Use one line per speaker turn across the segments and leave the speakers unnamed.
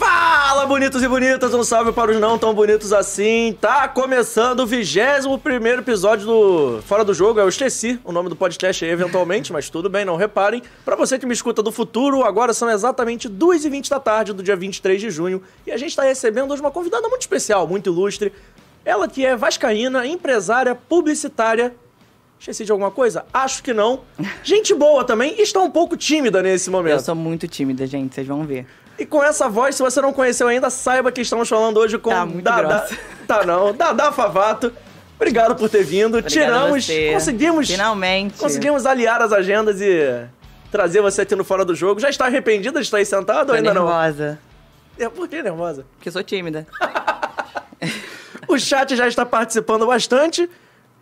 Olá, bonitos e bonitas, um salve para os não tão bonitos assim. Tá começando o 21 episódio do Fora do Jogo. Eu esqueci o nome do podcast aí eventualmente, mas tudo bem, não reparem. Para você que me escuta do futuro, agora são exatamente 2h20 da tarde do dia 23 de junho e a gente está recebendo hoje uma convidada muito especial, muito ilustre. Ela que é vascaína, empresária, publicitária Esqueci de alguma coisa? Acho que não. Gente boa também e está um pouco tímida nesse
Eu
momento.
sou muito tímida, gente, vocês vão ver.
E com essa voz, se você não conheceu ainda, saiba que estamos falando hoje com
Tá muito grossa.
Tá não, Dadá Favato. Obrigado por ter vindo. Tiramos,
você.
conseguimos,
Finalmente.
conseguimos aliar as agendas e trazer você aqui no Fora do Jogo. Já está arrependida de estar aí sentado
Tô
ou ainda
nervosa,
não? É, por que nervosa?
porque sou tímida.
Ah, O chat já está participando bastante.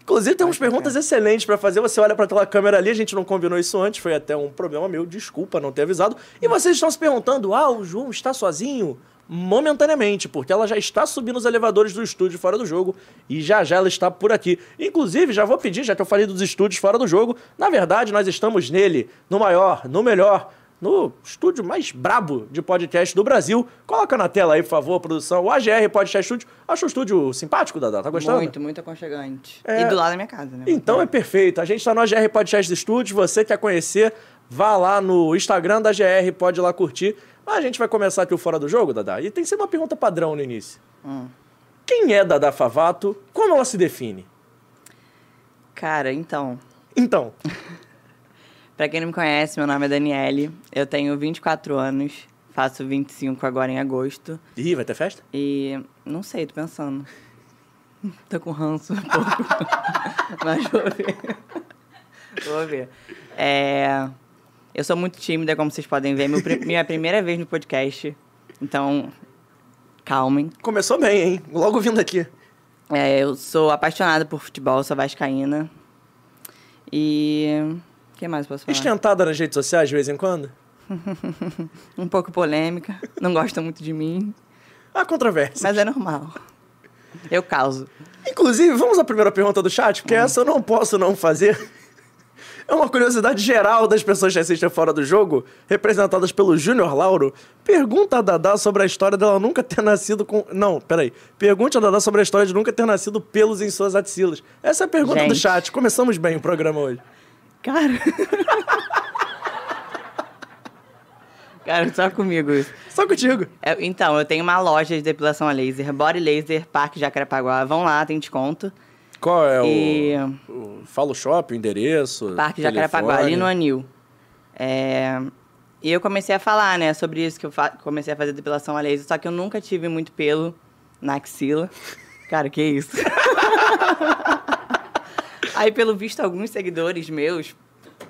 Inclusive, temos perguntas excelentes para fazer. Você olha para aquela câmera ali, a gente não combinou isso antes, foi até um problema meu, desculpa não ter avisado. E vocês estão se perguntando: ah, o João está sozinho? Momentaneamente, porque ela já está subindo os elevadores do estúdio fora do jogo e já já ela está por aqui. Inclusive, já vou pedir, já que eu falei dos estúdios fora do jogo, na verdade, nós estamos nele, no maior, no melhor, no estúdio mais brabo de podcast do Brasil. Coloca na tela aí, por favor, produção. O AGR Podcast Studio. Acha o estúdio simpático, Dadá? Tá gostando?
Muito, muito aconchegante.
É.
E do lado da minha casa, né?
Então é perfeito. A gente tá no AGR Podcast Studio. Você quer conhecer, vá lá no Instagram da GR, pode ir lá curtir. Mas a gente vai começar aqui o Fora do Jogo, Dadá. E tem sempre uma pergunta padrão no início.
Hum.
Quem é Dadá Favato? Como ela se define?
Cara, então,
Então,
pra quem não me conhece, meu nome é Daniele, eu tenho 24 anos, faço 25 agora em agosto.
ih, vai ter festa?
E não sei, tô pensando. Tô com ranço um pouco. Mas vou ver. Vou ver. É, eu sou muito tímida, como vocês podem ver. Meu pri- minha primeira vez no podcast. Então, calmem.
Começou bem, hein? Logo vindo aqui.
É, eu sou apaixonada por futebol, sou vascaína. E. O que mais eu posso falar?
Estentada nas redes sociais de vez em quando?
Um pouco polêmica. Não gostam muito de mim.
A controvérsia.
Mas é normal. Eu causo.
Inclusive, vamos à primeira pergunta do chat, porque essa eu não posso não fazer. É uma curiosidade geral das pessoas que assistem Fora do Jogo, representadas pelo Júnior Lauro. Pergunta a Dadá sobre a história dela nunca ter nascido com. Não, peraí. Pergunte a Dadá sobre a história de nunca ter nascido pelos em suas axilas. Essa é a pergunta do
Gente.
chat. Começamos bem o programa hoje.
Cara. Cara, só comigo isso.
Só contigo.
É, então, eu tenho uma loja de depilação a laser, Body Laser, Parque Jacarepaguá. Vão lá, tem desconto.
Qual é o.
E-
o- Fala o shopping, o endereço.
Parque
telefone.
Jacarepaguá, ali no Anil. É, E eu comecei a falar, né, sobre isso, que eu fa- comecei a fazer depilação a laser, só que eu nunca tive muito pelo na axila. Cara, que isso? Aí, pelo visto, alguns seguidores meus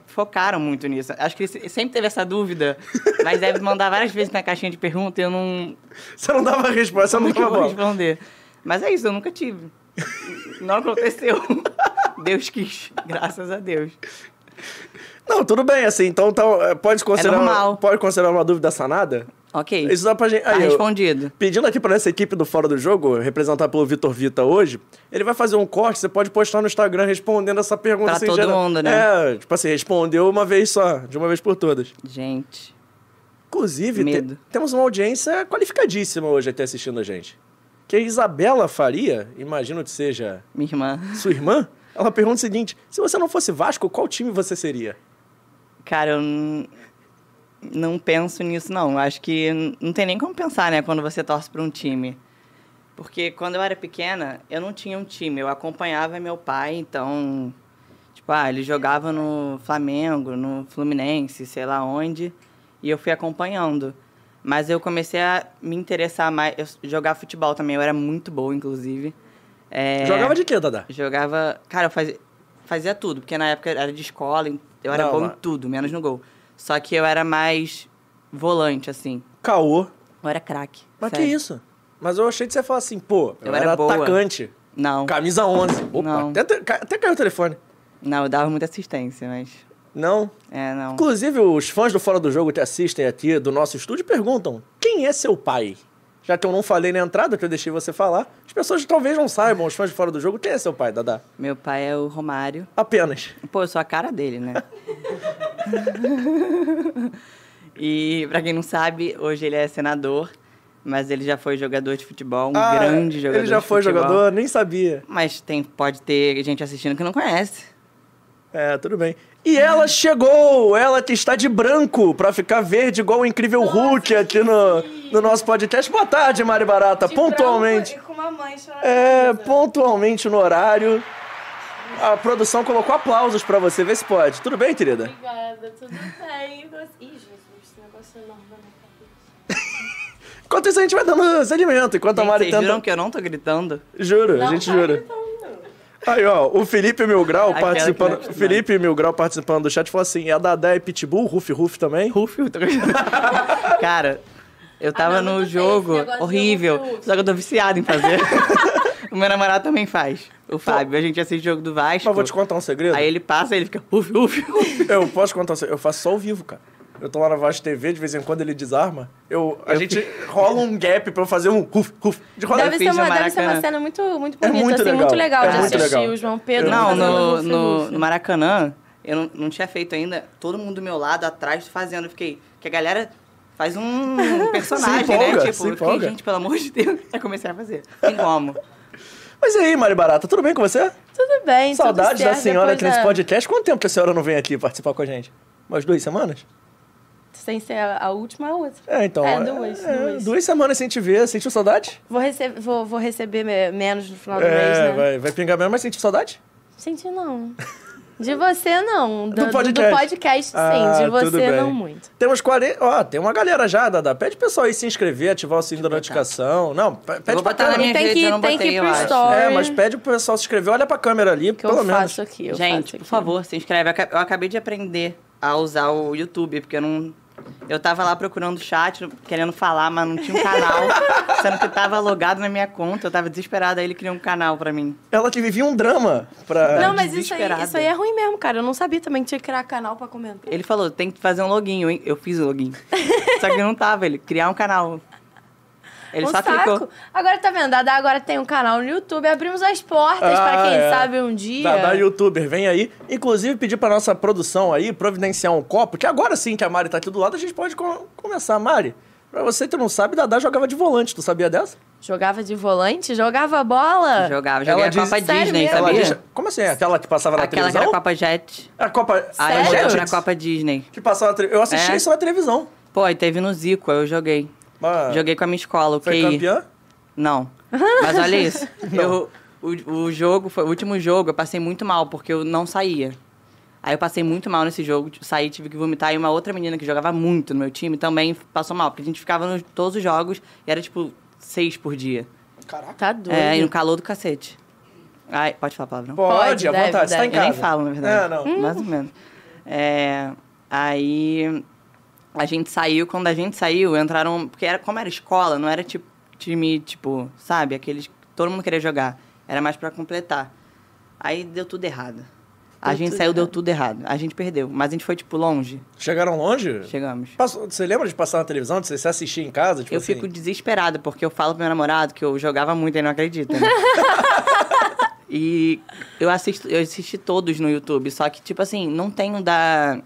focaram muito nisso. Acho que eles se- sempre teve essa dúvida, mas deve mandar várias vezes na caixinha de pergunta e eu não,
Você não dava resposta, você Então não
como que eu
dava
vou
bola.
responder? Mas é isso, eu nunca tive. Não aconteceu. Deus quis, graças a Deus.
Não, tudo bem, assim, então, então é, pode considerar.
normal.
pode considerar uma dúvida sanada?
Ok.
Isso dá pra gente.
Tá
Aí, eu-
respondido.
Pedindo aqui pra essa equipe do Fora do Jogo, representada pelo Vitor Vita hoje, ele vai fazer um corte, você pode postar no Instagram respondendo essa pergunta.
Pra
assim,
todo
geral.
mundo, né?
É, tipo assim, respondeu uma vez só, de uma vez por todas.
Gente,
Inclusive, te-
Medo.
temos uma audiência qualificadíssima hoje aqui assistindo a gente. Que a Isabela Faria, imagino que seja
minha irmã.
sua irmã, ela pergunta o seguinte: se você não fosse Vasco, qual time você seria?
Cara, eu n- não penso nisso, não. Eu Acho que n- não tem nem como pensar, né, quando você torce pra um time. Porque quando eu era pequena, eu não tinha um time. Eu acompanhava meu pai, então. Tipo, ah, ele jogava no Flamengo, no Fluminense, sei lá onde. E eu fui acompanhando. Mas eu comecei a me interessar mais. Eu s- jogava futebol também, eu era muito boa, inclusive. É,
Jogava de quê, Dadá?
Jogava. Cara, eu fazia, fazia tudo, porque na época era de escola, eu era
Não,
bom
mas-
em tudo, menos no gol. Só que eu era mais volante, assim.
Caô.
Eu era craque.
Mas
sério.
que isso? Mas eu achei que você ia falar assim, pô, eu,
Eu
era,
era boa.
atacante.
Não,
Camisa 11. Opa,
Não.
Até, ca- até caiu o telefone.
não, eu dava muita assistência, mas.
Não.
É, não.
Inclusive, os fãs do Fora do Jogo que assistem aqui do nosso estúdio perguntam: quem é seu pai? Já que eu não falei na entrada, que eu deixei você falar, as pessoas talvez não saibam, os fãs do Fora do Jogo, quem é seu pai, Dadá?
Meu pai é o Romário.
Apenas.
Pô, eu sou a cara dele, né? e pra quem não sabe, hoje ele é senador. mas ele já foi jogador de futebol, um
Ah,
grande jogador.
Ele já
de
foi
futebol.
jogador, nem sabia.
Mas tem, pode ter gente assistindo que não conhece.
É, tudo bem. E ela chegou! Ela que está de branco pra ficar verde igual o incrível Hulk aqui no, no nosso podcast. Boa tarde, Mari Barata.
De
pontualmente.
branco E com uma mãe chorando.
É, pontualmente no horário. A produção colocou aplausos pra você, vê se pode. Tudo bem, querida?
Obrigada, tudo bem. Você- Ih, Jesus, esse negócio é enorme na minha cabeça.
Enquanto isso, a gente vai dando os alimentos. Enquanto a
Gente,
Mari
vocês
tenta.
viram que eu não tô gritando?
Juro, a gente
tá
jura.
gritando.
Aí, ó, o Felipe Milgrau
Aquela
participando.
que não é
Felipe Milgrau participando do chat falou assim: a Dadá é pitbull, Ruf Ruf também?
Ruf, eu tô gritando. Cara, eu tava
Ah, não, eu
no
não sei esse
jogo
negócio de
horrível,
Ruf, Ruf.
só que eu tô viciado em fazer. o meu namorado também faz, o Fábio. A gente assiste o jogo do Vasco.
Mas vou te contar um segredo.
Aí ele passa, ele fica uf, uf, uf.
Eu posso contar um segredo? Eu faço só ao vivo, cara. Eu tô lá na Vasco TV, de vez em quando ele desarma. Eu, a
Eu
gente rola um gap pra eu fazer um ruf, ruf. De rola
Deve
Eu
ser,
fiz
uma,
no
deve ser uma
Maracanã.
cena muito, muito
É
bonita,
muito
assim,
legal.
muito legal
É
de
muito
assistir
legal.
o João Pedro.
Não,
fazendo
no,
Luffy,
no,
Luffy.
no Maracanã, eu não, não tinha feito ainda. Todo mundo do meu lado, atrás, fazendo. Eu fiquei... Que a galera faz um personagem,
empolga,
né?
se
Tipo, eu fiquei,
empolga.
gente, pelo amor de Deus. Aí comecei a fazer. Tem como.
Mas e aí, Mari Barata, tudo bem com você?
Tudo bem, tudo
Saudades da
certo,
senhora
depois é,
aqui nesse
da-
podcast. Quanto tempo que a senhora não vem aqui participar com a gente? Umas duas semanas?
Sem ser a a última, a outra.
É, então.
É, duas, duas.
semanas sem te ver. Sentiu saudade?
Vou, rece- vou, vou receber me- menos no final do mês,
é,
né?
vai, vai pingar mesmo, mas sentiu saudade?
Senti não. De você, não. Do, do- do
podcast.
podcast. sim.
Ah,
de
tudo
você,
bem.
não muito.
Temos 40. Ó, tem uma galera já, Dada. Pede o pessoal aí se inscrever, ativar o sininho da
botar.
notificação. Não, pe- pede
vou
pra
botar na
câmera.
minha
E tem
rede,
que,
eu não
tem que
botei,
ir
eu
pro
acho.
story.
É, mas pede pro pessoal se inscrever. Olha pra câmera ali,
que
pelo
eu
menos.
faço aqui. Eu
Gente,
faço
por
aqui.
favor, se inscreve. Eu aca- Eu acabei de aprender a usar o YouTube, porque eu não. Eu tava lá procurando o chat, querendo falar, mas não tinha um canal. sendo que tava logado na minha conta, eu tava desesperada, aí ele criou um canal pra mim.
Ela que vivia um drama pra.
Não, mas isso aí,
desesperada.
isso aí é ruim mesmo, cara. Eu não sabia também que tinha que criar canal pra comentar.
Ele falou, tem que fazer um login, eu- eu fiz o login. só que não tava, ele criar um canal. Ele
um
só
saco.
clicou.
Agora tá vendo? Dada agora tem um canal no YouTube. Abrimos as portas
Ah,
pra quem
é.
sabe um dia.
Da, da youtuber, vem aí. Inclusive, pedir pra nossa produção aí providenciar um copo, que agora sim que a Mari tá aqui do lado, a gente pode co- começar. Mari, pra você que não sabe, Dadá jogava de volante, tu sabia dessa?
Jogava de volante, jogava bola.
Jogava, jogava Ah, a
diz-
Copa
Sério
Disney,
mesmo?
Ela
sabia?
diz- Como assim? Aquela que passava na
Aquela que
televisão?
era a Copa Jet.
A Copa.
Aí eu
A
Sério?
jogava na
Jetix?
Copa Disney.
Que passava na televisão. Eu assisti
É?
isso na televisão.
Pô, aí teve no Zico, aí eu joguei.
Mas
Joguei com a minha escola, o
Ah. Foi
QI.
campeã?
Não. Mas olha isso. Eu, o, o jogo, foi, o último jogo, eu passei muito mal, porque eu não saía. Aí eu passei muito mal nesse jogo, t- saí, tive que vomitar. E uma outra menina que jogava muito no meu time também passou mal, porque a gente ficava nos todos os jogos e era tipo seis por dia.
Caraca.
Tá doido.
É, e no calor do cacete. Ai, pode falar, palavrão?
Pode, à
deve,
vontade, você tá em
deve.
casa.
Eu nem falo, na verdade.
É,
Hum.
não.
Mais ou menos. É, aí a gente saiu, quando a gente saiu, entraram. Porque era, como era escola, não era tipo time, tipo, sabe, aqueles. que Todo mundo queria jogar. Era mais pra completar. Aí deu tudo errado. A
Deu
gente
tudo
saiu, deu
errado.
tudo errado. A gente perdeu. Mas a gente foi, tipo, longe.
Chegaram
É.
longe?
Chegamos.
Passou- você lembra de passar na televisão, de você se assistir em casa? Tipo
eu
assim?
fico desesperada, porque eu falo pro meu namorado que eu jogava muito, ele não acredita. né? e eu assisto, eu assisti todos no YouTube, só que, tipo assim, não tenho da.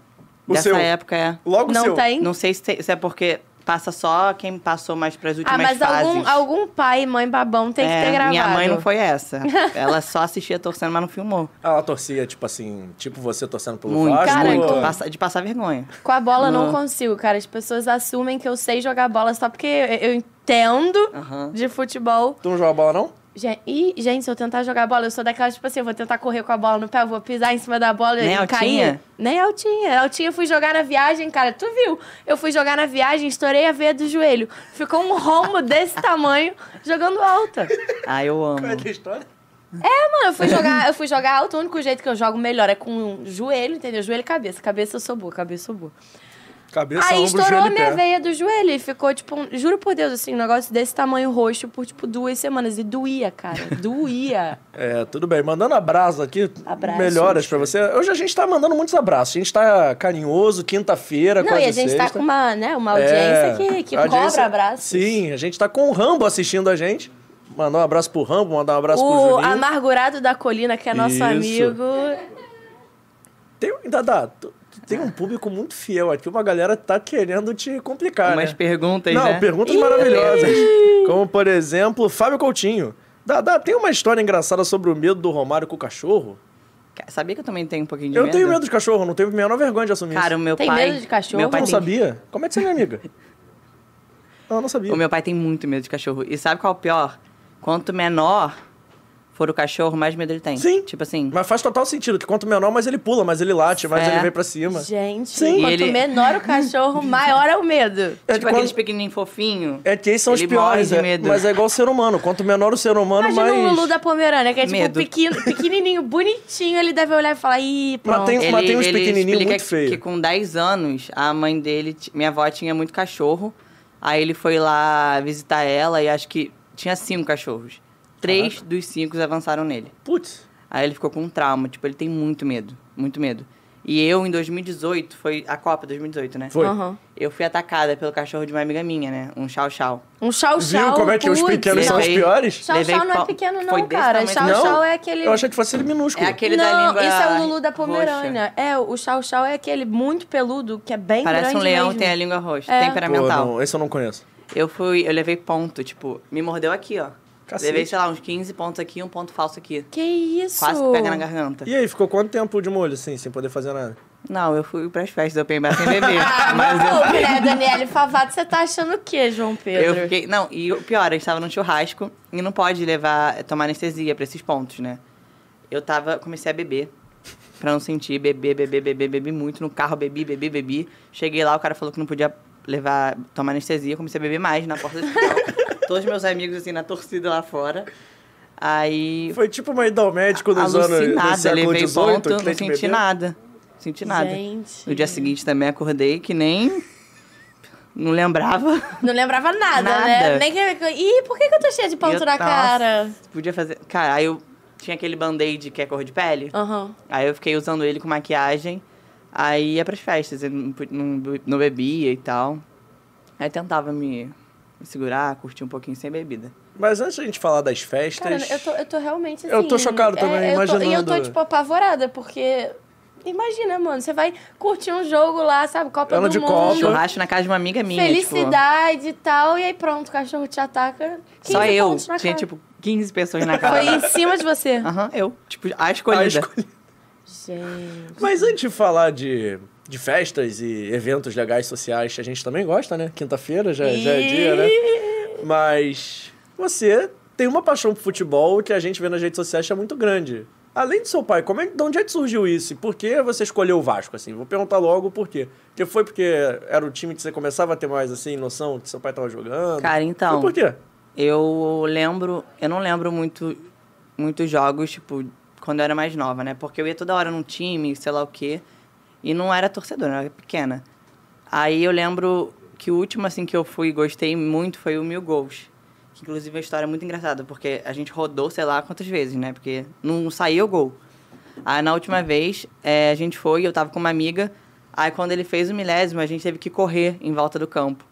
O
dessa
seu.
época. é.
Logo
Não tá
seu.
tem?
Não sei se, te- se é porque passa só quem passou mais pras últimas
Ah, mas
fases.
algum, algum pai, mãe babão tem
É,
que ter gravado.
Minha mãe não foi essa. Ela só assistia torcendo, mas não filmou.
Ela torcia, tipo assim, tipo você torcendo pelo
Muito,
Vasco.
Caraca.
muito.
ou-
Passa- de passar vergonha.
Com a bola não.
Não.
consigo, cara. As pessoas assumem que eu sei jogar bola só porque eu eu entendo
Aham.
de futebol.
Tu não joga bola, não?
Gen- Ih, gente, se eu tentar jogar bola, eu sou daquelas, tipo assim, eu vou tentar correr com a bola no pé, eu vou pisar em cima da bola
Nem
e
altinha?
cair. Nem altinha. Altinha, eu fui jogar na viagem, cara. Tu viu? Eu fui jogar na viagem, estourei a veia do joelho. Ficou um rombo desse tamanho jogando alta.
Ah, eu amo.
Como é que é a história?
Mano, eu fui jogar, eu fui jogar alto, o único jeito que eu jogo melhor é com o joelho, entendeu? Joelho e cabeça. Cabeça eu sou boa, cabeça eu sou boa.
Cabeça,
Aí
ombro,
estourou a
joelho e
minha
pé.
veia do joelho e ficou, tipo, um- juro por Deus, assim, um negócio desse tamanho roxo por, tipo, duas semanas. E doía, cara. Doía.
É, tudo bem. Mandando abraço aqui.
Abraços.
Melhoras pra você. Hoje a gente tá mandando muitos abraços. A gente tá carinhoso, quinta-feira,
Não,
quase
e a gente
sexta.
tá com uma, né, uma audiência
É,
que, que
a audiência-
cobra abraço.
Sim, a gente tá com o Rambo assistindo a gente. Mandar um abraço pro Rambo, mandar um abraço pro
O
Juninho.
Amargurado da Colina, que é nosso
Isso.
amigo.
Tem, Dadá, tu, tu tem um público muito fiel aqui. Uma galera tá querendo te complicar,
Umas
né?
perguntas,
Não,
né?
perguntas maravilhosas. Como, por exemplo, Fábio Coutinho. Dá, dá, tem uma história engraçada sobre o medo do Romário com o cachorro?
Ca- Sabia que eu também tenho um pouquinho de
Eu
medo?
tenho medo de cachorro, não tenho a menor vergonha de assumir
Cara, o
isso.
meu
Tem
pai...
medo de cachorro?
Meu
Eu
eu
pai
não
tem...
sabia. Como é que você é minha amiga? Ah, Eu não sabia.
O meu pai tem muito medo de cachorro. E sabe qual é o pior? Quanto menor for o cachorro, mais medo ele tem.
Sim.
Tipo assim...
Mas faz total sentido, que quanto menor, mais ele pula, mais ele late, mais
É.
ele vem pra cima.
Gente,
Sim.
quanto
E ele-
menor o cachorro, maior é o medo.
É
Tipo
que
aqueles
quando-
pequenininhos fofinhos.
É que esses são os
Ele morre
piores,
de
é.
medo.
mas é igual o ser humano. Quanto menor o ser humano, mais...
Imagina um Lulu da Pomerânia, que é tipo
Medo.
pequeno, pequenininho, bonitinho, ele deve olhar e falar, ih, pronto.
Mas tem- um
Ele,
uns
ele
pequenininhos
explica
muito
que-
feio.
que com 10 anos, a mãe dele... ti- Minha avó tinha muito cachorro. Aí ele foi lá visitar ela e acho que tinha cinco cachorros. Três dos cinco avançaram nele.
Putz.
Aí ele ficou com um trauma. Tipo, ele tem muito medo. Muito medo. E eu, em 2018, foi a Copa 2018, né?
Foi.
Aham.
Eu fui atacada pelo cachorro de uma amiga minha, né? Um chau-chau.
Um chau chau.
Viu como é que os
putz,
pequenos são
não.
os
Levei-
piores?
Chau
Levei
chau não é
pau-
pequeno
foi
não,
desse
cara.
tamanho.
Chau
não?
chau é aquele...
Eu achei que fosse ele minúsculo.
É aquele
não,
da língua
isso é o Lulu da
roxa.
Pomerânia. É, o chau chau é aquele muito peludo, que é bem
Parece
grande
um leão,
mesmo.
tem a língua roxa.
É.
Pô,
Temperamental.
não, esse eu não conheço.
Eu fui, eu levei ponto, tipo, me mordeu aqui, ó.
Cacete.
Levei, sei lá, uns 15 pontos aqui, um ponto falso aqui.
Que isso?
Quase que pega na garganta.
E aí, ficou quanto tempo de molho, assim, sem poder fazer nada?
Não, eu fui pras festas do PMB sem beber.
Ah,
mas
não, né, Daniele Favato, você tá achando o quê, João
eu,
Pedro?
eu fiquei. Não, e o pior, a gente tava num churrasco e não pode levar, tomar anestesia pra esses pontos, né? Eu tava, comecei a beber. Pra não sentir, beber, beber, beber, bebi muito. No carro, bebi, bebi, bebi. Cheguei lá, o cara falou que não podia levar, tomar anestesia. Comecei a beber mais na porta do hospital. Todos meus amigos, assim, na torcida lá fora. Aí
Foi tipo uma ida ao médico dos anos do
alucinada,
século
levei
18,
ponto, não
que
senti
tem que beber.
nada. Senti nada.
Gente.
No dia seguinte também acordei que nem. Não lembrava.
Não lembrava nada,
Nada.
né? Nem que... Ih, por que, que eu tô cheia de ponto
Eu-
na
nossa,
cara?
Podia fazer. Cara, aí eu tinha aquele band-aid que é cor de pele.
Aham.
Aí eu fiquei usando ele com maquiagem. Aí ia pras festas, eu não, pu- não, bu- não bebia e tal. Aí tentava me, me segurar, curtir um pouquinho sem bebida.
Mas antes da gente falar das festas...
Cara, eu tô, eu tô realmente assim...
Eu tô chocado também,
eu tô- E eu
imaginando.
tô, tipo, apavorada, porque... Imagina, mano, você vai curtir um jogo lá, sabe? Copa
Ano
do
de
Mundo.
Copa. tipo.
Churrasco na casa de uma amiga minha. tipo,
Felicidade e tal, e aí pronto, o cachorro te ataca.
Tipo, só
15
eu.
pontos na
Tinha
cara.
tipo 15 pessoas na casa.
Foi em cima de você.
Aham, eu. Tipo, a
A
escolhida.
escolha-
Gente.
Mas antes de falar de, de festas e eventos legais sociais, que a gente também gosta, né? Quinta-feira já, já é dia, né? Mas você tem uma paixão por futebol que a gente vê nas redes sociais que é muito grande. Além do seu pai, como é, de onde é que surgiu isso? E por que você escolheu o Vasco, assim? Vou perguntar logo por quê. Porque foi porque era o time que você começava a ter mais, assim, noção que seu pai tava jogando?
Cara, então.
Foi por quê?
Eu lembro, eu não lembro muito muitos jogos, tipo, quando eu era mais nova, né? Porque eu ia toda hora num time, sei lá o quê, e não era torcedora, eu era pequena. Aí eu lembro que o último assim que eu fui e gostei muito foi o Mil Gols. Que inclusive é uma história muito engraçada, porque a gente rodou, sei lá quantas vezes, né? Porque não saía o gol. Aí na última vez, eh, a gente foi, eu tava com uma amiga. Aí quando ele fez o milésimo, a gente teve que correr em volta do campo.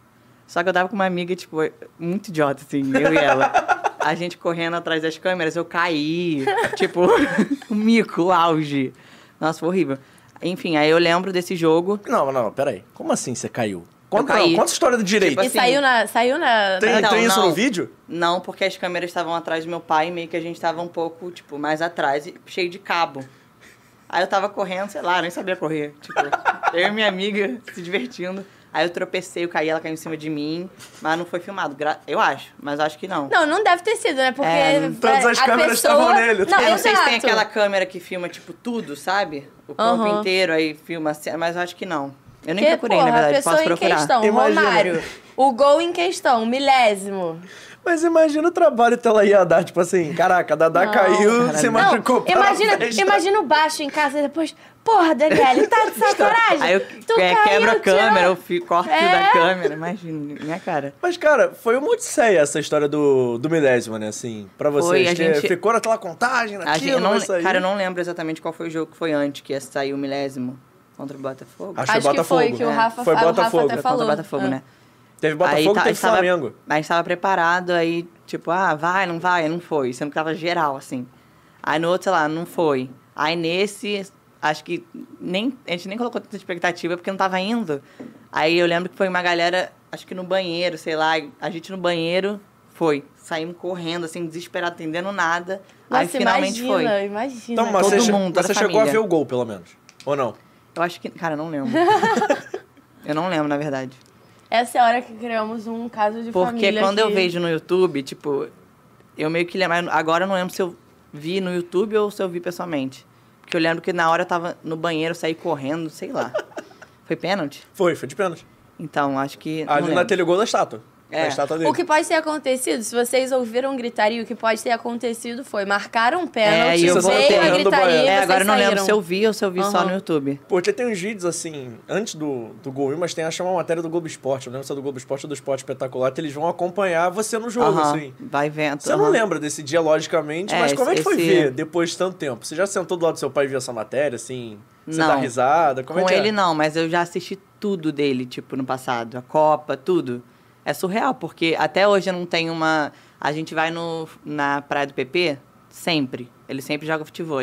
Só que eu tava com uma amiga, tipo, muito idiota, assim, eu e ela. A gente correndo atrás das câmeras, eu caí. tipo, o mico, o auge. Nossa, foi horrível. Enfim, aí eu lembro desse jogo.
Não, não, peraí. Como assim você caiu? Conta,
caí.
conta a história do direito.
Tipo
E
assim,
saiu na. Saiu na.
tem
Então,
tem isso
não.
no vídeo?
Não, porque as câmeras estavam atrás do meu pai, meio que a gente tava um pouco, tipo, mais atrás, e cheio de cabo. Aí eu tava correndo, sei lá, nem sabia correr. Tipo, eu e minha amiga se divertindo. Aí eu tropecei, eu caí, ela caiu em cima de mim. Mas não foi filmado, gra- eu acho. Mas acho que não.
Não, não deve ter sido, né? Porque.
É,
todas as
a
câmeras
pessoa-
estavam nele.
Não, é
eu não sei se tem
exato.
aquela câmera que filma, tipo, tudo, sabe? O corpo
Aham.
inteiro, aí filma, a cena, mas eu acho que não. Eu nem
Porque,
procurei,
porra,
na verdade,
a pessoa
posso
em
procurar.
questão,
Imagina.
Romário. O gol em questão, milésimo.
Mas imagina o trabalho que ela ia dar, tipo assim, caraca, a Dadá
Não.
caiu, se
Não,
machucou. para a
imagina,
festa.
imagina o baixo em casa e depois. Porra, Daniele, tá de sacanagem.
Então, Aí eu
Tu
é,
caiu,
quebra a
tirou-
câmera, eu fi- corto
É.
da câmera, imagina, minha cara.
Mas, cara, foi uma odisseia essa história do, do milésimo, né, assim, pra vocês.
Foi,
que
a gente-
Ficou naquela contagem,
A gente,
naquilo,
eu não,
vai sair.
cara, eu não lembro exatamente qual foi o jogo que foi antes, que ia sair o milésimo contra o Botafogo.
Acho,
Acho que foi que o
É.
Rafa-
foi
ah, o Rafa
Botafogo.
até
É
falou.
contra o Botafogo,
Ah.
né?
Teve Botafogo,
tá-
teve
tava-
Flamengo.
a gente tava preparado, aí, tipo, ah, vai, não vai, não foi. Sendo que tava geral, assim. Aí no outro, sei lá, não foi. Aí nesse, acho que nem, a gente nem colocou tanta expectativa porque não tava indo. Aí eu lembro que foi uma galera, acho que no banheiro, sei lá, a gente no banheiro foi. Saímos correndo, assim, desesperado, entendendo nada. aí
Nossa,
finalmente
imagina,
foi.
imagina.
Então, mas
Todo
você,
mundo, toda
você
a
chegou a
família.
ver o gol, pelo menos. Ou não?
Eu acho que. Cara, eu não lembro. eu não lembro, na verdade.
Essa é a hora que criamos um caso de
Porque
família.
quando eu
que-
vejo no YouTube, tipo, eu meio que lembro. Agora eu não lembro se eu vi no YouTube ou se eu vi pessoalmente. Porque eu lembro que na hora eu tava no banheiro, eu saí correndo, sei lá. Foi pênalti?
Foi, foi de pênalti.
Então, acho que. não
Ali
lembro.
naquele gol da estátua.
É.
Na estátua dele.
O que pode ter acontecido, se vocês ouviram gritaria, o que pode ter acontecido foi marcaram um
É,
pênalti,
e eu voltei.
veio a
Correndo
do
gritaria
banheiro.
e
É,
vocês
agora eu não lembro
saíram.
se eu vi ou se eu vi só
Aham.
no YouTube.
Porque tem uns vídeos, assim, antes do, do gol ir, mas tem acho que é uma matéria do Globo Esporte. Eu não lembro se é do Globo Esporte ou do Esporte Espetacular, que eles vão acompanhar você no jogo,
Aham,
assim.
Vai vendo.
Você não
aham.
lembra desse dia, logicamente,
É,
mas como é que foi
esse-
ver depois de tanto tempo? Você já sentou do lado do seu pai e viu essa matéria, assim? Você
Não.
dá risada? Como é
Com
que
ele
é?
não, mas eu já assisti tudo dele, tipo, no passado. A Copa, tudo. É surreal, porque até hoje eu não tenho uma... A gente vai no, na Praia do PP, sempre. Ele sempre joga futebol.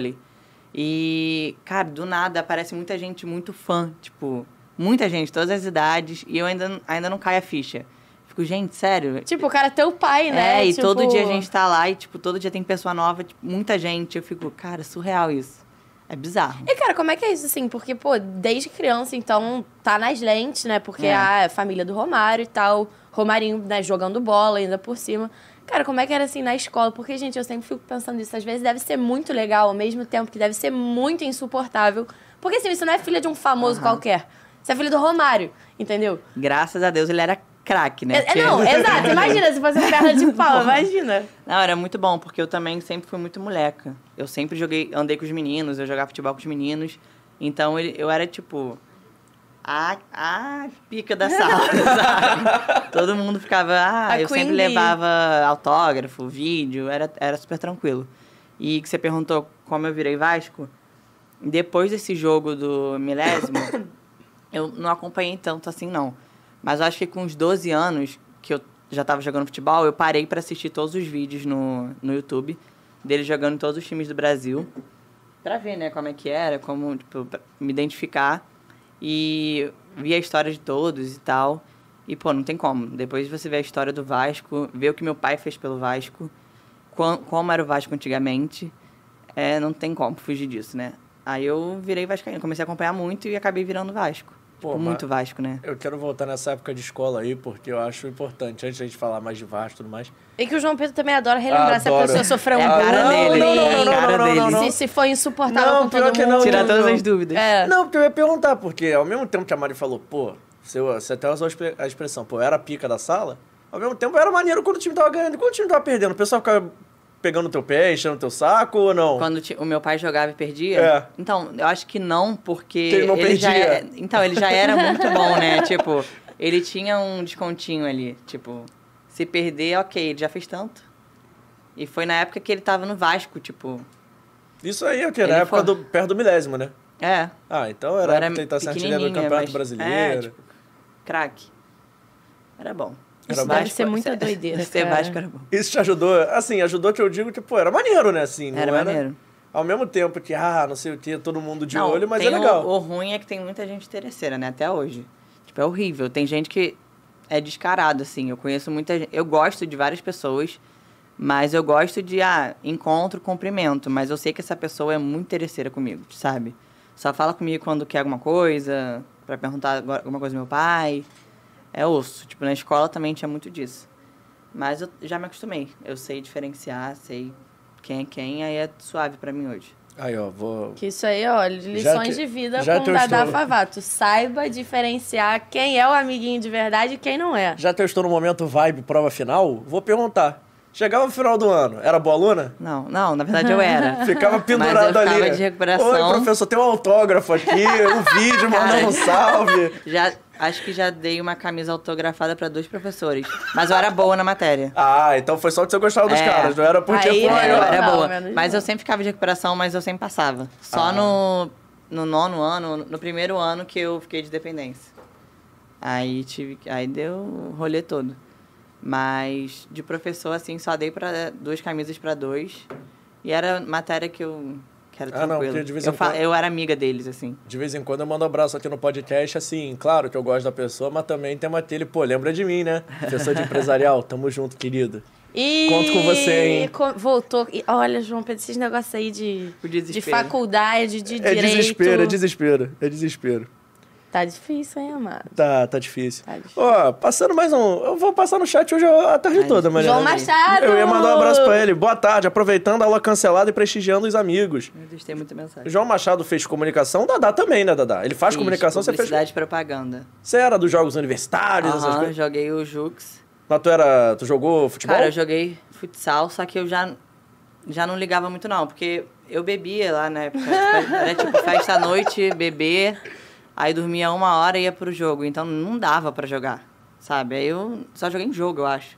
E, cara, do nada aparece muita gente muito fã, tipo... Muita gente, todas as idades. E eu ainda, ainda não caio a ficha. Fico, gente, sério?
Tipo, o cara é teu pai, né?
É, e
Tipo,
todo dia a gente tá lá e, tipo, todo dia tem pessoa nova, tipo, muita gente. Eu fico, cara, surreal isso. É bizarro.
E, cara, como é que é isso, assim? Porque, pô, desde criança, então, tá nas lentes, né? Porque
É.
ah, é a família do Romário e tal. Romarinho, né, jogando bola ainda por cima. Cara, como é que era assim na escola? Porque, gente, eu sempre fico pensando nisso. Às vezes deve ser muito legal, ao mesmo tempo que deve ser muito insuportável. Porque, assim, você não é filha de um famoso qualquer. Você é filha do Romário, entendeu?
Graças a Deus ele era craque, né?
É, é,
Porque-
não, exato. Imagina se fosse um perna de pau, imagina.
Não, era muito bom, porque eu também sempre fui muito moleca. Eu sempre joguei, andei com os meninos, eu jogava futebol com os meninos. Então ele- eu era tipo. A, a pica da sala, sabe? Todo mundo ficava. Ah,
A
eu
queen
sempre
bee.
levava autógrafo, vídeo, era, era super tranquilo. E que você perguntou como eu virei Vasco. Depois desse jogo do milésimo, eu não acompanhei tanto assim, não. Mas eu acho que com uns 12 anos, que eu já tava jogando futebol, eu parei para assistir todos os vídeos no, no YouTube dele jogando em todos os times do Brasil. Pra ver, né, como é que era, como, tipo, pra me identificar. E vi a história de todos e tal. E, pô, não tem como. Depois você vê a história do Vasco, vê o que meu pai fez pelo Vasco, quan- como era o Vasco antigamente. É, não tem como fugir disso, né? Aí eu virei vascaíno, comecei a acompanhar muito e acabei virando Vasco.
Pô,
Tipo,
mas-
muito Vasco, né?
Eu quero voltar nessa época de escola aí, porque eu acho importante, antes da gente falar mais de Vasco e tudo mais.
E que o João Pedro também adora relembrar se a
Adoro. Ah,
pessoa sofreu um
É a cara dele,
bullying,
Não, não, não,
hein?
não,
Cara
não, não,
dele.
não, não.
Se, se foi insuportável
Não,
com
pior
todo
que
mundo.
não,
Tirar
não,
todas
não.
as dúvidas.
É.
Não, porque eu ia perguntar, porque ao mesmo tempo que a Mari falou, pô, você, você até usou a expre- a expressão, pô, eu era a pica da sala, ao mesmo tempo era maneiro quando o time tava ganhando. E Quando o time tava perdendo, o pessoal ficava pegando teu pé, enchendo teu saco ou não?
Quando ti- o meu pai jogava e perdia?
É.
Então, eu acho que não, porque.
Que ele não
já
perdia.
é- então, ele já era muito bom, né? Tipo, ele tinha um descontinho ali. Tipo, se perder, ok, ele já fez tanto. E foi na época que ele tava no Vasco, tipo.
Isso aí, ok, na
Ele
época
foi-
do, perto do milésimo, né?
É.
Ah, então
eu
era,
era
era tentar ser
pequenininha,
artilheiro do Campeonato
mas- É,
Brasileiro.
tipo, craque. Era bom.
Era
Isso é-
bom.
Deve ser muita doideira,
Ser
cara.
Vasco era bom.
Isso te ajudou, assim, ajudou que eu digo que, pô, era maneiro, né, assim, não
Era
era...
maneiro.
Ao mesmo tempo que, ah, não sei o que, todo mundo de
Não,
olho, mas é
tem o-
legal.
O, ruim é que tem muita gente interesseira, né? Até hoje. Tipo, é horrível. Tem gente que é descarado, assim. Eu conheço muita gente. Eu gosto de várias pessoas, mas eu gosto de, ah, encontro, cumprimento. Mas eu sei que essa pessoa é muito interesseira comigo, sabe? Só fala comigo quando quer alguma coisa, pra perguntar agora alguma coisa do meu pai. É osso. Tipo, na escola também tinha muito disso. Mas eu já me acostumei. Eu sei diferenciar, sei quem é quem, aí é suave pra mim hoje.
Aí, ó, vou...
Que isso aí, olha, lições
te-
de vida
já
com
te
Dadá
estou-
Favato. Saiba diferenciar quem é o amiguinho de verdade e quem não é.
Já testou no momento vibe, prova final? Vou perguntar. Chegava no final do ano, era boa aluna?
Não, não, na verdade eu era.
Ficava
Mas
pendurado
eu ficava
ali.
de recuperação.
Oi, professor, tem um autógrafo aqui, um vídeo, mandando um salve.
Já, acho que já dei uma camisa autografada pra dois professores. Mas eu era boa na matéria.
Ah, então foi só que você gostava dos
É.
caras, não era tipo, porque
Aí
foi.
é,
É, eu
ó.
era
não,
boa.
menos
Mas eu
mal.
sempre ficava de recuperação, mas eu sempre passava. Só
Ah.
no, no nono ano, no primeiro ano que eu fiquei de dependência. Aí tive, que- aí deu o rolê todo. Mas de professor assim, só dei para duas camisas pra dois. E era matéria que eu que era
Ah, não,
tranquilo.
porque de vez em
eu, fa-
quando-
eu era amiga deles, assim.
De vez em quando eu mando um abraço aqui no podcast, assim, claro que eu gosto da pessoa, mas também tem aquele, pô, lembra de mim, né? Pessoa de empresarial, tamo junto, querido.
E...
Conto com você, hein?
co- Voltou. E olha, João Pedro, esses negócios aí de,
O
de
desespero.
faculdade, de
É
direito.
desespero, é desespero, é desespero.
Tá difícil, hein, amado?
Tá, tá difícil.
Tá difícil.
Ó, passando mais um. Eu vou passar no chat hoje a tarde
Ai,
toda, Mariana.
João Machado!
Eu ia mandar um abraço pra ele. Boa tarde, aproveitando a aula cancelada e prestigiando os amigos.
Meu Deus, tem muita mensagem.
João Machado fez comunicação, Dadá também, né, Dadá? Ele faz
Fiz
comunicação, você fez.
Publicidade e propaganda.
Você era dos jogos universitários, essas
Aham,
coisas.
joguei o Jux.
Mas tu era. Tu jogou futebol?
Cara, eu joguei futsal, só que eu já, já não ligava muito, não, porque eu bebia lá na época. Tipo, era tipo festa à noite, beber, aí dormia uma hora e ia pro jogo. Então não dava pra jogar, sabe? Aí eu só joguei em jogo, eu acho.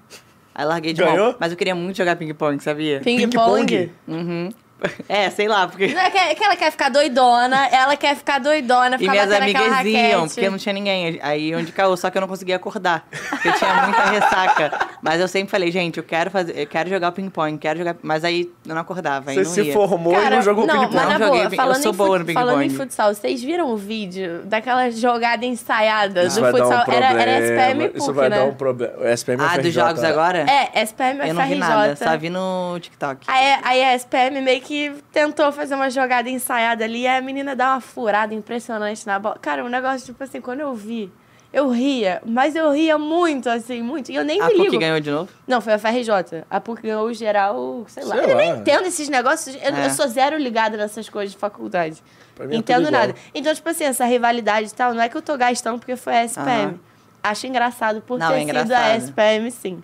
Aí larguei de
Ganhou?
mão. Mas eu queria muito jogar ping-pong, sabia?
Ping-pong?
Uhum. É, sei lá, porque.
Não é que, é que ela quer ficar doidona, ela quer ficar doidona,
E
ficar
minhas
batendo aquela
amigas iam,
raquete.
porque não tinha ninguém. Aí onde caiu, só que eu não conseguia acordar. Porque tinha muita ressaca. Mas eu sempre falei, gente, eu quero fazer, eu quero jogar ping-pong, quero jogar. Mas aí eu não acordava. Aí
Você
não
se
ia.
formou e não jogou
não, mas
ping-pong.
na
Não joguei
boa,
ping- eu
falando,
sou
em fut-
boa no ping-pong.
falando em futsal, vocês viram o vídeo daquela jogada ensaiada do
Isso vai dar
futsal?
um
era,
problema.
era SPM e
Isso
PUC,
vai
né?
dar um problema. O SPM
Ah,
FRJ,
dos jogos
né?
agora?
É, SPM e
Eu não vi nada,
FRJ.
só vi no TikTok.
Aí, aí a SPM meio que tentou fazer uma jogada ensaiada ali, e a menina dá uma furada impressionante na bola. Cara, um negócio, tipo assim, quando eu vi, eu ria, mas eu ria muito, assim, muito. E eu nem
A
me
Ah, PUC
ligo.
ganhou de novo?
Não, foi a FRJ. A PUC ganhou o geral, sei lá.
Sei
eu
lá.
nem entendo esses negócios. Eu,
É.
eu sou zero ligada nessas coisas de faculdade.
Pra mim é tudo
entendo
igual.
nada. Então, tipo assim, essa rivalidade e tal, não é que eu tô gastando porque foi a SPM.
Aham.
Acho engraçado por
Não,
ter
é
sido a
engraçado.
SPM, sim.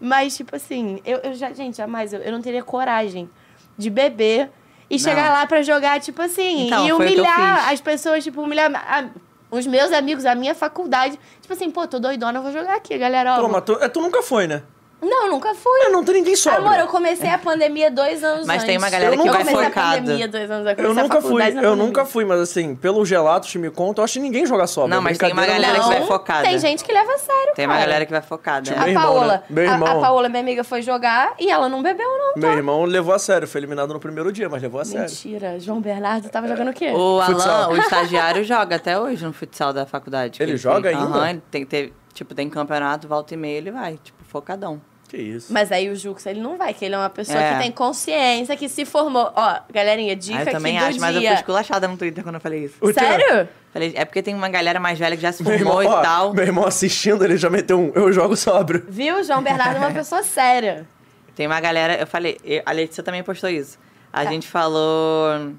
Mas, tipo assim, eu, eu já, gente, jamais, eu, eu não teria coragem de beber e chegar lá pra jogar, tipo assim,
Então,
e
foi o que eu
humilhar
fiz.
as pessoas, tipo, humilhar a- os meus amigos, a minha faculdade. Tipo assim, pô, tô doidona, eu vou jogar aqui, galera. ó,
Pô, mas tu, é, tu nunca foi, né?
Não, nunca fui.
É, não tem ninguém sóbrio.
Amor, eu comecei a pandemia dois anos
Mas
antes.
tem uma galera
que vai
Eu comecei
focada.
a pandemia dois anos
Eu nunca fui, eu nunca fui, mas assim, pelo gelato que me conta, eu acho que ninguém joga sóbrio.
Não, mas tem uma
Brincadeira,
galera que
não.
vai focada.
Tem gente que leva a sério,
Tem uma
cara.
galera que vai focada.
Tipo,
A
Meu irmão,
Paola,
né? Meu
a- A,
irmão.
Paola, minha amiga, foi jogar e ela não bebeu, não. tá?
Meu irmão levou a sério, foi eliminado no primeiro dia, mas levou a sério.
Mentira. João Bernardo tava jogando o quê?
O Alan,
Futsal.
o estagiário, joga até hoje no futsal da faculdade. que
Ele joga
fez.
ainda?
Aham, ele tem, teve- tipo, tem campeonato, volta e meia, ele vai, tipo, focadão.
Que isso.
Mas aí o Jux, ele não vai, que ele é uma pessoa
É.
que tem consciência, que se formou. Ó, galerinha,
Ah,
dica
eu
aqui
também
do
acho,
dia.
mas eu fui esculachada no Twitter quando eu falei isso.
O quê?
Sério?
Falei, é porque tem uma galera mais velha que já se
Meu
formou e
ó,
tal.
meu irmão assistindo, ele já meteu um, eu jogo sóbrio.
Viu? João Bernardo é uma pessoa séria.
Tem uma galera, eu falei, eu- a Letícia também postou isso. A
Tá.
gente falou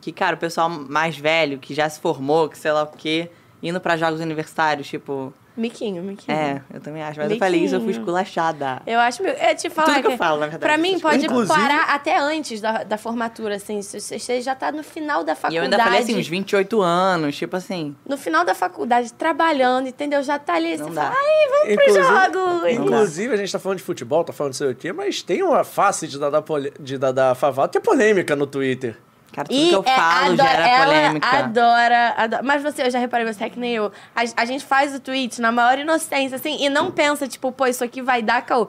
que, cara, o pessoal mais velho, que já se formou, que sei lá o quê, indo pra jogos universitários, tipo.
Miquinho, Miquinho.
É, eu também acho. Mas eu falei isso, eu fui esculachada.
Eu acho. meu- É te falar.
Tudo que eu falo, na verdade,
Pra mim,
essas
pode
coisas.
parar até antes da, da formatura, assim. se Você você já tá no final da faculdade.
E eu ainda falei assim, uns 28 anos, tipo assim.
No final da faculdade, trabalhando, entendeu? Já tá ali.
Não
você
dá.
fala, ai, vamos pro jogo. entendeu?
inclusive, a gente tá falando de futebol, tá falando de sei o quê, mas tem uma face de Dada, pole- de Dada Favato que é polêmica no Twitter.
Cara, tudo
E
que eu
é,
falo já
adora-
era
ela
polêmica.
Adora, adora. Mas você, eu já reparei, você é que nem eu. A, a gente faz o tweet na maior inocência, assim, e não pensa, tipo, pô, isso aqui vai dar caô.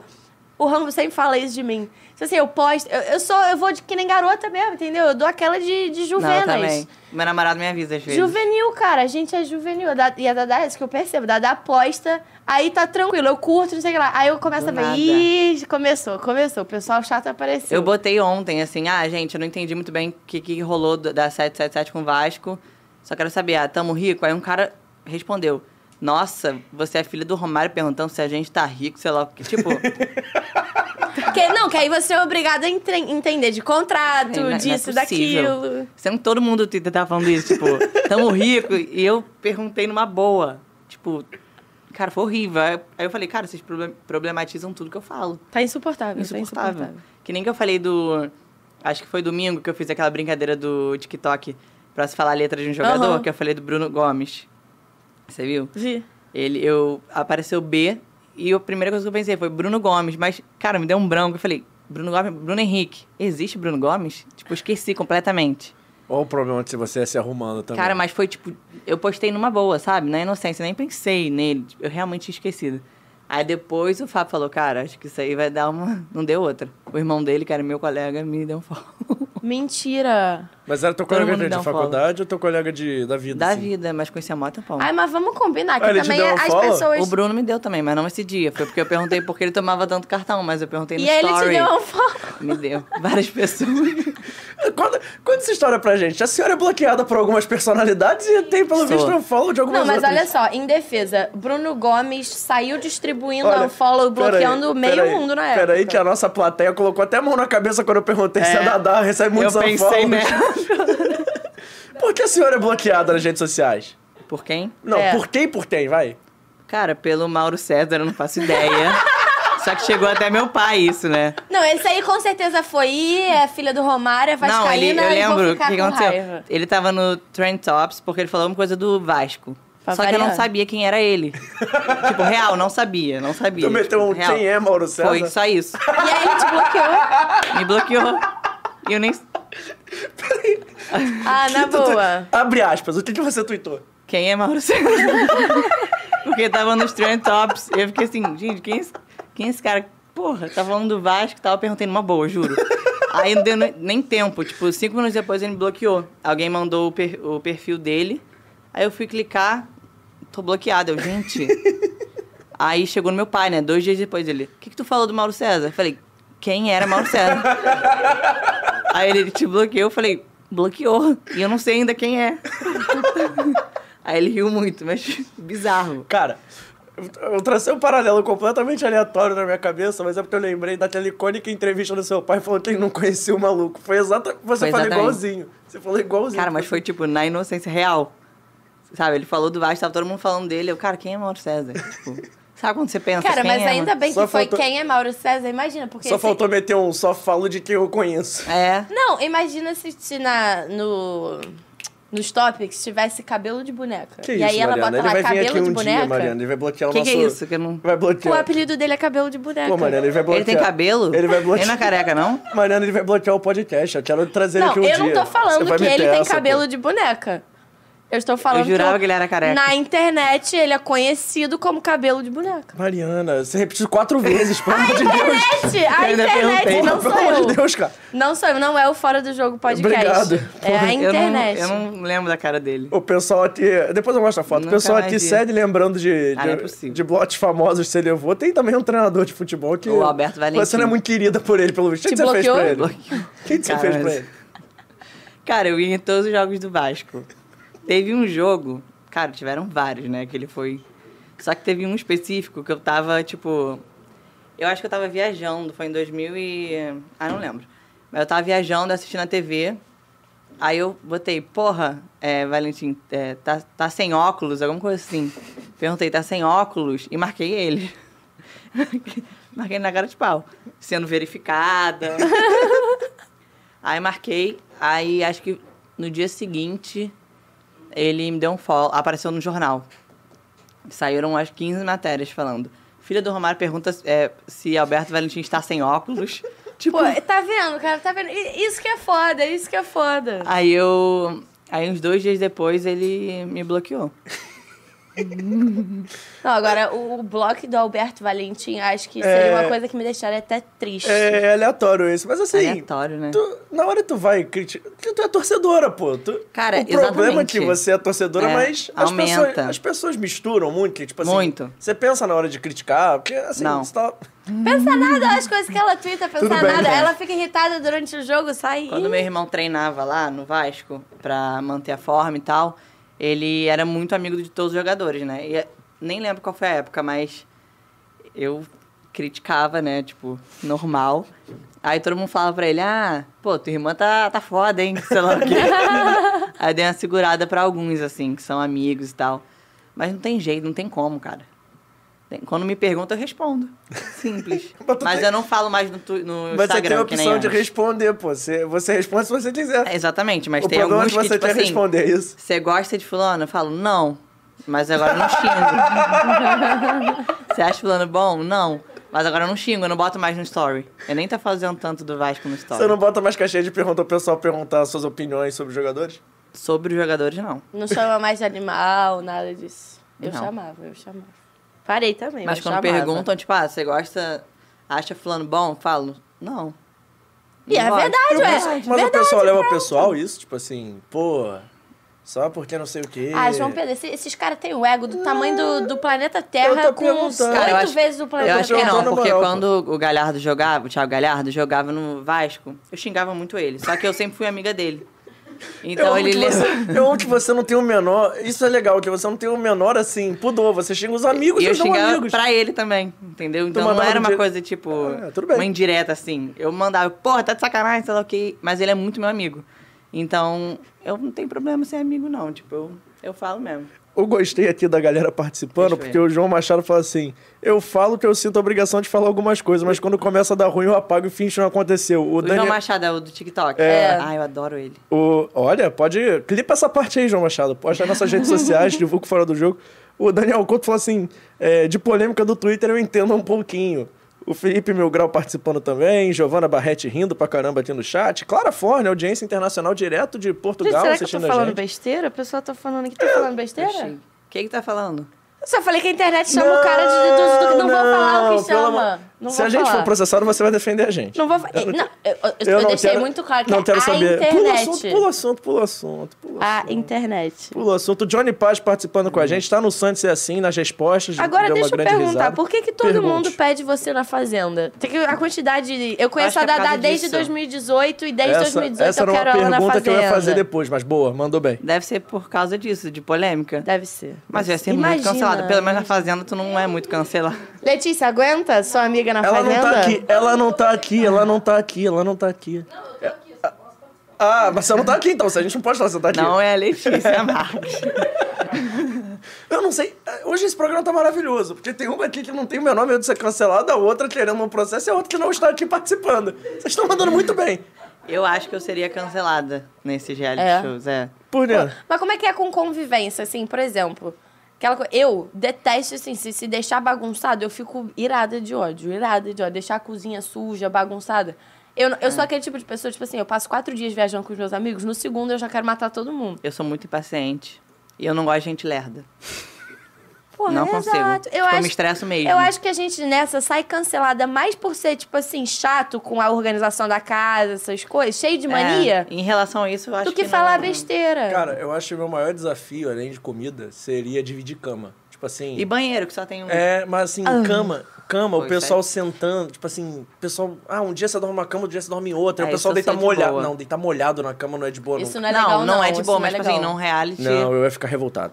O Rambo sempre fala isso de mim. Então, assim, eu posto. Eu, eu sou, eu vou de que nem garota mesmo, entendeu? Eu dou aquela de, de
Não, eu
juvenas.
também. Meu namorado me avisa às vezes.
Juvenil, cara, a gente é juvenil. A Da- E a Dada é isso que eu percebo. A Dada aposta, aí tá tranquilo, eu curto, não sei o que lá. Aí eu começo
Do
a ver.
nada.
Ih, começou, começou. O pessoal chato apareceu.
Eu botei ontem, assim, ah, gente, eu não entendi muito bem o que, que rolou do- da 777 com o Vasco. Só quero saber, ah, tamo rico? Aí um cara respondeu, nossa, você é filha do Romário perguntando se a gente tá rico, sei lá. o que. Tipo,
Que, não, que aí você é obrigado a entre- entender de contrato,
não é- não é
disso,
possível.
daquilo.
sendo que todo mundo do Twitter tava falando isso, tipo, tamo rico. E eu perguntei numa boa, tipo, cara, foi horrível. Aí aí eu falei, cara, vocês problem- problematizam tudo que eu falo.
Tá insuportável, tá
insuportável. Que nem que eu falei do. Acho que foi domingo que eu fiz aquela brincadeira do TikTok pra se falar a letra de um jogador,
Aham.
que eu falei do Bruno Gomes. Você viu?
Vi.
Ele, eu, apareceu B e a primeira coisa que eu pensei foi Bruno Gomes, mas, cara, me deu um branco. Eu falei, Bruno Gomes, Bruno Henrique. Existe Bruno Gomes? Tipo, eu esqueci completamente.
Olha o problema de você se arrumando também.
Cara, mas foi tipo, eu postei numa boa, sabe? Na inocência, nem pensei nele. tipo, Eu realmente tinha esquecido. Aí depois o Fábio falou, cara, acho que isso aí vai dar uma. Não deu outra. O irmão dele, que era meu colega, me deu um follow.
Mentira.
Mas era teu
Todo
colega
mundo
de
dá um
faculdade ou teu colega de, da vida?
Da
assim?
vida, mas conhecia mó tempão.
Ai, mas vamos combinar, que
Ah, ele te
também
deu uma
as
follow?
pessoas.
O Bruno me deu também, mas não esse dia. Foi porque eu perguntei porque ele tomava tanto cartão, mas eu perguntei no
E aí ele te
story.
deu um uma foto.
Me deu. Várias pessoas.
Conta, conta É, essa história pra gente. A senhora é bloqueada por algumas personalidades e tem, pelo
Sou.
visto, um follow de algumas
Não, mas olha
assim,
outras.
só, em defesa, Bruno Gomes saiu
um
distribuindo
Olha,
a follow,
peraí,
bloqueando meio
peraí,
mundo na época.
Peraí, que a nossa plateia colocou até a mão na cabeça quando eu perguntei se a Dadá recebe
É. eu
muitos
pensei,
unfollows.
né?
Por que a senhora é bloqueada nas redes sociais?
Por quem?
Não,
É.
por quem por quem, vai.
Cara, pelo Mauro César, eu não faço ideia. Só que chegou até meu pai isso, né?
Não, esse aí com certeza foi. Ih, é filha do Romário, é vascaína.
não, ele, eu
e vou
lembro o que
ficar com
aconteceu.
raiva.
Ele tava no Trend Tops porque ele falou uma coisa do Vasco.
Pra
Só que eu não
variar.
sabia quem era ele. tipo, real, não sabia, não sabia.
Tu meteu um
tipo, real.
quem é Mauro César?
Foi só isso.
E aí ele te bloqueou.
Me bloqueou. E eu nem.
Ah, na
Tu- tu-
boa.
Abre aspas, o que, que você tweetou?
Quem é Mauro César? Porque tava nos Trend Tops. Eu fiquei assim, gente, quem é esse, quem é esse cara? Porra, tava falando do Vasco e tal, eu perguntei numa boa, juro. Aí não deu ne- nem tempo, tipo, cinco minutos depois ele me bloqueou. Alguém mandou o, per- o perfil dele. Aí eu fui clicar, tô bloqueada. Eu, gente. Aí chegou no meu pai, né? Dois dias depois ele, o que, que tu falou do Mauro César? Eu falei, quem era Mauro César? Aí ele te bloqueou, eu falei, bloqueou. E eu não sei ainda quem é. Aí ele riu muito, mas bizarro.
Cara, eu- eu tracei um paralelo completamente aleatório na minha cabeça, mas é porque eu lembrei daquela icônica entrevista do seu pai falando que ele não conhecia o maluco. Foi exata. Você
Foi
falou
exatamente.
igualzinho. Você falou igualzinho.
Cara, mas foi tipo na inocência real. Sabe, ele falou do Vasco, tava todo mundo falando dele. Eu, cara, quem é Mauro César? Tipo, sabe quando você pensa?
Cara,
quem
mas
é,
ainda bem
Só
que foi
faltou-
quem é Mauro César, imagina, porque... assim-
Só
se-
faltou meter um só falo de quem eu conheço.
É.
Não, imagina se ti- na, no, nos topics tivesse cabelo de boneca.
Que
É. e
isso,
aí ela
Mariana?
bota
ele
lá,
vai vir
cabelo
aqui
de
um
boneca.
dia, Mariana. Ele vai bloquear o
Que
nosso.
que é isso que eu não-
Vai
o
bloquear.
apelido dele é cabelo de boneca.
Pô, Mariana, ele vai bloquear.
Ele tem cabelo?
Ele vai
Ele não é
bloquear.
careca, não?
Mariana, ele vai bloquear o podcast. Eu quero trazer ele
Não,
aqui um
eu
dia.
não tô
Você
falando
vai
que
meter
ele tem
essa, pô.
cabelo de boneca. Eu estou falando
Eu jurava
eu-
que ele era careca.
Na internet, ele é conhecido como cabelo de boneca.
Mariana, você repetiu quatro vezes, pelo amor de Deus.
Internet! A
ainda
internet
perguntei.
não
Pelo
sou
amor de
eu.
Deus, cara.
Não sou eu, não é o Fora do Jogo podcast.
Obrigado.
É a internet.
Eu não, eu não lembro da cara dele.
O pessoal aqui. Depois eu mostro a foto. o
Nunca
pessoal
mais
aqui
vi.
segue lembrando de,
Ah, não é
de,
possível.
de blotes famosos que você levou. Tem também um treinador de futebol que.
O Alberto Valentim.
Você não é muito querida por ele, pelo visto. O que
Te
que você fez pra ele?
bloqueou?
O que que você
Cara,
fez pra
mas-
ele?
Cara, eu ia em todos os jogos do Vasco. Teve um jogo, cara, tiveram vários, né? Que ele foi. Só que teve um específico que eu tava, tipo. Eu acho que eu tava viajando, foi em 2000 e. Ah, não lembro. Mas eu tava viajando, assistindo a TV. Aí eu botei, porra, é, Valentim, é, tá, tá sem óculos, alguma coisa assim. Perguntei, tá sem óculos? E marquei ele. marquei ele na cara de pau. Sendo verificada. Aí marquei, aí acho que no dia seguinte ele me deu um follow, apareceu no jornal. Saíram umas 15 matérias falando. Filha do Romário pergunta é, se Alberto Valentim está sem óculos. tipo,
Pô, tá vendo, cara? Tá vendo? I- Isso que é foda, isso que é foda.
aí eu. Aí uns dois dias depois ele me bloqueou.
Não, agora, o, o bloco do Alberto Valentim, acho que
É.
seria uma coisa que me deixaria até triste.
É, é aleatório isso. Mas assim.
Aleatório, né?
tu- na hora tu vai criticar. porque Tu é torcedora, pô. Tu,
Cara,
o problema é
exatamente.
que você é torcedora,
É,
mas as
aumenta.
pessoas, as pessoas misturam muito. que, Tipo assim,
Muito.
Você pensa na hora de criticar, porque assim,
Não.
você tá.
Pensa nada, as coisas que ela twitta, pensa
Tudo bem,
nada.
né?
Ela fica irritada durante o jogo, sai.
Quando meu irmão treinava lá no Vasco, pra manter a forma e tal, ele era muito amigo de todos os jogadores, né? E eh, nem lembro qual foi a época, mas eu criticava, né? Tipo, normal. Aí todo mundo falava pra ele, ah, pô, tua irmã tá, tá foda, hein? Sei lá o quê. Aí eu dei uma segurada pra alguns, assim, que são amigos e tal. Mas não tem jeito, não tem como, cara. Tem- Quando me pergunta, eu respondo. Simples.
Mas tu
Mas
tem-
eu não falo mais no, tu-
Mas
no
você tem a
Instagram, que nem
opção de
antes.
responder, pô. Você, você responde se você quiser.
É, Exatamente, mas
o
tem
problema é
alguns
que você
que, tipo
quer
assim,
responder isso.
você gosta de fulano? Eu falo, não. Mas agora eu não xingo. você acha fulano bom? Não. Mas agora eu não xingo, eu não boto mais no story. Eu nem tá fazendo tanto do Vasco no story.
Você não bota mais caixinha de pergunta o pessoal perguntar suas opiniões sobre os jogadores?
Sobre os jogadores, não.
Não chama mais de animal, nada disso. Eu
Não.
chamava, eu chamava. Parei também,
Mas
mas,
quando
chamava.
perguntam, tipo, ah, você gosta, acha fulano bom? Eu falo, não.
E é
Não vai.
verdade, ué.
Mas o pessoal leva o pessoal isso, tipo assim, pô, só porque não sei o quê.
Ah, João Pedro, esse- esses, caras têm o ego do tamanho do, do planeta Terra
tô
com
perguntando.
Cara, eu
oito
acho-
vezes o
Eu
planeta
acho que
Eu tô
Terra.
não,
na
porque
moral,
quando o Galhardo jogava, o Thiago Galhardo jogava no Vasco, eu xingava muito ele. Só que eu sempre fui amiga dele.
eu
Então
amo
ele
que
levou.
você- Eu amo que você não tem o menor. Isso é legal, que você não tem o menor assim, pudor. Você xinga os amigos,
E eu
vocês são
xingava
amigos.
pra ele também, entendeu? Então não
mandava
era uma
dire-
coisa tipo.
Ah, tudo bem.
Uma indireta assim. Eu mandava, porra, tá de sacanagem, sei lá o quê. Mas ele é muito meu amigo. Então eu não tenho problema ser amigo, não. Tipo, eu, eu falo mesmo.
Eu gostei aqui da galera participando,
Deixa eu
porque o João Machado fala assim: eu falo que eu sinto a obrigação de falar algumas coisas, mas quando começa a dar ruim, eu apago e finge que não aconteceu. O,
O João
Daniel.
Machado é o do TikTok.
É.
Ah, eu adoro ele.
o- Olha, pode. Clipa essa parte aí, João Machado. Posta nas nossas redes sociais, divulga o fora do jogo. O Daniel Couto fala assim: é, de polêmica do Twitter eu entendo um pouquinho. O Felipe Milgrau participando também, Giovana Barrete rindo pra caramba aqui no chat. Clara Forne, audiência internacional direto de
Gente,
Portugal
será que eu tô
assistindo a
falando
gente.
besteira? A pessoa tá falando aqui, tá falando
É.
besteira?
Achei. Quem que tá falando?
Eu só falei que a internet chama o cara de. do- do- do- Não, vou falar o que
pelo
chama.
amor-
Não
Se
vou
a gente
falar.
for processado, você vai defender a gente.
Não vou falar. Não, eu, eu-
Eu
eu
não
deixei
quero-
muito claro que é
Não quero
a
saber. Pula o assunto,
internet.
pula o assunto, pula o assunto. Pula o
A
assunto.
internet.
Pula o assunto. Johnny Paz participando com a gente, tá no Santos é assim, nas respostas.
Agora
deu uma
deixa eu
grande
perguntar,
risada.
por que, que todo
Pergunte.
mundo pede você na fazenda? Tem que, a quantidade. de- Eu conheço
Acho que é
a
por
Dadá
causa
desde
disso.
2018 e desde
Essa,
2018
essa era
eu
uma
quero ela na
pergunta que
fazenda.
eu ia fazer depois, mas boa, mandou bem.
Deve ser por causa disso, de polêmica.
Deve ser.
Mas ia ser muito
Imagina.
cancelado. Pelo menos na Fazenda tu não é muito cancelado.
Letícia, aguenta sua amiga na
Ela
fazenda?
não tá aqui, ela não tá aqui, ela não tá aqui, ela não tá aqui. Não, eu tô aqui, Ah, mas você não tá aqui então, se a gente não pode falar, que você tá aqui.
Não é a Letícia Marques.
Eu não sei. Hoje esse programa tá maravilhoso, porque tem uma aqui que não tem o menor medo de ser cancelada, a outra querendo um processo e a outra que não está aqui participando. Vocês estão mandando muito bem.
Eu acho que eu seria cancelada nesses reality
É.
shows, é.
Por dentro.
Mas como é que é com convivência, assim, por exemplo? Aquela co... Eu detesto, assim, se, se deixar bagunçado, eu fico irada de ódio, irada de ódio. Deixar a cozinha suja, bagunçada. Eu, não- eu sou aquele tipo de pessoa, tipo assim, eu passo quatro dias viajando com os meus amigos, no segundo eu já quero matar todo mundo.
Eu sou muito impaciente. E eu não gosto de gente lerda.
Porra,
Não
é
consigo.
exato.
Tipo, eu me estresso mesmo.
Eu acho que a gente nessa sai cancelada mais por ser, tipo assim, chato com a organização da casa, essas coisas, cheio de mania,
É, em relação a isso, eu acho
do
que.
que, falar
não. é né?
besteira.
Cara, eu acho que o meu maior desafio, além de comida, seria dividir cama. Tipo assim.
E banheiro, que só tem um.
É, mas assim, cama, cama, o
Pois é.
pessoal sentando, tipo assim, o pessoal, ah, um dia você dorme uma cama, outro dia você dorme em outra,
É,
o pessoal
isso eu
deita
sou de
molhado.
boa.
Não, deitar molhado na cama não é de boa, não.
isso não é legal,
não, é de
isso
boa,
é
mas tipo assim,
legal.
num reality.
Não, eu ia ficar revoltado.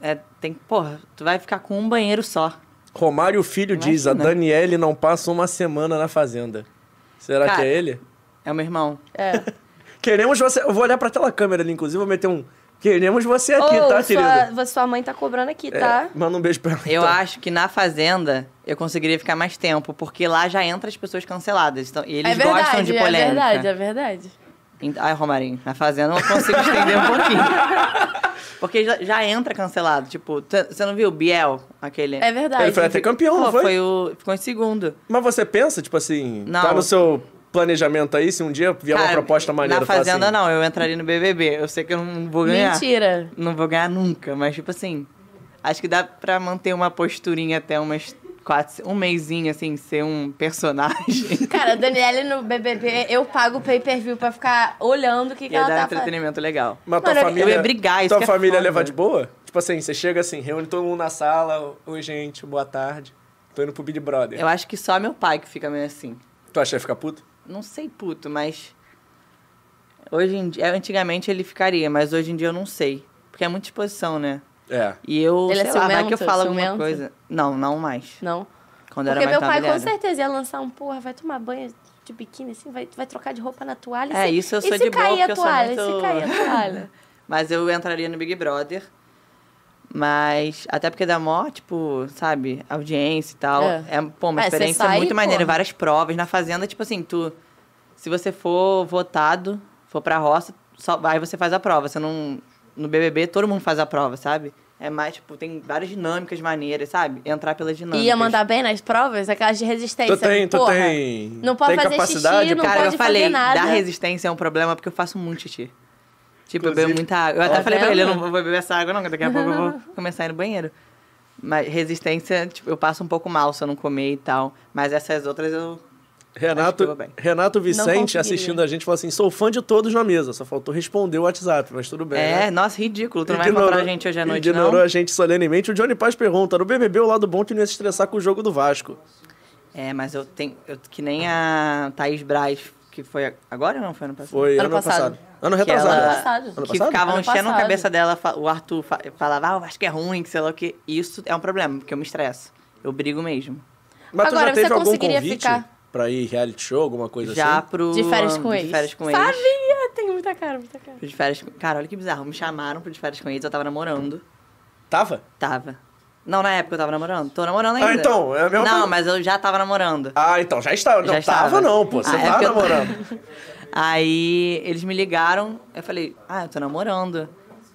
É, tem, porra, tu vai ficar com um banheiro só.
Romário Filho diz, a
Imagina.
Daniele não passa uma semana na fazenda. Será que
Cara.
é ele?
É o meu irmão.
É.
Queremos você. Eu vou olhar pra tela câmera ali, inclusive, vou meter um. Queremos você aqui,
Ou
tá,
sua,
querida?
vo- sua mãe tá cobrando aqui,
É,
tá?
manda um beijo pra ela.
Eu
então.
acho que na Fazenda eu conseguiria ficar mais tempo, porque lá já entra as pessoas canceladas. Então, e eles
é verdade,
gostam de polêmica.
É verdade, é verdade.
Ent- Ai, Romarinho, na Fazenda eu não consigo estender um pouquinho. Porque já, já entra cancelado. Tipo, t- você não viu o Biel? Aquele.
É verdade.
Ele foi até campeão, não
Pô,
foi?
foi o, ficou em segundo.
Mas você pensa, tipo assim,
Não.
tá no seu planejamento aí, se um dia vier uma
Cara,
proposta maneira
Na
falar assim,
Fazenda, não. Eu entraria no BBB. Eu sei que eu não vou ganhar.
Mentira.
Não vou ganhar nunca. Mas, tipo assim, acho que dá pra manter uma posturinha até umas quatro... Um mêsinho, assim, ser um personagem.
Cara, a Daniele no BBB, eu pago o pay-per-view pra ficar olhando o que, que
Ia
ela
dar
tá fazendo.
entretenimento legal.
Mas tua
Mano, eu-
família.
eu ia brigar, isso
Tua
que é
família
foda.
levar de boa? Tipo assim, você chega assim, reúne todo mundo na sala. Oi, gente, boa tarde. Tô indo pro Big Brother.
Eu acho que só meu pai que fica meio assim.
Tu acha que ia ficar puto?
Não sei, puto, mas. Hoje em dia. Antigamente ele ficaria, mas hoje em dia eu não sei. Porque é muita exposição, né?
É.
E eu.
Ele é
sei lá, vai que eu
ciumento?
falo alguma
Ciumento?
coisa. Não, não mais.
Não.
Quando eu
Porque
era
meu
mais
pai
nova,
com
ele era.
certeza ia lançar um porra, vai tomar banho de biquíni assim, vai, vai trocar de roupa na toalha. e
É,
se-
isso eu
e
sou
se
de boa,
cair
porque
a
eu sou
toalha,
muito-
se cair a toalha.
Mas eu entraria no Big Brother. Mas. Até porque da mó, tipo, sabe, audiência e tal.
É.
É, pô, uma
É, você
experiência
sai,
muito maneira.
porra.
Várias provas. Na fazenda, tipo assim, tu. Se você for votado, for pra roça, só, aí você faz a prova. Você não. No BBB, todo mundo faz a prova, sabe? É mais, tipo, tem várias dinâmicas maneiras, sabe? Entrar pelas dinâmicas.
Ia mandar bem nas provas, aquelas de resistência.
Tu tem- tu
porra.
tem-
Não pode
tem
fazer
capacidade
xixi, não
pra-
Cara,
pode
eu falei,
fazer nada.
dar resistência é um problema porque eu faço muito xixi. Tipo, eu bebo
Inclusive-
muita água. Eu até
Tá
falei pra ele, eu
vendo?
não vou beber essa água não, que daqui a pouco eu vou começar a ir no banheiro. Mas resistência, tipo, eu passo um pouco mal se eu não comer e tal. Mas essas outras eu Acho que eu
Renato,
vou bem.
Renato Vicente
conseguiria.
assistindo a gente falou assim: sou fã de todos na mesa, só faltou responder o WhatsApp, mas tudo bem. né?
É, nossa, ridículo. Tu não vai encontrar a gente hoje à noite,
ignorou
não?
a gente solenemente. O Johnny Paz pergunta: no BBB o lado bom é que não ia se estressar com o jogo do Vasco.
É, mas eu tenho. eu- que nem a Thaís Braz, que foi a- agora ou não? Foi ano passado?
Foi ano,
Ano
passado.
passado.
Ano
Que
retrasado.
ela-
né?
Ano passado.
Ano
que
passado?
ficavam
Ano
enchendo a
passado.
cabeça dela, fa- o Arthur fa- falava, ah, o Vasco é ruim, que sei lá o que. Isso é um problema, porque eu me estresso. Eu brigo mesmo.
Mas tu
Agora,
já
você
teve algum
conseguiria
convite
ficar-
pra ir reality show, alguma coisa
Já
assim?
pro.
De férias com
de
ex.
férias com ex.
Sabia! Tem muita cara, muita cara.
Pro de férias com- Cara, olha que bizarro. Me chamaram pro de férias com eles, eu tava namorando.
Tava?
Tava. Não, na época eu tava namorando. Tô namorando ainda.
Ah, então, é a mesma
Não,
coisa.
mas eu já tava namorando.
Ah, então já estava.
Já
Não tava,
estava.
não, pô. Você
Ah, é
tava
porque eu-
namorando.
Aí eles me ligaram, eu falei, ah, eu tô namorando.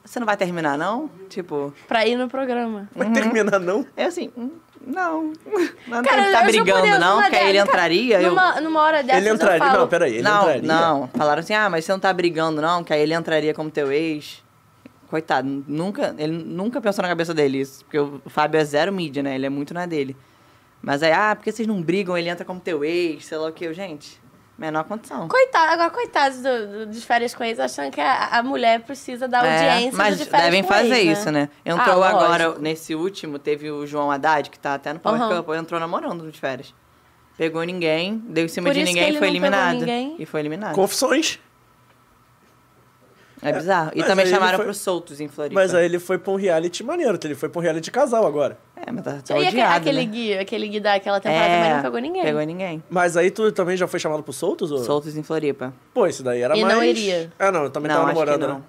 Você não vai terminar, não? Tipo,
Pra ir no programa.
Uhum.
Vai terminar, não?
eu assim, "Hum, não. Não tem
Cara,
que estar
eu juro por
brigando,
Deus,
não,
numa
porque aí ele
dessa-
entraria. eu...
Numa, numa hora dessas
ele entraria.
eu falo,
Não, peraí, ele
não,
entraria.
não. Falaram assim, ah, mas você não tá brigando, não, que aí ele entraria como teu ex. Coitado, nunca, ele nunca pensou na cabeça dele isso. Porque o Fábio é zero mídia, né? Ele é muito na dele. Mas aí, ah, porque vocês não brigam, ele entra como teu ex, sei lá o que. Eu, gente, menor condição.
Coitado, agora, coitados do, do, dos férias com eles, achando que a, a mulher precisa da
É,
audiência do
mas
de férias
devem
com
fazer
ex,
isso, né? Entrou
Ah,
agora,
lógico.
nesse último, teve o João Haddad, que tá até no Power
Aham.
Couple, entrou namorando de férias. Pegou ninguém, deu em cima
Por
de
isso que
ninguém e
ele
foi
não pegou
eliminado.
ninguém.
E foi eliminado.
Confissões.
É bizarro. E
Mas
também
aí ele
chamaram
foi-
pros soltos em Floripa.
Mas aí ele foi pra um reality maneiro, que ele foi pra um reality casal agora.
É, mas tá, tá
E aque-
odiado,
aquele
né? É,
guia, aquele guia daquela temporada, mas não pegou ninguém.
Pegou ninguém.
Mas aí tu também já foi chamado pro Soltos? Ou...
Soltos em Floripa.
Pô, isso daí era
E
mais...
não iria.
Ah, não, eu também
não,
tava
acho
namorando,
que
né?
não.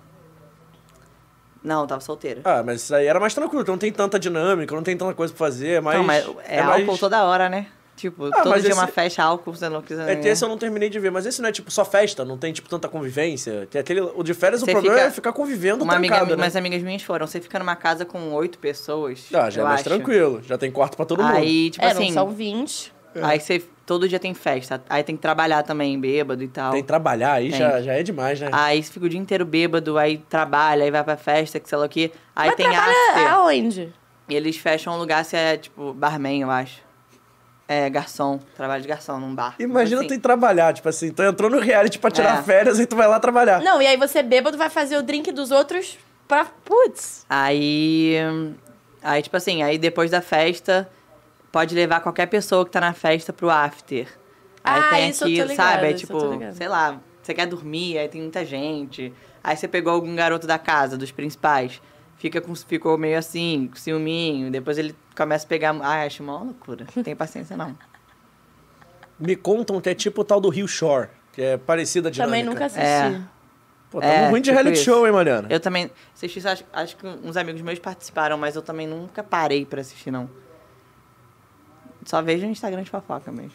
Não, eu tava solteira.
Ah, mas isso aí era mais tranquilo, então não tem tanta dinâmica, não tem tanta coisa pra fazer, é mais...
não, mas é, álcool
mais-
toda hora, né? Tipo,
Ah,
todo
mas
dia uma
esse-
festa, álcool, você não quiser.
É que esse eu não terminei de ver, mas esse não é tipo só festa, não tem tipo tanta convivência. Que é aquele, o de férias o
Você
problema
fica-
é ficar convivendo
Uma amiga,
trancado, né?
Umas amigas minhas foram. Você fica numa casa com oito pessoas.
Ah, já é
eu
mais
acho.
tranquilo, já tem quarto pra todo mundo.
Aí, tipo
É, não
assim.
são é. 20.
Aí você. Todo dia tem festa. Aí tem que trabalhar também, bêbado e tal.
Tem que trabalhar, aí
Tem. Ah,
já, já é demais, né?
Aí você fica o dia inteiro bêbado, aí trabalha, aí vai pra festa, que sei lá o quê. Aí
mas
tem after.
trabalha aonde?
E eles fecham um lugar se é, tipo, barman, eu acho. É, garçom. Trabalho de garçom num bar.
Imagina
Assim.
tu ir trabalhar, tipo assim, tu entrou no reality pra tirar
É.
férias e tu vai lá trabalhar.
Não, e aí você bêbado vai fazer o drink dos outros pra... Putz.
Aí... Aí, tipo assim, aí depois da festa, pode levar qualquer pessoa que tá na festa pro after. Aí
Ah,
tem
isso eu
aqui,
tô ligada,
sabe? É
isso eu tô
tipo,
ligada.
sei lá, você quer dormir, aí tem muita gente. Aí você pegou algum garoto da casa, dos principais. Fica com, ficou meio assim, com ciúminho. Depois ele começa a pegar... Ai, acho uma loucura. Não tenho paciência, não.
Me contam que é tipo o tal do Rio Shore, que é parecida a dinâmica.
Também nunca assisti.
É.
Pô, tamo
É,
ruim de
tipo
reality
isso.
show, hein, Mariana?
Eu também assisti, isso, acho, acho que uns amigos meus participaram, mas eu também nunca parei pra assistir, não. Só vejo no Instagram de fofoca mesmo.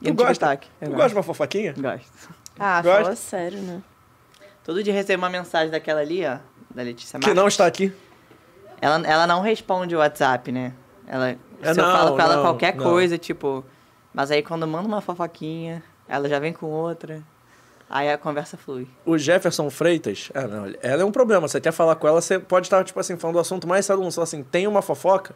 E
Tu
no
gosta?
TikTok.
Tu
Eu
gosta de uma fofoquinha?
Gosto.
Ah,
Gosta?
fala sério, né?
Todo dia recebo uma mensagem daquela ali, ó, da Letícia
Que
Marques.
não está aqui.
Ela, ela não responde o WhatsApp, né? Ela,
É,
se eu
não,
falo pra ela
não,
qualquer
não.
coisa, tipo... Mas aí quando eu mando uma fofoquinha, ela já vem com outra. Aí a conversa flui.
O Jefferson Freitas, ah, não, ela é um problema. Você quer falar com ela, você pode estar, tipo assim, falando do assunto mais sério do mundo. Você fala assim, tem uma fofoca?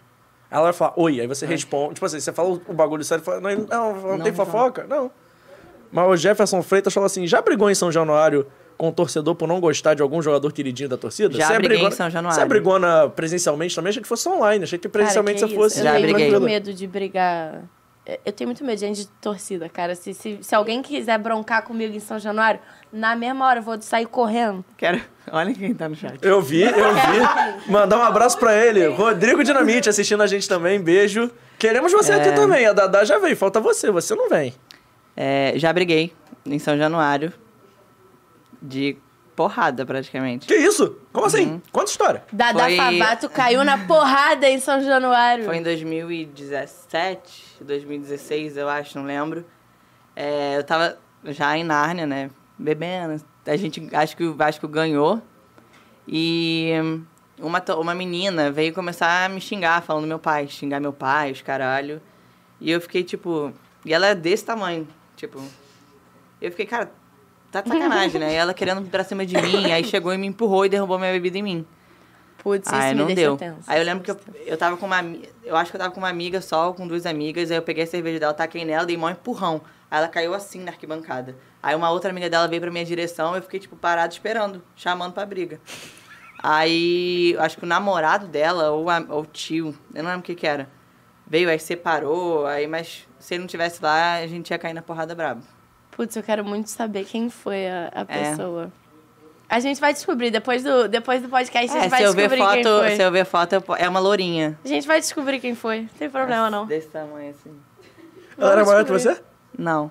Ela vai falar, oi. Aí você responde. Tipo assim, você fala o bagulho sério e fala, não, não, não, tem
não.
fofoca? Não. Mas o Jefferson Freitas falou assim, já brigou em São Januário com o torcedor por não gostar de algum jogador queridinho da torcida?
Já
Você é
briguei em
brigona-
São Januário.
Você é brigona presencialmente também? Achei que fosse online. Achei que presencialmente
Cara, que
você
isso?
fosse.
Eu
Já
tenho
briguei.
muito medo de brigar. É, Eu tenho muito medo de gente de torcida, cara. Se, se, se alguém quiser broncar comigo em São Januário, na mesma hora eu vou sair correndo.
Quero... Olha quem tá no chat.
Eu vi, eu
É.
vi. Mandar um abraço pra ele. Rodrigo Dinamite assistindo a gente também. Beijo. Queremos você aqui também. A Dadá já veio. Falta você. Você não vem.
É, já briguei em São Januário de porrada, praticamente.
Que isso? Como assim?
Uhum.
Quanto história?
Dada
Foi-
Favato caiu na porrada em São Januário.
Foi em 2017, 2016, eu acho, não lembro. É, eu tava já em Nárnia, né? Bebendo. A gente, acho que o Vasco ganhou. E hum, uma, to- uma menina veio começar a me xingar, falando do meu pai, xingar meu pai, os caralho. E eu fiquei tipo. E ela é desse tamanho, tipo. Eu fiquei, cara, tá de sacanagem, né? E ela querendo vir pra cima de mim, aí chegou e me empurrou e derrubou minha bebida em mim.
Putz, isso
Aí
me
não
deixa
deu.
tensa.
Aí eu lembro que eu, eu tava com uma. ami- Eu acho que eu tava com uma amiga só, com duas amigas. Aí eu peguei a cerveja dela, taquei nela, dei mó empurrão. Aí ela caiu assim na arquibancada. Aí uma outra amiga dela veio pra minha direção eu fiquei, tipo, parado esperando, chamando pra briga. Aí, acho que o namorado dela, ou, a, ou o tio, eu não lembro o que que era, veio, aí separou, aí, mas se ele não tivesse lá, a gente ia cair na porrada braba.
Putz, eu quero muito saber quem foi a,
É.
a pessoa. A gente vai descobrir. Depois do, depois do podcast, a gente
É,
vai
se eu ver
descobrir quem
foto,
foi.
se eu ver foto, eu po- é uma lourinha.
A gente vai descobrir quem foi. Não tem problema, não.
Desse tamanho, assim.
Ela era
Vamos
maior que
descobrir.
você?
Não,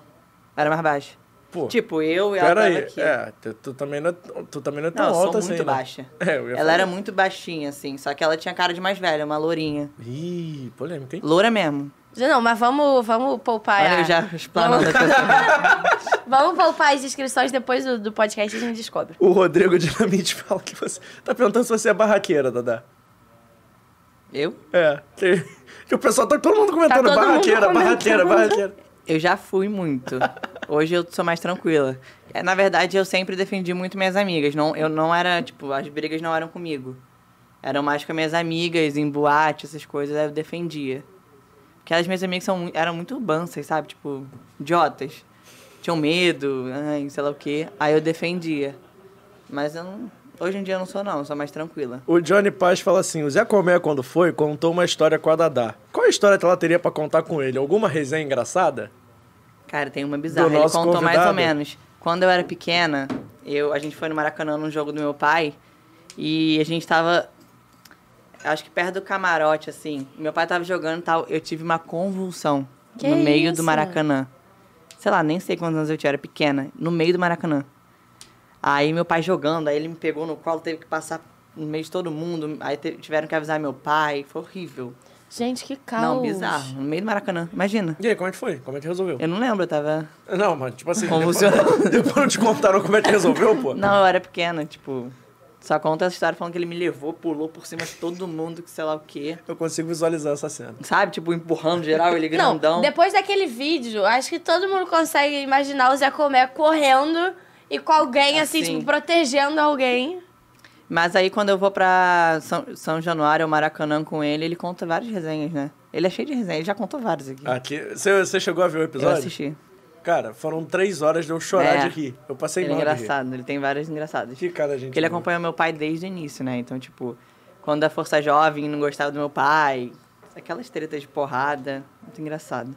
era mais baixa.
Pô,
Tipo, eu e ela tava
peraí.
aqui.
É, tu, tu também não é, t- tu também não é tão
Não, eu sou
alta
muito
assim. né?
baixa.
É, eu ia
Ela
falar.
era muito baixinha, assim, só que ela tinha cara de mais velha, uma lourinha.
Ih, polêmica, hein?
Loura mesmo.
Não, mas vamos, vamos poupar.
Olha,
a-
eu já explanando a pessoa.
Vamos poupar as inscrições depois do, do podcast e a gente descobre.
O Rodrigo Dinamite fala que você. Tá perguntando se você é barraqueira, Dadá.
Eu?
É. Que, que o pessoal tá todo mundo
Tá
comentando
todo mundo
barraqueira,
comentando.
barraqueira, barraqueira.
Eu já fui muito. Hoje eu sou mais tranquila. É, Na verdade, eu sempre defendi muito minhas amigas. Não, eu não era, tipo, as brigas não eram comigo. Eram mais com as minhas amigas, em boate, essas coisas, aí eu defendia. Porque as minhas amigas são, mu- eram muito banças, sabe? Tipo, idiotas. Tinham medo, ai, sei lá o quê. Aí eu defendia. Mas eu não, hoje em dia eu não sou, não. Eu sou mais tranquila.
O Johnny Paz fala assim: o Zé Comé, quando foi, contou uma história com a Dadá. Qual a história que ela teria pra contar com ele? Alguma resenha engraçada?
Cara, tem uma bizarra.
Do
Ele
nosso
contou mais ou
convidado?
menos. Quando eu era pequena, eu, a gente foi no Maracanã num jogo do meu pai e a gente tava. Acho que perto do camarote, assim. Meu pai tava jogando e tal. Eu tive uma convulsão
Que
no meio
isso?
do Maracanã. Sei lá, nem sei quantos anos eu tinha, era pequena. No meio do Maracanã. Aí meu pai jogando, aí ele me pegou no colo, teve que passar no meio de todo mundo. Aí te- tiveram que avisar meu pai. Foi horrível.
Gente, que caos.
Não, bizarro. No meio do Maracanã. Imagina.
E aí, como é que foi? Como é que resolveu?
Eu não lembro, eu tava.
Não, mas tipo assim.
Como
depois,
você-
depois não te contaram como é que resolveu, pô?
Não, eu era pequena, tipo. Só conta essa história falando que ele me levou, pulou por cima de todo mundo, que sei lá o quê.
Eu consigo visualizar essa cena.
Sabe? Tipo, empurrando geral, ele
Não,
grandão.
depois daquele vídeo, acho que todo mundo consegue imaginar o Zé Comé correndo e com alguém, assim,
Assim.
tipo, protegendo alguém.
Mas aí quando eu vou pra São, São Januário, ou Maracanã com ele, ele conta várias resenhas, né? Ele é cheio de resenha, ele já contou várias aqui.
Aqui, você, você chegou a ver o
eu
Ah, episódio?
assisti.
Cara, foram três horas de eu chorar de
É.
rir. Eu passei
Ele é
mal de rir.
engraçado, ele tem várias engraçadas.
Que cara, gente.
Porque ele
boa.
acompanhou meu pai desde o início, né? Então, tipo, quando a Força Jovem não gostava do meu pai, aquelas tretas de porrada, muito engraçado.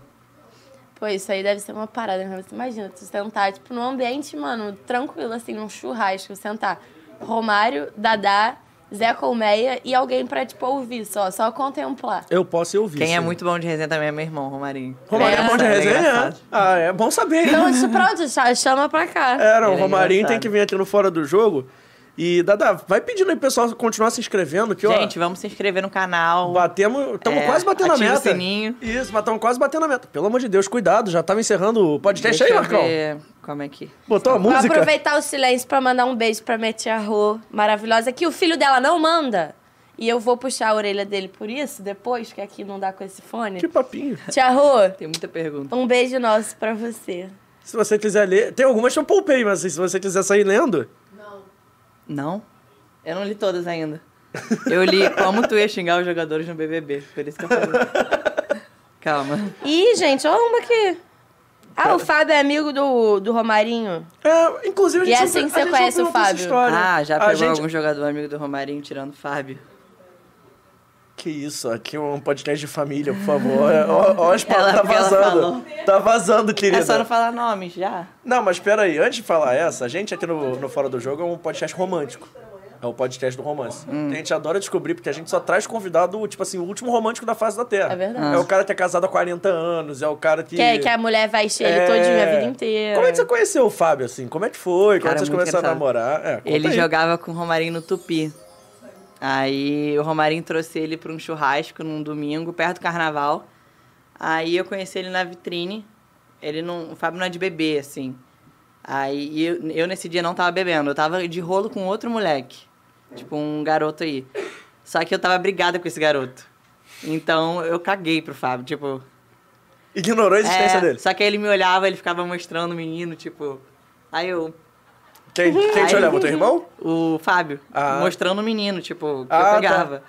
Pô, isso aí deve ser uma parada, né? Você imagina, tu sentar, tipo, num ambiente, mano, tranquilo, assim, num churrasco, sentar Romário, Dadá, Zé Colmeia e alguém pra, tipo, ouvir só, só contemplar.
Eu posso ir ouvir.
Quem é
sim.
muito bom de resenha também é meu irmão, Romarinho.
Romarinho é bom de
Ele
resenha?
engraçado.
ah, é bom saber.
Então, isso, pronto, cha- chama pra cá.
Era, o
Ele é
Romarinho tem
engraçado.
que vir aqui no Fora do Jogo. E, Dada, vai pedindo aí pro pessoal continuar se inscrevendo, que,
Gente, vamos se inscrever no
ó,
canal.
batemos, estamos
É,
quase batendo a
ativa o
meta.
sininho.
Isso, mas estamos quase batendo a meta. Pelo amor de Deus, cuidado, já tava encerrando o podcast
Deixa
aí,
eu
Marcão.
ver Como é que...
Botou a
Vou
música.
aproveitar o silêncio pra mandar um beijo pra minha tia Rô, maravilhosa, que o filho dela não manda. E eu vou puxar a orelha dele por isso depois, que aqui não dá com esse fone.
Que papinho.
Tia Rô,
Tem muita pergunta.
um beijo nosso pra você.
Se você quiser ler. Tem algumas que eu poupei, mas assim, se você quiser sair lendo.
Não? Eu não li todas ainda. Eu li como tu ia xingar os jogadores no BBB. Por isso que eu falei. Calma.
Ih, gente, olha uma aqui. Ah, o Fábio é amigo do, do Romarinho.
É, inclusive, a
E
gente
é
não-
assim que
a
você
gente não
conhece o
perguntou essa
Fábio.
história.
Ah, já
A
pegou
gente-
algum jogador amigo do Romarinho tirando o Fábio.
Que isso, aqui é um podcast de família, por favor. Ó, ó, as palavras. Tá
Ela- ela
vazando.
falou.
Tá vazando, querida.
É só não falar nomes, já.
Não, mas peraí, antes de falar essa, a gente aqui no, no Fora do Jogo é um podcast romântico. É o podcast do romance.
Hum.
A gente adora descobrir, porque a gente só traz convidado, tipo assim, o último romântico da face da Terra.
É verdade.
É o cara que é casado há 40 anos, é o cara que.
Que, é- que a mulher vai encher ele todinho a vida inteira.
Como é que você conheceu o Fábio, assim? Como é que foi? Como é
Cara,
que vocês
muito
começaram a
engraçado.
namorar? É, conta
Ele
aí.
jogava com o Romarinho no Tupi. Aí o Romarinho trouxe ele para um churrasco num domingo, perto do carnaval. Aí eu conheci ele na vitrine. Ele não, o Fábio não é de bebê, assim. Aí e eu, eu nesse dia não tava bebendo, eu tava de rolo com outro moleque. Tipo um garoto aí. Só que eu tava brigada com esse garoto. Então eu caguei pro Fábio, tipo,
Ignorou a existência
é,
dele.
Só que ele me olhava, ele ficava mostrando o menino, tipo, aí eu
Quem, quem te
Aí-
olhava? Teu irmão?
o Fábio,
Ah.
mostrando o menino, tipo, que
Ah, tá.
eu pegava.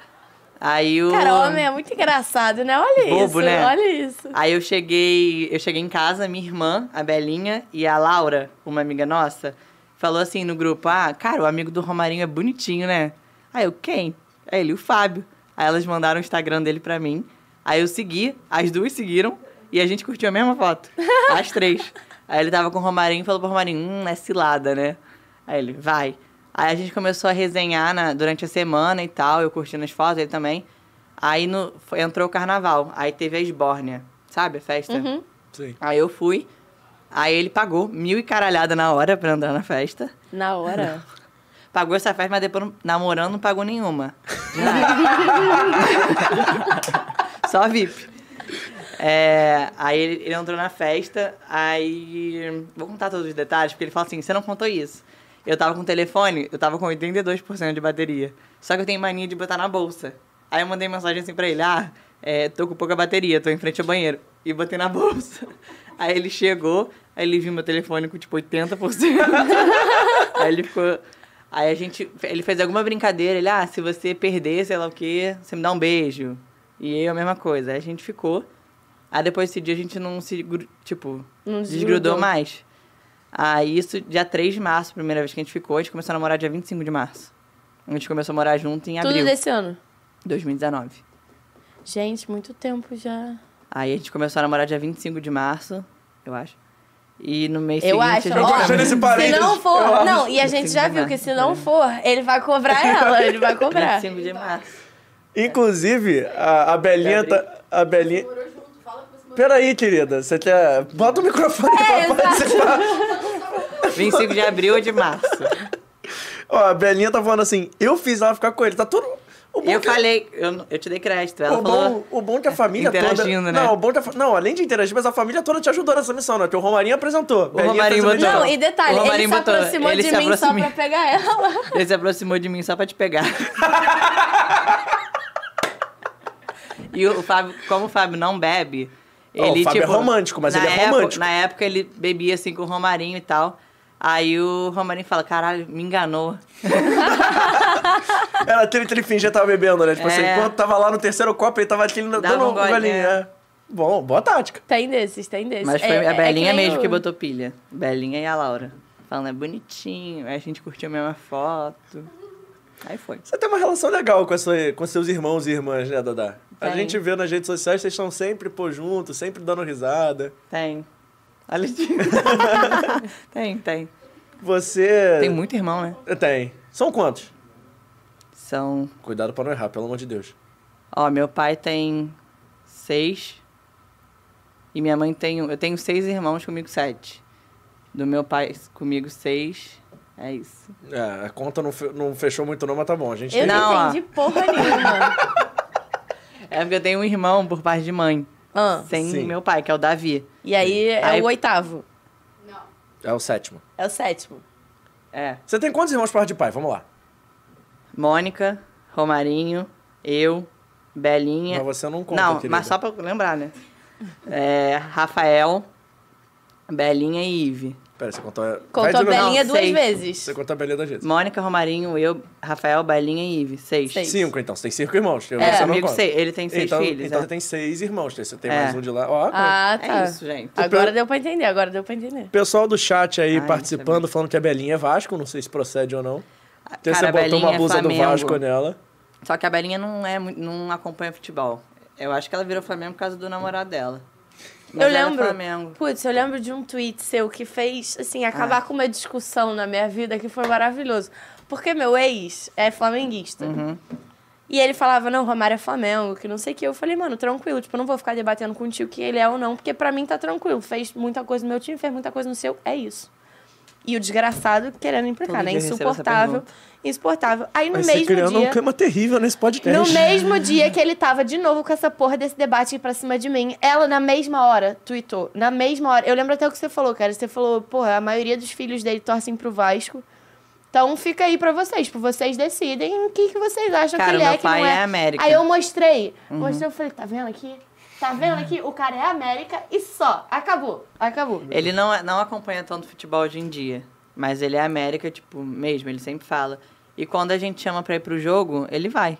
Aí o.
Cara, homem é muito engraçado, né? Olha
Bobo,
isso,
né?
olha isso.
Aí eu cheguei, eu cheguei em casa, minha irmã, a Belinha e a Laura, uma amiga nossa, falou assim no grupo: "Ah, cara, o amigo do Romarinho é bonitinho, né?" Aí eu: "Quem?" Aí ele: "O Fábio". Aí elas mandaram o Instagram dele pra mim. Aí eu segui, as duas seguiram e a gente curtiu a mesma foto, as três. Aí ele tava com o Romarinho e falou pro Romarinho: "Hum, é cilada, né?" Aí ele: "Vai". Aí a gente começou a resenhar na- durante a semana e tal, eu curtindo as fotos, ele também. Aí no- foi- entrou o carnaval, aí teve a esbórnia, sabe? A festa.
Sim.
Aí eu fui, aí ele pagou mil e caralhada na hora pra andar na festa.
Na hora.
Pagou essa festa, mas depois, não- namorando, não pagou nenhuma. Só VIP. É, aí ele, ele entrou na festa, aí. Vou contar todos os detalhes, porque ele fala assim: você não contou isso. Eu tava com o telefone, eu tava com 82% de bateria. Só que eu tenho mania de botar na bolsa. Aí eu mandei mensagem assim pra ele: ah, é, tô com pouca bateria, tô em frente ao banheiro. E botei na bolsa. Aí ele chegou, aí ele viu meu telefone com tipo 80%. Aí ele ficou. Aí a gente. Ele fez alguma brincadeira. Ele, ah, se você perder, sei lá o quê, você me dá um beijo. E eu a mesma coisa. Aí a gente ficou. Aí depois desse dia a gente não se. gru- Tipo, desgrudou
Não desgrudou.
mais. Aí isso, dia 3 de março, primeira vez que a gente ficou, a gente começou a namorar dia 25 de março. A gente começou a morar junto em
Tudo
abril de
desse ano.
2019.
Gente, muito tempo já.
Aí a gente começou a namorar dia 25 de março, eu acho. E no mês
Eu
seguinte.
acho.
a
ó,
gente-
gostei desse
se
parênteses.
não for,
Eu acho.
não, e a gente já viu que se não for, ele vai cobrar ela, ele vai cobrar.
25 de março.
Inclusive, a, a Belinha
Gabriel.
tá. A Belinha. Peraí, querida. Você quer. Bota o
É,
microfone pra participar.
25 de abril ou de março?
Ó, a Belinha tá falando assim: eu fiz ela ficar com ele. Tá tudo. O bom
Eu
que-
falei, eu, não- eu te dei crédito. Ela
o,
falou.
Tá bom, o bom que a família
Interagindo,
toda.
né?
Não, o bom que a fa- Não, além de interagir, mas a família toda te ajudou nessa missão, né? Porque o Romarinho apresentou. O
Romarinho botou.
Não, e detalhe,
Então, O
ele
Romarinho
se
botou,
aproximou
ele
de
se
mim só
aproxima.
pra pegar ela.
Ele se aproximou de mim só pra te pegar. e o Fábio, como o Fábio não bebe,
Ó, o
ele
Fábio é
tipo,
romântico, mas
na
ele é
época-
romântico.
Na época ele bebia assim com o Romarinho e tal. Aí o Romarinho fala: caralho, me enganou.
Ela teve que ele fingia que tava bebendo, né? Tipo
É.
assim, enquanto tava lá no terceiro copo, ele tava aqui dando
Dava um
um
gole,
golinho.
né?
é. Bom, boa tática.
Tem desses, tem desses.
Mas foi
É- é-
a
é
Belinha
que nem
mesmo
o-
que botou pilha. Belinha e a Laura. Falando, é bonitinho. Aí a gente curtiu a mesma foto. Aí foi.
Você tem uma relação legal com, a sua- com seus irmãos e irmãs, né, Dadá? A
Tem.
gente vê nas redes sociais, vocês estão sempre, pô, juntos, sempre dando risada.
Tem. Olha de... Tem, tem.
Você...
Tem muito irmão, né?
Tem. São quantos?
São.
Cuidado pra não errar, pelo amor de Deus.
Ó, meu pai tem seis. E minha mãe tem. um- Eu tenho seis irmãos, comigo sete. Do meu pai, comigo seis. É isso.
É, a conta não, fe- não fechou muito não, mas tá bom. A gente
Eu
tem...
Não, ó.
não entendi porra nenhuma.
É porque eu tenho um irmão por parte de mãe.
Ah,
Sem
Sim.
meu pai, que é o Davi.
e aí é
Aí-
o oitavo,
É o sétimo.
é o sétimo.
É.
Você tem quantos irmãos por parte de pai? Vamos lá.
Mônica, Romarinho, eu, Belinha.
Mas você não conta,
Não,
querida.
mas só pra lembrar, né? É, Rafael, Belinha e Ive.
Pera, você contou... Vai de
Contou a
novo.
Belinha
Não,
duas
seis.
vezes.
Você contou a Belinha das vezes.
Mônica, Romarinho, eu, Rafael, Belinha e Ive. Seis.
Seis.
Cinco, então. Você tem cinco irmãos. Eu
É,
você não
amigo
conta.
seis. Ele tem seis
então,
filhos,
Então
é.
você tem seis irmãos. Você tem
É.
mais um de lá. Ó,
Ah, tá.
É isso, gente.
Agora deu pra entender, agora deu pra entender.
Pessoal do chat aí
Ai,
participando, falando que a Belinha é Vasco, não sei se procede ou não. Porque você
Cara, a
botou
Belinha
uma
é
blusa
Flamengo.
do Vasco nela.
Só que a Belinha não, é, mu- não acompanha futebol. Eu acho que ela virou Flamengo por causa do namorado dela. Mas
eu
ela é
lembro.
Flamengo.
Putz, eu lembro de um tweet seu que fez, assim,
Ah.
acabar com uma discussão na minha vida que foi maravilhoso. Porque meu ex é flamenguista.
Uhum.
E ele falava, não, o Romário é Flamengo, que não sei o que. Eu falei, mano, tranquilo, tipo, eu não vou ficar debatendo contigo que ele é ou não, porque pra mim tá tranquilo. Fez muita coisa no meu time, fez muita coisa no seu, é isso. E o desgraçado querendo implicar,
Todo
né?
dia eu recebo essa
Insuportável.
pergunta.
Insuportável. Aí no
Mas você
mesmo
criando
dia.
um clima terrível nesse
Tá
podcast.
No mesmo dia que ele tava de novo com essa porra desse debate aí pra cima de mim, ela na mesma hora tweetou. Na mesma hora. Eu lembro até o que você falou, cara. Você falou, porra, a maioria dos filhos dele torcem pro Vasco. Então fica aí pra vocês, tipo, vocês decidem o que, que vocês acham
Cara,
que ele
meu
é, que não
pai
é.
é América. Uhum.
Aí eu mostrei. Mostrei, eu falei, tá vendo aqui? Tá vendo aqui? O cara é América e só. Acabou. Acabou.
Ele não, é, não acompanha tanto futebol hoje em dia. Mas ele é América, tipo, mesmo, ele sempre fala. E quando a gente chama pra ir pro jogo, ele vai.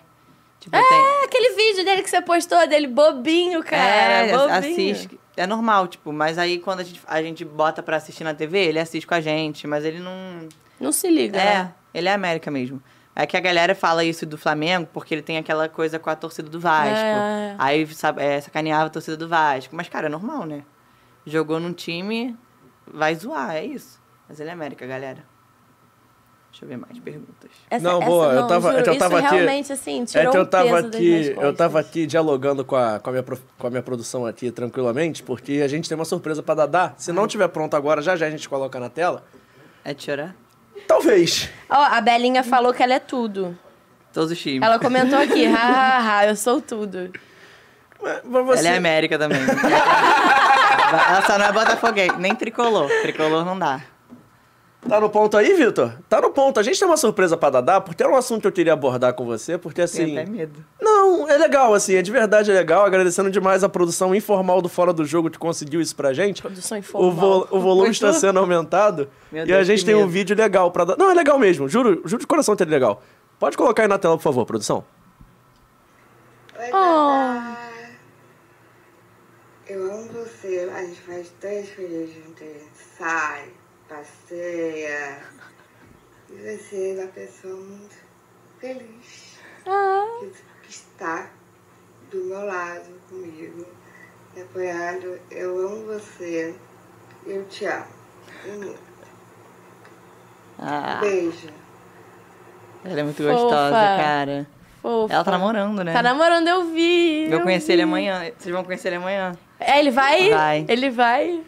Tipo, tem,
É aquele vídeo dele que você postou, dele bobinho, cara.
é,
bobinho.
assiste. É normal, tipo, mas aí quando a gente, a gente bota pra assistir na TV, ele assiste com a gente, mas ele não.
Não se liga.
É,
né?
ele é América mesmo. É que a galera fala isso do Flamengo porque ele tem aquela coisa com a torcida do Vasco.
É.
Aí sabe, é, sacaneava a torcida do Vasco. Mas, cara, é normal, né? Jogou num time, vai zoar, é isso. Mas ele é América, galera. Deixa eu ver mais perguntas.
Essa,
Não,
essa
boa, eu tava-
juro,
eu tava
isso
aqui-
realmente, assim,
É
tirou
que eu
o
tava
peso das minhas
aqui, eu
costas.
tava aqui dialogando com a, com, a minha, prof- com a minha produção aqui tranquilamente, porque a gente tem uma surpresa pra Dadá. Se não tiver pronto agora, já já a gente coloca na tela.
É de chorar?
Talvez.
Ó, a Belinha falou que ela é tudo.
Todos os times. Ela,
Ela comentou aqui, ha, ha, ha, eu sou tudo.
Mas você-
assim-
é América também. Ela só não é botafoguense, nem tricolor. Tricolor não dá.
Tá no ponto aí, Vitor? Tá no ponto. A gente tem uma surpresa pra Dadá, porque era um assunto que eu queria abordar com você, porque assim.
Tenho até medo.
Não, é legal, assim, é de verdade é legal. Agradecendo demais a produção informal do Fora do Jogo que conseguiu isso pra gente.
Produção
O,
informal.
vo- o volume está sendo aumentado.
Meu
e a
Deus,
gente
que
tem um
medo.
vídeo legal pra dar. Não, é legal mesmo, juro, juro de coração que é legal. Pode colocar aí na tela, por favor, produção.
Oi,
Oh.
Dadá. Eu amo você. A gente faz tantas coisas juntas. A gente sai, passeia. E você é uma pessoa muito feliz
Ah,
que, que está do meu lado, comigo, me apoiando. Eu amo você. Eu te amo. E muito.
Ah,
Beijo.
ela é muito
Fofa.
gostosa, cara.
fofa.
Ela tá namorando, né?
Tá namorando, eu vi.
Eu conheci ele
vi.
amanhã. Vocês vão conhecer ele amanhã.
É, ele vai?
Vai.
Ele vai.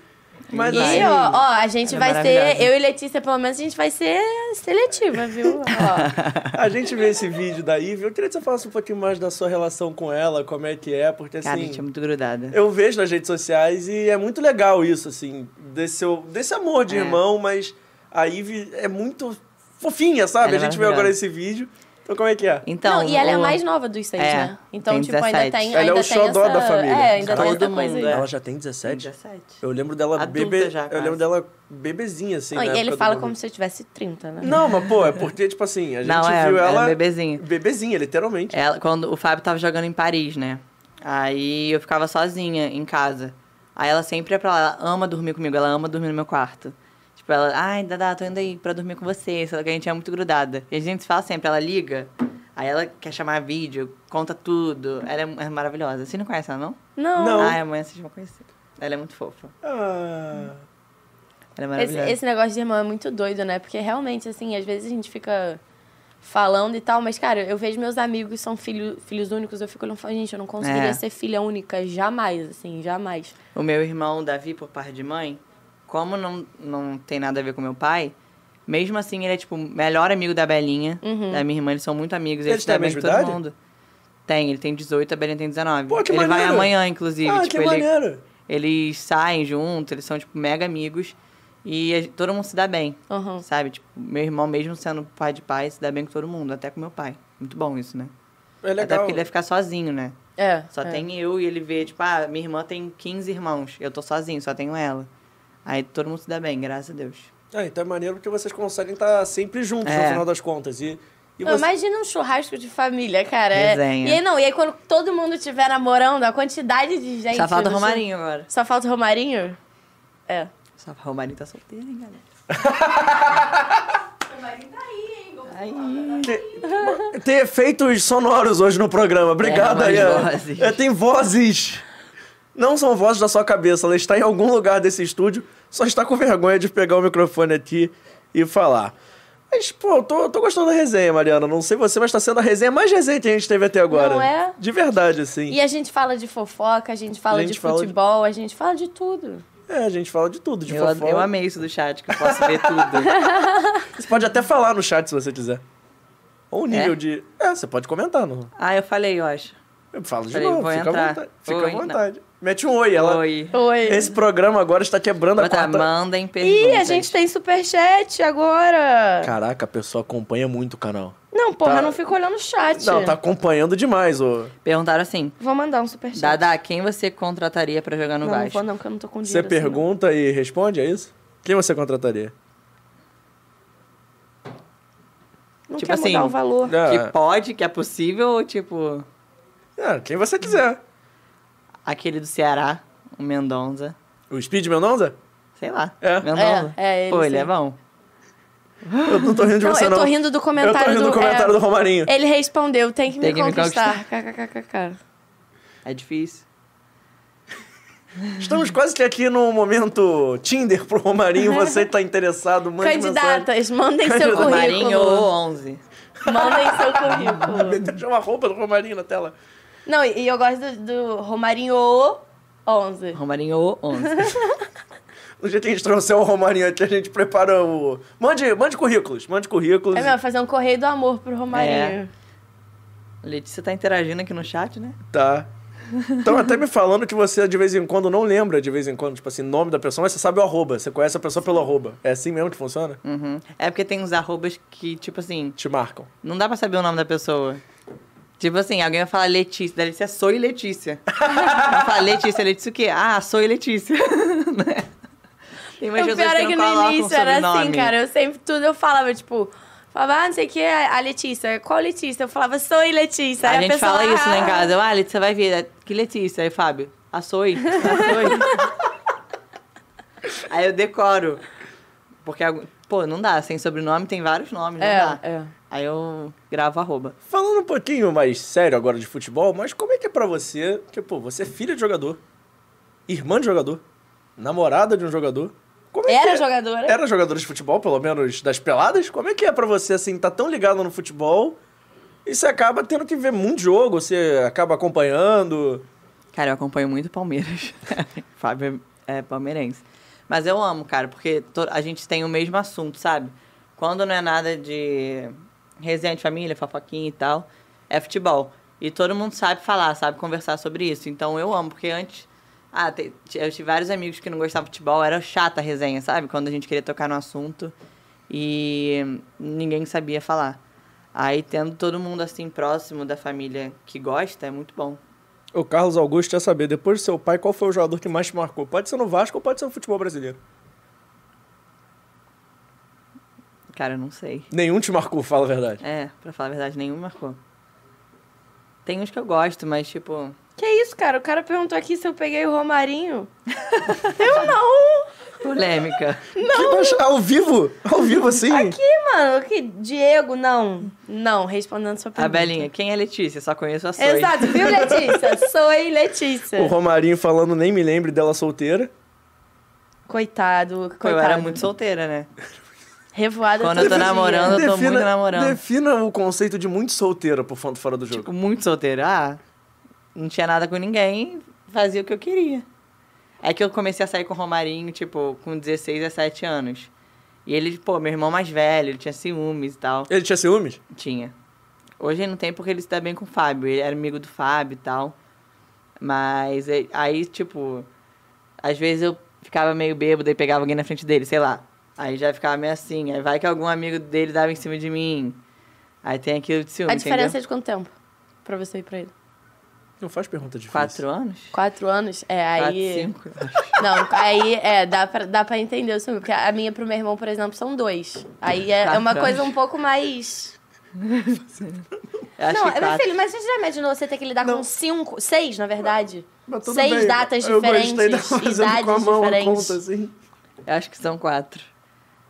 Mas
E,
assim,
ó, ó, a gente
Ela é
vai ser,
maravilhosa.
eu e Letícia, pelo menos, a gente vai ser seletiva, viu? Ó,
a gente vê esse vídeo da Ivy. Eu queria que você falasse um pouquinho mais da sua relação com ela, como é que é, porque assim.
Cara, a gente é muito grudada.
Eu vejo nas redes sociais e é muito legal isso, assim, desse, seu- desse amor de
É.
irmão, mas a Ivy é muito fofinha, sabe?
Ela é
a gente viu
maravilhosa.
agora esse vídeo. Então, como é que é?
Então,
não, e ela é a
o-
mais nova dos seis,
É,
né? Então,
tem
tipo, ainda
17.
tem.
Ela é
ainda
o xodó
tem essa...
da família.
É, ainda
Todo
tem essa coisa
mundo, é.
aí.
Ela já tem 17?
17.
Eu lembro dela
Adulta
bebê.
já,
eu
quase.
lembro dela bebezinha, assim.
Não,
na
e ele
época do
fala
bagulho.
como se eu tivesse 30, né?
Não, mas pô, é porque, tipo assim, a gente
Não, é,
viu
ela é
ela.
bebezinha. É.
Bebezinha, literalmente.
Ela, quando o Fábio tava jogando em Paris, né? Aí eu ficava sozinha em casa. Aí ela sempre ia pra lá, ela ama dormir comigo, ela ama dormir no meu quarto. Tipo, ela, ai, Dadá, tô indo aí pra dormir com você, só que a gente é muito grudada. E a gente se fala sempre, ela liga, aí ela quer chamar vídeo, conta tudo. Ela é, é maravilhosa. Vocês não conhecem ela, não?
Não.
Não.
Ai, amanhã vocês vão conhecer. Ela é muito fofa.
Ah.
Ela é
Esse,
maravilhosa.
esse negócio de irmão é muito doido, né? Porque realmente, assim, às vezes a gente fica falando e tal, mas, cara, eu vejo meus amigos são filho, filhos únicos, eu fico olhando e falo, gente, eu não conseguiria
É.
ser filha única jamais, assim, jamais.
O meu irmão Davi, por parte de mãe, como não, não tem nada a ver com meu pai, mesmo assim ele é, tipo, o melhor amigo da Belinha, da minha irmã, eles são muito amigos, eles,
Eles
se
têm a
dão bem
mesma
com todo
idade?
mundo. Tem, ele tem 18, a Belinha tem 19.
Pô, que
ele vai
maneiro.
amanhã, inclusive.
Ah,
tipo,
que
ele-
maneiro.
Eles saem junto, eles são, tipo, mega amigos. E a- todo mundo se dá bem,
Uhum.
sabe? Tipo, meu irmão, mesmo sendo pai de pai, se dá bem com todo mundo, até com meu pai. Muito bom isso, né?
É
Até
legal.
porque ele vai ficar sozinho, né?
É.
Só
é.
tem eu e ele vê, tipo, ah, minha irmã tem 15 irmãos, eu tô sozinho, só tenho ela. Aí todo mundo se dá bem, graças a Deus.
Ah, então é maneiro porque vocês conseguem estar sempre juntos, no
É.
final das contas. E, e
Não,
você-
Imagina um churrasco de família, cara. É-
Resenha.
E aí, não, e aí quando todo mundo estiver namorando, a quantidade de gente...
só falta
no
o
chu-
Romarinho agora.
Só falta o Romarinho? É.
Só o Romarinho tá solteiro, hein, galera?
Te- Tem efeitos sonoros hoje no programa. Obrigado,
É, umas
Ariana.
vozes.
É, tem vozes. Não são vozes da sua cabeça, ela está em algum lugar desse estúdio, só está com vergonha de pegar o microfone aqui e falar. Mas, pô, eu tô, tô gostando da resenha, Mariana. Não sei você, mas tá sendo a resenha mais resenha que a gente teve até agora.
Não é?
De verdade, assim.
E a gente fala de fofoca, a gente fala
A gente
de
fala de-
futebol, a gente fala de tudo.
É, a gente fala de tudo, de
Eu,
fofoca.
eu amei isso do chat, que eu posso ver tudo.
Você pode até falar no chat se você quiser. Ou o nível
É?
de. É, você pode comentar, não.
ah, eu falei, eu acho.
Eu falo de
Peraí,
novo,
vou
fica à
entrar.
vontade. Fica
Oi,
à
não.
vontade. Mete um oi, ela.
Oi.
Oi.
Esse programa agora está quebrando a
Bota,
quarta...
mandem
Tá
perguntas.
Ih, a gente tem superchat agora.
Caraca, a pessoa acompanha muito o canal.
Não, porra,
Tá.
eu não fico olhando o chat.
Não, tá acompanhando demais, ô.
tá-
Perguntaram assim,
Vou mandar um superchat.
Dada, quem você contrataria pra jogar no
Não, não
Vasco?
vou não, porque eu não tô com
Você
dinheiro. assim, não.
pergunta e responde, é isso? Quem você contrataria?
Não
tipo,
quer
assim,
mudar o valor.
Que
É,
pode, que é possível, ou tipo,
é, quem você quiser.
aquele do Ceará, o Mendonça.
O Speed Mendonça?
Sei lá.
É.
Mendonça.
É, é ele,
Pô, ele
sim.
é bom.
Eu não tô rindo de
Não,
você,
eu
não.
tô rindo do comentário
Eu tô rindo do
do-
comentário
é.
do Romarinho.
Ele respondeu, tem que
Tem
me
que me
conquistar. KKKKK.
É difícil.
Estamos quase que aqui no momento Tinder pro Romarinho. Você tá interessado, mande mensagem.
Candidatas, mandem seu
Candidata.
Marinho
currículo.
11.
Mandem seu currículo.
Deixa uma roupa do Romarinho na tela.
Não, e e eu gosto do, do Romarinho 11.
Romarinho 11.
No dia que a gente trouxer o Romarinho aqui, a gente prepara o... Mande, mande currículos, mande currículos.
É mesmo, fazer um correio do amor pro
É.
Romarinho.
Letícia tá interagindo aqui no chat, né?
Tá. Então até me falando que você de vez em quando não lembra de vez em quando, tipo assim, nome da pessoa, mas você sabe o arroba, você conhece a pessoa pelo arroba. É assim mesmo que funciona?
Uhum. É porque tem uns arrobas que, tipo assim,
Te marcam.
não dá pra saber o nome da pessoa. Tipo assim, alguém vai falar Letícia, daí você é Soy Letícia. vai falar Letícia, Letícia o quê? Ah, Soy Letícia. Né? tem umas
O
pessoas
pior é
não
que no
colocam
início era assim,
sobrenome.
cara. Eu sempre, tudo eu falava, tipo... Falava, ah, não sei o que, a Letícia. Qual Letícia? Eu falava, sou a Letícia. Aí
a gente
pessoa,
fala isso lá em
"Ah".
casa. Eu, ah, Letícia, vai ver. Que Letícia? Aí, Fábio, a Soy. A Soy. Aí eu decoro. Porque, algum- pô, não dá. Sem sobrenome tem vários nomes,
É,
não dá.
é.
Aí eu gravo arroba.
Falando um pouquinho mais sério agora de futebol, mas como é que é pra você, tipo, você é filha de jogador, irmã de jogador, namorada de um jogador? Como é
Era
que é?
jogadora.
Era jogadora de futebol, pelo menos das peladas? Como é que é pra você, assim, tá tão ligado no futebol e você acaba tendo que ver muito jogo, você acaba acompanhando?
Cara, eu acompanho muito o Palmeiras. Fábio é é palmeirense. Mas eu amo, cara, porque to- a gente tem o mesmo assunto, sabe? Quando não é nada de resenha de família, fofoquinha e tal, é futebol. E todo mundo sabe falar, sabe conversar sobre isso. Então eu amo, porque antes. Ah, te- ti- eu tive vários amigos que não gostavam de futebol, era chata a resenha, sabe? Quando a gente queria tocar no assunto e ninguém sabia falar. Aí tendo todo mundo assim próximo da família que gosta, é muito bom.
O Carlos Augusto quer saber, depois do seu pai, qual foi o jogador que mais te marcou? Pode ser no Vasco ou pode ser no futebol brasileiro.
Cara, eu não sei.
Nenhum te marcou, fala a verdade.
É, pra falar a verdade, nenhum me marcou. Tem uns que eu gosto, mas tipo.
Que isso, cara? O cara perguntou aqui se eu peguei o Romarinho. eu não!
Polêmica.
Não. ao vivo? Ao vivo, assim?
Aqui, mano. Aqui, Diego, não. Não, respondendo sua
a
pergunta.
Belinha, quem é Letícia? Só conheço a Soy.
Exato, viu, Letícia? Sou a Letícia.
O Romarinho falando, nem me lembre dela solteira.
Coitado, coitado.
Pô, eu era muito solteira, né?
Revoada
Quando eu tô
todo dia.
namorando- eu tô tá muito namorando.
Defina o conceito de muito solteira pro fã do Fora do Jogo.
Tipo, muito solteira. Ah, não tinha nada com ninguém, fazia o que eu queria. É que eu comecei a sair com o Romarinho, tipo, com 16, 17 anos. E ele, pô, meu irmão mais velho, ele tinha ciúmes e tal.
Ele tinha ciúmes?
Tinha. Hoje ele não tem porque ele se dá bem com o Fábio. Ele era amigo do Fábio e tal. Mas é- aí, tipo, às vezes eu ficava meio bêbado e pegava alguém na frente dele, sei lá. Aí já ficava meio assim. Aí vai que algum amigo dele dava em cima de mim. Aí tem aquilo de ciúme,
A diferença é
entendeu?
de quanto tempo? Pra você e pra ele.
Não faz pergunta difícil.
Quatro anos?
Quatro anos? É, aí...
Quatro, cinco. eu acho.
Não, aí é, dá pra, dá pra entender o ciúme, porque a minha pro meu irmão, por exemplo, são dois. Aí é, é uma
Quatro
coisa
anos.
um pouco mais.
Eu acho
não, é,
que
meu
quatro.
filho, mas você já imaginou você ter que lidar com cinco, seis, na verdade?
Mas tudo
seis
bem,
datas
eu gostei
diferentes,
dela fazendo
idades
com a mão a
diferentes.
conta, assim.
Eu acho que são quatro.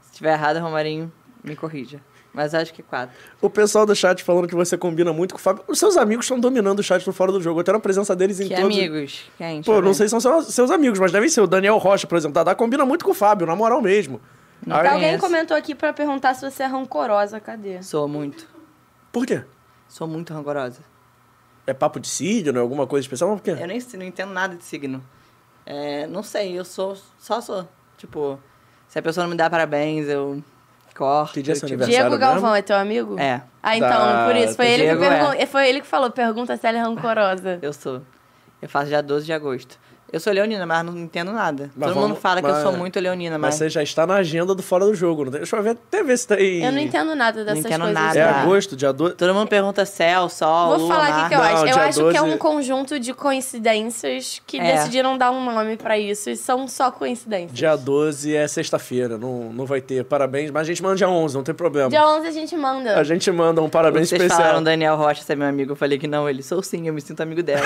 Se tiver errado, Romarinho, me corrija. Mas acho que quatro.
O pessoal do chat falando que você combina muito com o Fábio. Os seus amigos estão dominando o chat do Fora do Jogo. Eu tenho a presença deles em
Que
todos...
amigos? né? Quem? Deixa
Pô,
eu
não
ver.
sei se são seus, seus amigos, mas devem ser. O Daniel Rocha, por exemplo, Dadá combina muito com o Fábio, na moral mesmo. Aí-
Conheço.
Alguém comentou aqui pra perguntar se você é rancorosa, cadê?
Sou muito.
Por quê?
Sou muito rancorosa.
É papo de signo, é alguma coisa especial? Mas por quê?
Eu nem sei- não entendo nada de signo. É, não sei, eu sou. Só sou. Tipo, se a pessoa não me dá parabéns, eu corto.
Que dia é seu
tipo,
aniversário
Diego Galvão
mesmo?
é teu amigo?
É.
Ah, então,
Da-
por isso. Foi ele, que
Diego é.
pergun- foi ele que falou, pergunta se ela é rancorosa.
Eu sou. Eu faço dia 12 de agosto. Eu sou leonina, mas não entendo nada.
Mas
Todo
vamos-
mundo fala que
mas-
eu sou muito leonina,
Mas
mas,
você já está na agenda do Fora do Jogo. Não tem? Deixa eu ver, até ver se tá aí.
Eu não entendo nada dessas
entendo
coisas.
nada.
É
Ah.
agosto, dia 2.
todo mundo pergunta céu, sol,
Vou
lua,
falar o
mar.
que que eu
Não,
acho. Eu
dia
acho que é
12
um conjunto de coincidências que
É.
decidiram dar um nome pra isso e são só coincidências.
Dia 12 é sexta-feira, não, não vai ter parabéns, mas a gente manda dia 11, não tem problema.
Dia 11 a gente manda.
A gente manda um parabéns
Vocês
especial.
falaram Daniel Rocha, você é meu amigo. Eu falei que não, ele sou sim, eu me sinto amigo dela.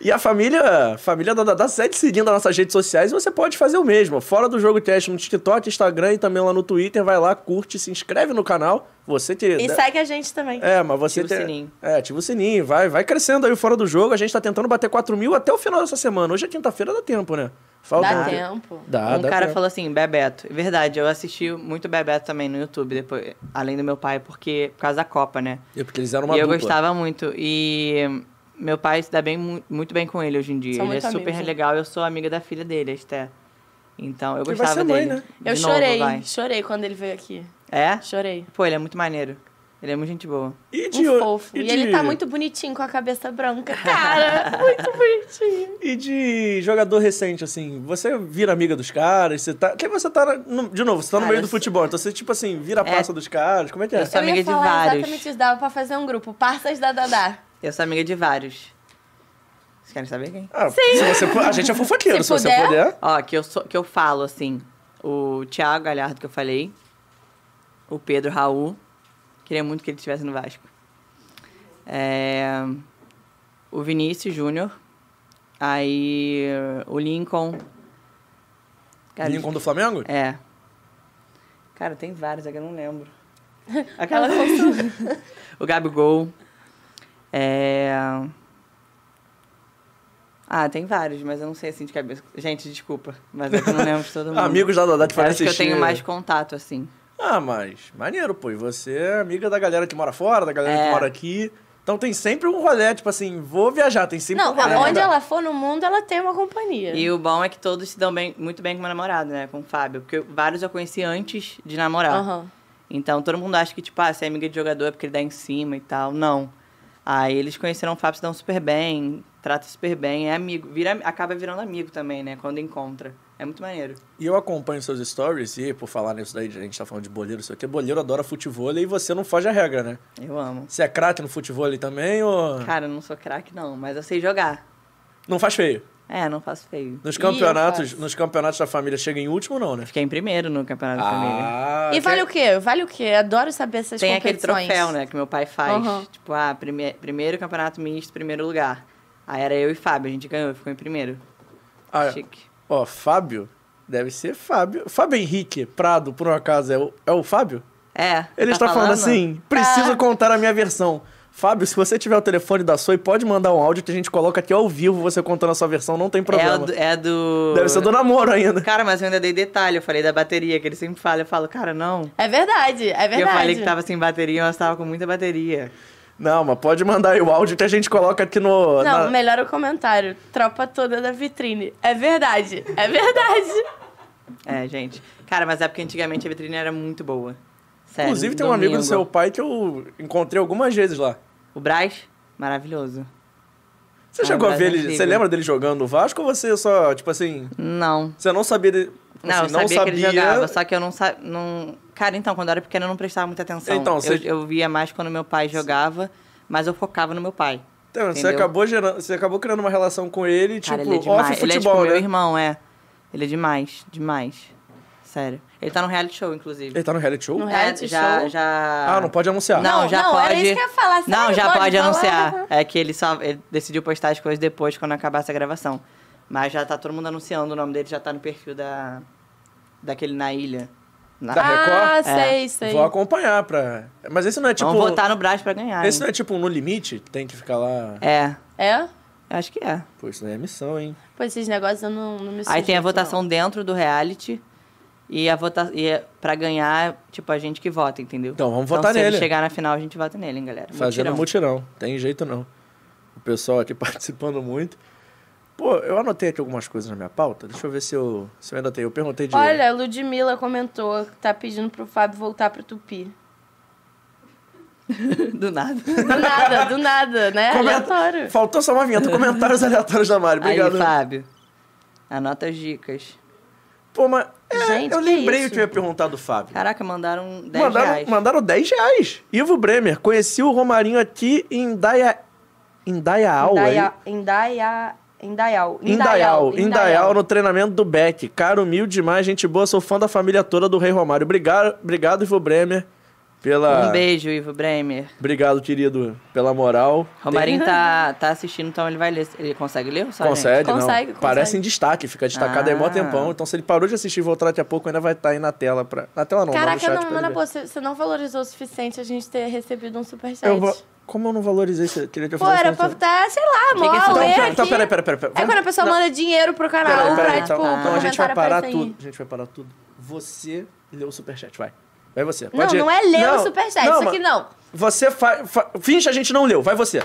E a família, família da Dadá segue seguindo as nossas redes sociais e você pode fazer o mesmo. Fora do Jogo Cast no TikTok, Instagram e também lá no Twitter. Vai lá, curte, se inscreve no canal. Você que...
E segue a gente também.
É, mas você
Ativa o
tem-
sininho.
É, ativa o sininho. Vai, vai crescendo aí o Fora do Jogo. A gente tá tentando bater 4 mil até o final dessa semana. Hoje é quinta-feira, dá tempo, né? Falta
Dá
um-
tempo.
Dá,
um
dá
cara
tempo.
falou assim, Bebeto. É Verdade, eu assisti muito Bebeto também no YouTube, depois, além do meu pai, porque por causa da Copa, né?
É Porque eles eram uma
e eu
dupla.
gostava muito. E meu pai se dá bem, mu- muito bem com ele hoje em dia.
São
ele é
muito
super
amigos, né?
legal. Eu sou amiga da filha dele, Esté. Então, eu
vai
gostava
ser mãe,
dele.
né?
De
Eu
novo,
chorei.
vai.
Chorei quando ele veio aqui.
É?
Chorei.
Pô, ele é muito maneiro. Ele é muito gente boa.
E de...
Um fofo.
E,
E
de...
ele tá muito bonitinho com a cabeça branca. Cara, muito bonitinho.
E de jogador recente, assim, você vira amiga dos caras, você tá. Porque você tá. na- no- De novo, você tá no
Cara,
meio
eu
do
sou-
futebol. Então você, tipo assim, vira a
É.
praça dos caras. Como é que é?
Eu sou
eu
amiga
ia
de
falar
vários.
exatamente isso. Dava pra fazer um grupo. Parças da Dadá.
Eu sou amiga de vários. Vocês querem saber quem?
Ah, se você pu- a gente é fofoqueiro, se,
Se
você
puder.
puder.
Ó, que eu, sou, que eu falo, assim, o Thiago Galhardo que eu falei, o Pedro Raul, queria muito que ele estivesse no Vasco. É, o Vinícius Júnior, aí o Lincoln. Cara,
Lincoln do Flamengo?
É. Cara, tem vários, é que eu não lembro.
Aquela
o Gabigol. É... Ah, tem vários, mas eu não sei assim de cabeça. Gente, desculpa, mas é eu não lembro de todo mundo.
Ah, Amigos da Dadá que
Eu
fazem
acho que eu
assistir.
tenho mais contato, assim.
Ah, mas maneiro, pô. E você é amiga da galera que mora fora, da galera que
É.
mora aqui. Então tem sempre um rolê, tipo assim, vou viajar, tem sempre um
Não,
rolê.
aonde
né?
ela for no mundo, ela tem uma companhia.
E o bom é que todos se dão bem, muito bem com meu namorado, né? Com o Fábio. Porque vários eu conheci antes de namorar.
Aham.
Então todo mundo acha que, tipo, ah, você é amiga de jogador é porque ele dá em cima e tal. Não. Aí eles conheceram o Fábio, se dão super bem, trata super bem, é amigo. Vira, acaba virando amigo também, né? Quando encontra. É muito maneiro.
E eu acompanho seus stories, e por falar nisso daí, a gente tá falando de boleiro, sei o quê. Boleiro adora futebol e você não foge a regra, né?
Eu amo.
Você é craque no futebol ali também ou.
Cara, eu não sou craque, não, mas eu sei jogar.
Não faz feio.
É, não faço feio.
Nos
Ih, eu
campeonatos,
faço.
nos campeonatos da família chega em último, não, né?
Fiquei em primeiro no Campeonato da
Ah.
Família.
E vale o quê? Vale o quê? Adoro saber essas
Tem aquele
competições.
troféu, né, que meu pai faz.
Aham.
Tipo, ah, prime- primeiro campeonato misto, primeiro lugar. Aí era eu e Fábio, a gente ganhou, ficou em primeiro.
Ah,
Chique.
ó, Fábio. Deve ser Fábio. Fábio Henrique Prado, por um acaso, é o, é o Fábio?
É.
Ele
tá
está falando, assim: preciso contar a minha versão. Fábio, se você tiver o telefone da Soi, pode mandar um áudio que a gente coloca aqui ao vivo você contando a sua versão, não tem
É,
problema.
o do- é do.
Deve ser do namoro ainda.
Cara, mas eu ainda dei detalhe. Eu falei da bateria, que ele sempre fala. Eu falo, cara, não.
É verdade, é
E
verdade.
eu falei que tava sem bateria, mas tava com muita bateria.
Não, mas pode mandar aí o áudio que a gente coloca aqui no.
Não,
na-
melhor o comentário. Tropa toda da vitrine. É verdade, é verdade.
É, gente. Cara, mas é porque antigamente a vitrine era muito boa. Sério.
Inclusive, tem um amigo do
é domingo.
seu pai que eu encontrei algumas vezes lá.
O Braz, maravilhoso.
Você
Ah,
chegou a
mas
ver
é
ele.
incrível.
Você lembra dele jogando no Vasco ou você só, tipo assim.
Não.
Você não sabia. De, assim,
Não, eu sabia,
não
que ele
sabia-
jogava, só que eu não sabia. Não... Cara, então, quando eu era pequena eu não prestava muita atenção.
Então,
eu,
você-
eu via mais quando meu pai jogava, mas eu focava no meu pai.
Então, você,
entendeu?
acabou gerando, você acabou criando uma relação com ele,
Cara,
tipo,
ele é
off
demais. Ele é tipo
futebol,
meu
né?
irmão, é. Ele é demais, demais. Sério. Ele tá no reality show, inclusive.
Ele tá no reality show?
No
É,
um reality
já,
show?
já.
Ah, não pode anunciar.
Não,
Não,
já
não,
pode.
era isso que eu ia falar, sério,
não, já
pode
pode,
falar?
anunciar.
Aham.
É que ele só ele decidiu postar as coisas depois quando acabasse a gravação. Mas já tá todo mundo anunciando, o nome dele já tá no perfil da daquele na ilha. Na-
Da
Ah,
Record?
É.
sei, sei.
Vou acompanhar pra. Mas esse não é tipo.
Vão votar no Brás pra ganhar.
Esse não
hein?
é tipo um no limite? Tem que ficar lá.
É,
É?
eu acho que é.
Pô, isso não é missão, hein?
Pô, esses negócios eu não, não me
Aí
sujeito,
tem a
não.
votação dentro do reality. E a votação. E é pra ganhar, tipo, a gente que vota, entendeu?
Então, vamos votar
se
nele.
ele chegar na final, a gente vota nele, hein, galera.
Fazendo
É Mutirão.
mutirão. Tem jeito não. O pessoal aqui participando muito. Pô, eu anotei aqui algumas coisas na minha pauta. Deixa eu ver se eu, se eu ainda tenho. Eu perguntei de.
Olha, a Ludmilla comentou que tá pedindo pro Fábio voltar pro Tupi.
Do nada.
Do nada, do nada, né? Aleatório.
Faltou só uma vinheta. Comentários aleatórios da Mari. Obrigado. né?
Aí, Fábio, anota as dicas.
Pô, mas. é,
Gente,
eu
que
lembrei o
isso?
que eu ia perguntar do Fábio.
Caraca, mandaram 10
mandaram,
Ah, reais.
mandaram 10 reais. Ivo Bremer, conheci o Romarinho aqui em Daia. Em Daiaal,
Indaia,
hein?
Indaia, Indaial.
Indaial, Indaial no treinamento do Beck. Cara, humilde demais, gente boa, sou fã da família toda do Rei Romário. Obrigado, obrigado Ivo Bremer, pela.
Um beijo, Ivo Bremer.
Obrigado, querido, pela moral.
Romarinho tá, tá assistindo, então ele vai ler. Ele consegue ler ou só?
Tem- Consegue, não.
Tá, Consegue, consegue.
Parece em destaque, fica destacado aí mó
Ah.
tempão. Então, se ele parou de assistir e voltar daqui a pouco, ainda vai estar aí na tela. Pra... Na tela não, lá no
Caraca,
chat
não,
pra
mano,
ele ver.
pô, você você não valorizou o suficiente a gente ter recebido um superchat.
Eu vou- Como eu não valorizei isso? Eu Queria que eu
Pô, era pra
isso.
tá, sei lá,
que esse
mó
Então,
rolê
ler
pera,
aqui.
então, peraí, peraí, peraí. peraí.
É quando a pessoa manda dinheiro pro canal
Peraí,
pra,
peraí,
tipo,
então, então a gente vai
comentário
parar
aparecer
tudo.
aí.
A gente vai parar tudo. Você leu o superchat, vai. Vai você.
Não,
Pode ir.
não é ler
Não,
o superchat,
não,
isso aqui
mas-
não.
Você faz. Fa... Finge a gente não leu, vai você.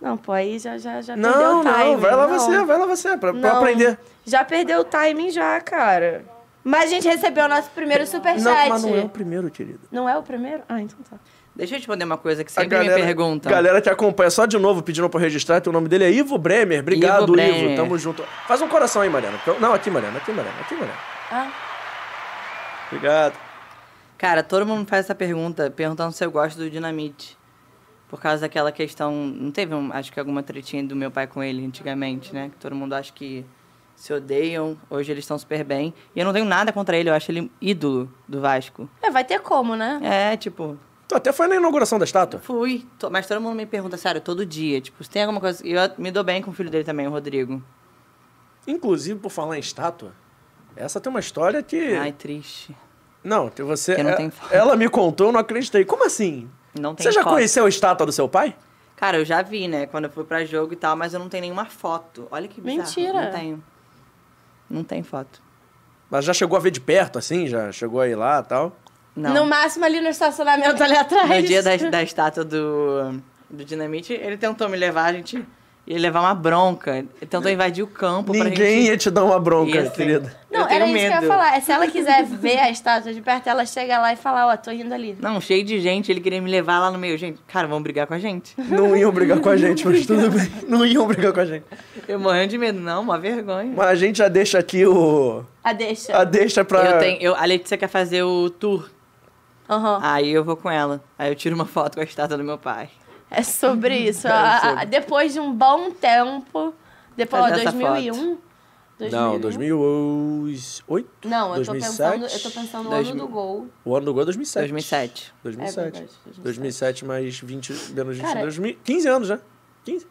Não, pô, aí já, já, já perdeu
Não,
o timing.
não, vai lá
não.
você, vai lá você, pra, pra
Não.
aprender.
Já perdeu o timing já, cara. Mas a gente recebeu o nosso primeiro superchat.
Não, mas não é o primeiro, querido.
Não é o primeiro? Ah, então tá.
Deixa eu te responder uma coisa que
A
sempre me perguntam.
galera que acompanha, só de novo pedindo pra eu registrar, que o nome dele é Ivo Bremer. Obrigado, Ivo.
Ivo Bremer.
Tamo junto. Faz um coração aí, Mariana. Não, aqui, Mariana, aqui, Mariana, aqui, Mariana.
Ah,
Obrigado.
Cara, todo mundo faz essa pergunta, perguntando se eu gosto do Dinamite. Por causa daquela questão. Não teve, um- acho que, alguma tretinha do meu pai com ele antigamente, né? Que todo mundo acha que se odeiam. Hoje eles estão super bem. E eu não tenho nada contra ele, eu acho ele ídolo do Vasco.
é, vai ter como, né?
É, tipo,
Tu até foi na inauguração da estátua.
fui. to- Mas todo mundo me pergunta, sério, todo dia. Tipo, se tem alguma coisa. E eu me dou bem com o filho dele também, o Rodrigo.
Inclusive, por falar em estátua, essa tem uma história que.
Ai, triste.
Não, que você.
Que não
é-
tem foto.
Ela me contou, eu não acreditei. Como assim?
Não tem
Você já
foto.
conheceu a estátua do seu pai?
Cara, eu já vi, né? Quando eu fui pra jogo e tal, mas eu não tenho nenhuma foto. Olha que bizarro.
Mentira.
Não tenho. Não tem foto.
Mas já chegou a ver de perto, assim? Já chegou a ir lá e tal?
Não.
No máximo ali no estacionamento ali atrás.
No dia da, da estátua do, do Dinamite, ele tentou me levar, a gente ia levar uma bronca. Ele tentou invadir o campo pra
Ninguém
gente...
ia te dar uma bronca,
Ia, assim.
querida.
Não,
eu
era
tenho
isso que eu
medo.
ia falar. É, Se ela quiser ver a estátua de perto, ela chega lá e fala, ó, tô indo ali.
Não, cheio de gente, ele queria me levar lá no meio. Gente, cara, vão brigar com a gente.
Não iam brigar com a gente, mas tudo bem. Não iam brigar com a gente.
Eu morrendo de medo. Não, uma vergonha.
Mas a gente já deixa aqui o.
A Ah, deixa.
A deixa pra.
Tá. Eu tenho, eu, a Letícia quer fazer o tour.
Aham.
Aí eu vou com ela. Aí eu tiro uma foto com a estátua do meu pai.
É sobre isso.
É
A- a-
sobre.
depois de um bom tempo. Depois, ó,
Fazer essa
2001.
né?
Não, 2008?
Não, eu tô,
2007?
pensando, eu tô pensando no
Dois-
ano do gol.
O ano do gol é 2007.
2007.
2007.
É verdade, 2007.
2007 mais 20, menos 20,
Cara,
2000, 15 anos, né? 15?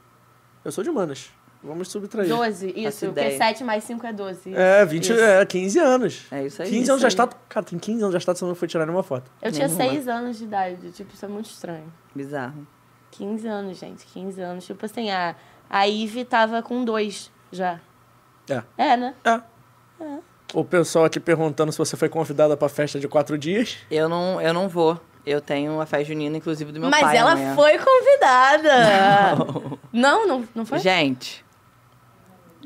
Eu sou de Manas. Vamos subtrair.
12,
Faço
isso. Porque
ideia.
7 mais 5 é 12.
É, 20,
Isso.
é, 15 anos.
É isso aí,
15
isso
anos já
aí.
está. Cara, tem 15 anos já está, você não foi tirar nenhuma foto.
Eu tinha
Nenhuma.
6 anos de idade. Tipo, isso é muito estranho.
Bizarro.
15 anos, gente. 15 anos. Tipo assim, a, a Ivy tava com 2 já.
É.
É, né?
É. O pessoal aqui perguntando se você foi convidada pra festa de quatro dias.
Eu não, eu não vou. Eu tenho a festa junina, inclusive, do meu
Mas
pai.
ela
amanhã.
foi convidada. Não, não, não, foi?
Gente,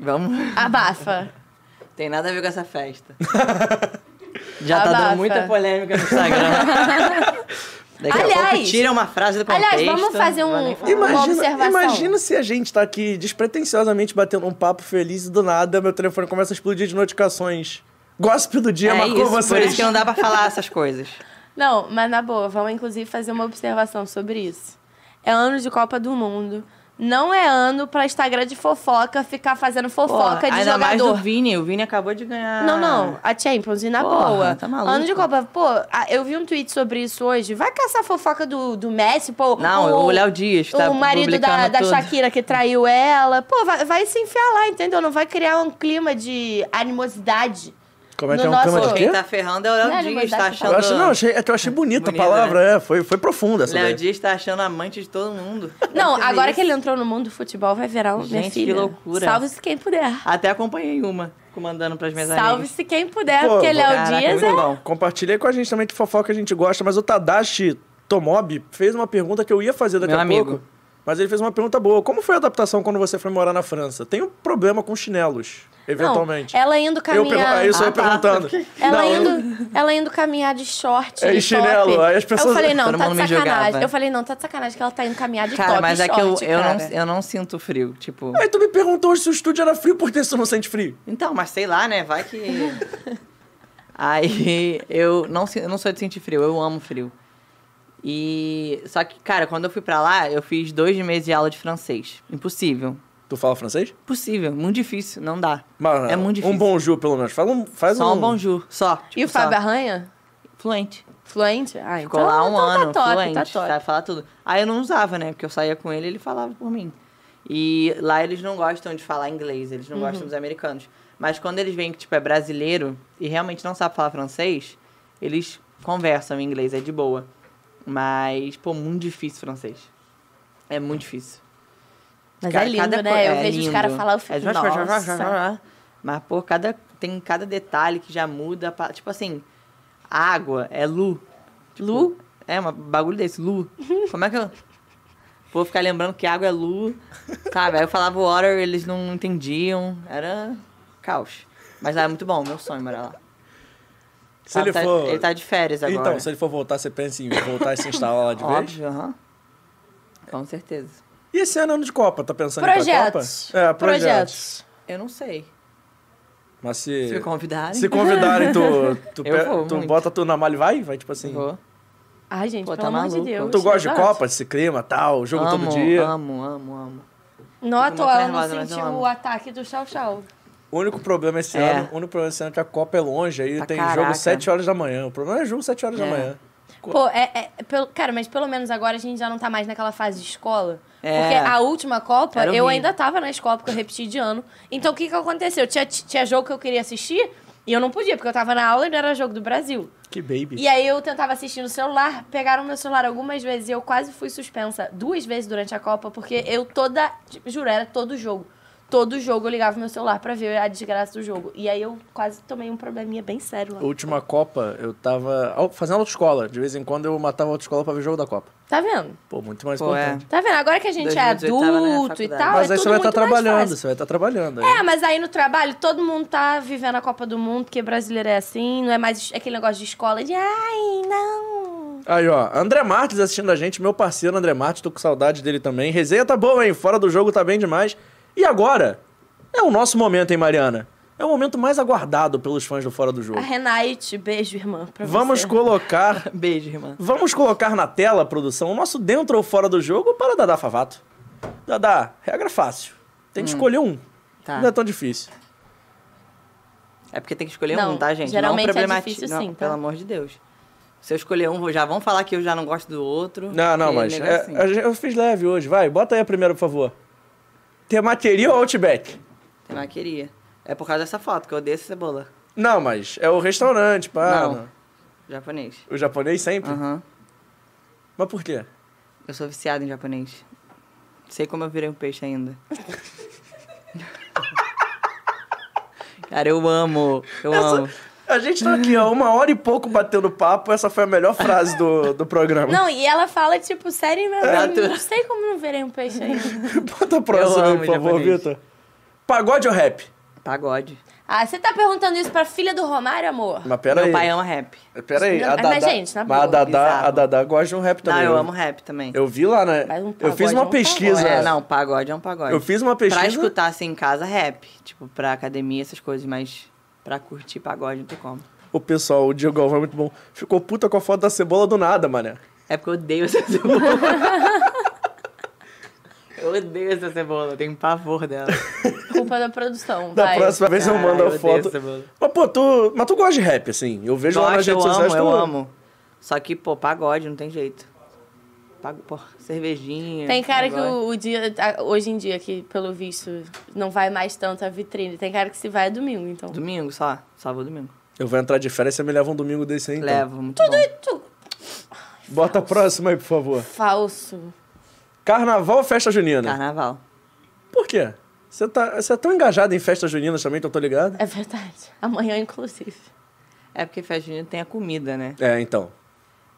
vamos.
Abafa.
Tem nada a ver com essa festa. Já tá
Abafa.
dando muita polêmica no Instagram. Daqui a pouco
Aliás-
tira uma frase do contexto.
aliás, vamos fazer
não vou
um-
nem falar.
Uma
Imagina,
observação.
imagina se a gente tá aqui despretensiosamente batendo um papo feliz e do nada meu telefone começa a explodir de notificações. Gossip do dia
É
marcou
isso,
vocês.
por isso que não dá pra falar essas coisas.
Não, mas na boa, vamos inclusive fazer uma observação sobre isso. É ano de Copa do Mundo. Não é ano pra Instagram de fofoca ficar fazendo fofoca
Porra,
de
ainda mais
jogador.
do Vini. O Vini acabou de ganhar...
Não, não. A Champions, e na
Porra,
boa.
tá maluco.
Ano de Copa. Pô, a- eu vi um tweet sobre isso hoje. Vai caçar fofoca do, do Messi, pô.
Não, o Léo Dias tá
O marido da,
publicando
da
tudo.
Shakira que traiu ela. Pô, vai, vai se enfiar lá, entendeu? Não vai criar um clima de animosidade.
Como é que
No
é um
nosso-
cama
Pô,
de quê?
quem tá ferrando é o
Não,
Léo
ele
Dias,
vai
tá
dar
Eu
achando...
achei, não, achei, é que eu achei bonita,
Bonita, né?
a palavra, é, foi, foi profunda essa
Léo
daí.
Dias tá achando a amante de todo mundo.
Não,
Deve ser
agora
isso.
que ele entrou no mundo do futebol, vai virar um minha
Gente, que
filha.
loucura.
Salve-se quem puder.
Até acompanhei uma, ficou mandando pras minhas amigas.
Salve-se quem puder,
Pô,
porque Léo
Caraca,
Dias
muito
é.
bom.
Compartilha aí com a gente também que fofoca a gente gosta, mas o Tadashi Tomobi fez uma pergunta que eu ia fazer daqui
Meu
a
amigo.
pouco. Mas ele fez uma pergunta boa. Como foi a adaptação quando você foi morar na França? Tem um problema com chinelos. eventualmente.
Não, ela indo
eu pergun-
caminhar.
aí isso eu ia
tá.
perguntando.
Ela,
Não, eu-
indo, ela indo caminhar de short
É,
e
e chinelo,
top.
aí as pessoas-
Eu falei, não,
Todo
tá de
mundo me
sacanagem.
julgava.
Eu falei, não, tá de sacanagem que ela tá indo caminhar de
Cara,
top
mas
e
é que eu,
short,
eu, não,
cara.
eu não sinto frio, tipo...
Aí tu me perguntou se o estúdio era frio, por que você não sente frio?
Então, mas sei lá, né? Vai que... Aí, eu não, sin- eu não sou de sentir frio, eu amo frio. E... Só que, cara, quando eu fui pra lá, eu fiz dois meses de aula de francês. Impossível.
Tu fala francês?
Impossível, muito difícil, não dá.
Mas,
é muito difícil.
Um bonjour, pelo menos. Fala um, faz
Só um
um
bonjour, só. tipo,
E o
só.
Fábio Arranha?
Fluente.
Fluente? Ah,
Ficou
então,
lá um
então tá
ano,
top,
fluente,
tá top.
sabe falar tudo. Aí eu não usava, né? Porque eu saía com ele e ele falava por mim. E lá eles não gostam de falar inglês, eles não
Uhum.
gostam dos americanos. Mas quando eles veem que, tipo, é brasileiro e realmente não sabe falar francês, eles conversam em inglês, é de boa. Mas, pô, muito difícil francês. É muito difícil.
Mas
Ca-
é lindo,
cada
né?
co-
eu
é
vejo os
lindo.
caras falar, eu fico,
É,
nossa.
Mas, pô, cada, tem cada detalhe que já muda. pa- Tipo assim, a água é lu. Tipo,
Lu?
É, um bagulho desse, lu. Como é que eu... Vou ficar lembrando que água é lu, sabe? Aí eu falava water, eles não entendiam. Era caos. Mas lá é muito bom, meu sonho morar lá.
Se ele
tá,
for...
ele tá de férias agora.
Então, se ele for voltar, você pensa em voltar e se instalar lá de vez?
Óbvio, aham. Com certeza.
E esse ano é ano de Copa, tá pensando em ir pra Copa?
Projetos.
É, projetos.
Eu não sei.
Mas se...
Se me convidarem,
É. se convidarem, tu, tu,
Eu
pe-
vou,
tu
muito.
bota tu na malha e vai? Vai, tipo assim...
vou.
Ai, gente,
Pô,
pelo
tá
amor de
maluco.
Deus.
Tu gosta de
exato.
Copa, esse clima, tal, jogo
amo,
todo dia?
Amo, amo, amo.
Não à
Fico
toa, eu
muito nervosa,
não
mas eu
senti
amo.
o ataque do Chau Chau.
O único problema esse
É.
ano, o único problema esse ano é que a Copa é longe, aí
Pra
tem jogo
caraca.
7 horas da manhã. O problema é jogo 7 horas da
É.
manhã. Co-
Pô, é, é- é pelo- cara, mas pelo menos agora a gente já não tá mais naquela fase de escola.
É.
Porque a última Copa,
Era
eu
horrível.
ainda tava na escola, porque eu repeti de ano. Então, o que que aconteceu? Tinha, tinha jogo que eu queria assistir e eu não podia, porque eu tava na aula e não era jogo do Brasil.
Que baby.
E aí eu tentava assistir no celular, pegaram meu celular algumas vezes e eu quase fui suspensa duas vezes durante a Copa, porque eu toda. tipo, Juro, era todo jogo. Todo jogo eu ligava meu celular pra ver a desgraça do jogo. E aí eu quase tomei um probleminha bem sério lá.
A última Copa, eu tava au- fazendo autoescola. De vez em quando eu matava a autoescola pra ver jogo da Copa.
Tá vendo?
Pô, muito mais
Pô,
importante.
Tá vendo? Agora que a gente é
2018 tava na
adulto e
faculdade.
tal,
Mas
é
aí você
tudo
vai estar
muito mais
trabalhando,
fácil.
você vai estar trabalhando.
É,
aí.
mas aí no trabalho todo mundo tá vivendo a Copa do Mundo, porque brasileiro é assim, não é mais aquele negócio de escola de ai, não.
Aí, ó, André Martins assistindo a gente, meu parceiro André Martins, tô com saudade dele também. Resenha tá boa, hein? Fora do jogo tá bem demais. E agora? É o nosso momento, hein, Mariana? É o momento mais aguardado pelos fãs do Fora do Jogo.
A Renate, beijo, irmã, pra
Vamos
você.
colocar
Beijo, irmã.
Vamos colocar na tela, produção, o nosso dentro ou fora do jogo para Dadá Favato. Dadá, regra fácil. Tem
Hum.
que escolher um.
Tá.
Não é tão difícil.
É porque tem que escolher
Não,
um, tá, gente?
geralmente é
não problemati-
difícil
não,
sim, tá?
Pelo amor de Deus. Se eu escolher um, já vão falar que eu já não gosto do outro.
Não, não,
E
mas.
negócio
é,
assim.
a gente- eu fiz leve hoje, vai. Bota aí a primeira, por favor. Temateria ou Outback?
Eu não queria. É por causa dessa foto que eu odeio essa cebola.
Não, mas é o restaurante, pá.
Não.
não.
Japonês.
O japonês sempre?
Aham.
Mas por quê?
Eu sou viciada em japonês. Sei como eu virei um peixe ainda. Cara, eu amo. Eu amo.
A gente tá aqui, ó, uma hora e pouco batendo papo. Essa foi a melhor frase do, do programa.
Não, e ela fala, tipo, sério, meu Deus,
Exato.
não sei como não verei um peixe ainda.
Bota a próxima, aí,
amo
por favor,
japonês.
Vitor. Pagode ou rap?
Pagode.
Ah, você tá perguntando isso pra filha do Romário, amor?
Mas pera
Meu
aí.
pai é um ama rap.
Pera aí,
Não,
a
mas,
Dadá,
gente, na
mas a
boa,
Dadá, a
bizarro.
Dadá gosta de um rap também.
não, eu amo rap também.
Eu vi lá, né?
Faz um
eu fiz
pagode,
uma
um
pesquisa.
É, não, pagode é um pagode.
Eu fiz uma pesquisa.
Pra escutar assim em casa, rap. Tipo, pra academia, essas coisas, mas pra curtir pagode não tem como.
O pessoal, o Diego Galvão é muito bom. Ficou puta com a foto da cebola do nada, mané.
É porque eu odeio essa cebola. eu odeio essa cebola, eu tenho pavor dela.
Culpa é da produção,
Da
vai.
próxima vez eu
Caralho,
mando a
eu odeio
foto.
essa cebola.
Mas, pô, tu. Mas tu gosta de rap, assim. Eu vejo lá nas
Gosto,
redes
eu
sociais
amo, eu
tu-
amo. Só que, pô, pagode, não tem jeito. Pago, pô, cervejinha.
Tem cara que
pagode.
o, o dia, a- hoje em dia, que pelo visto não vai mais tanto a vitrine, tem cara que se vai é domingo, então.
Domingo só, só vou domingo.
Eu vou entrar de férias, você me leva um domingo desse aí, então.
Levo, muito
Tudo
bom.
tu-
Bota a próxima aí, por favor.
falso.
Carnaval ou festa junina?
Carnaval.
Por quê? Você tá, você é tão engajado em festas juninas também, que eu tô ligado?
É verdade. Amanhã, inclusive.
É porque festa junina tem a comida, né?
É, então.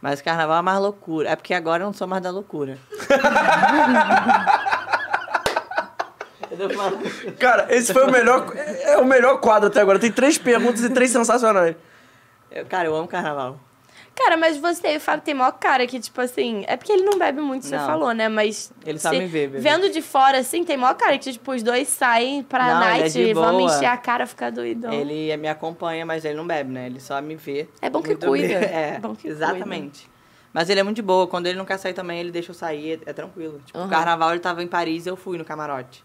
Mas carnaval é mais loucura. É porque agora eu não sou mais da loucura. do Maurício.
Cara, esse foi o melhor. É o melhor quadro até agora. Tem três perguntas e três sensacionais.
Eu- cara, eu amo carnaval.
Cara, mas você, o Fábio tem maior cara que, tipo assim. É porque ele não bebe muito, você
Não.
falou, né? Mas.
Ele
se-
sabe ver, bebê.
Vendo de fora, assim, tem maior cara que, tipo, os dois saem pra
Não, ele é
night
de
e vamos
boa.
encher a cara, ficar doidão.
Ele é, me acompanha, mas ele não bebe, né? Ele só me vê.
Então. É bom que
Muito
cuida.
bem. É,
É bom que
exatamente. Mas ele é muito de boa. Quando ele não quer sair também, ele deixa eu sair. É, é tranquilo. Tipo,
Aham.
o carnaval ele tava em Paris eu fui no camarote.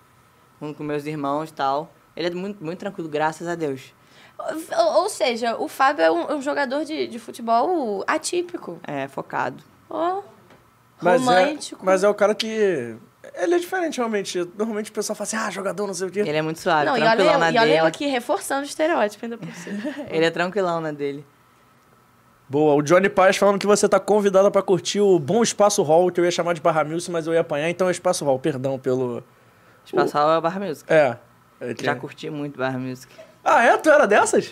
Um com meus irmãos e tal. Ele é muito, muito tranquilo, graças a Deus.
Ou, ou seja, o Fábio é um, um jogador de, de futebol atípico.
É, focado.
Ó.
Mas
romântico.
É, mas é o cara que. Ele é diferente, realmente. Normalmente o pessoal fala assim, ah, jogador, não sei o quê.
Ele é muito suave,
Não, e olha,
tranquilão
eu,
na
e olha eu
dele.
aqui reforçando o estereótipo ainda por cima.
Ele é tranquilão na dele.
Boa, o Johnny Paz falando que você tá convidada pra curtir o bom Espaço Hall, que eu ia chamar de Barra Milce, mas eu ia apanhar, então é Espaço Hall, perdão pelo.
Espaço Hall é o Bar Music.
É. É que-
Já curti muito Bar Music.
Ah, é? Tu era dessas?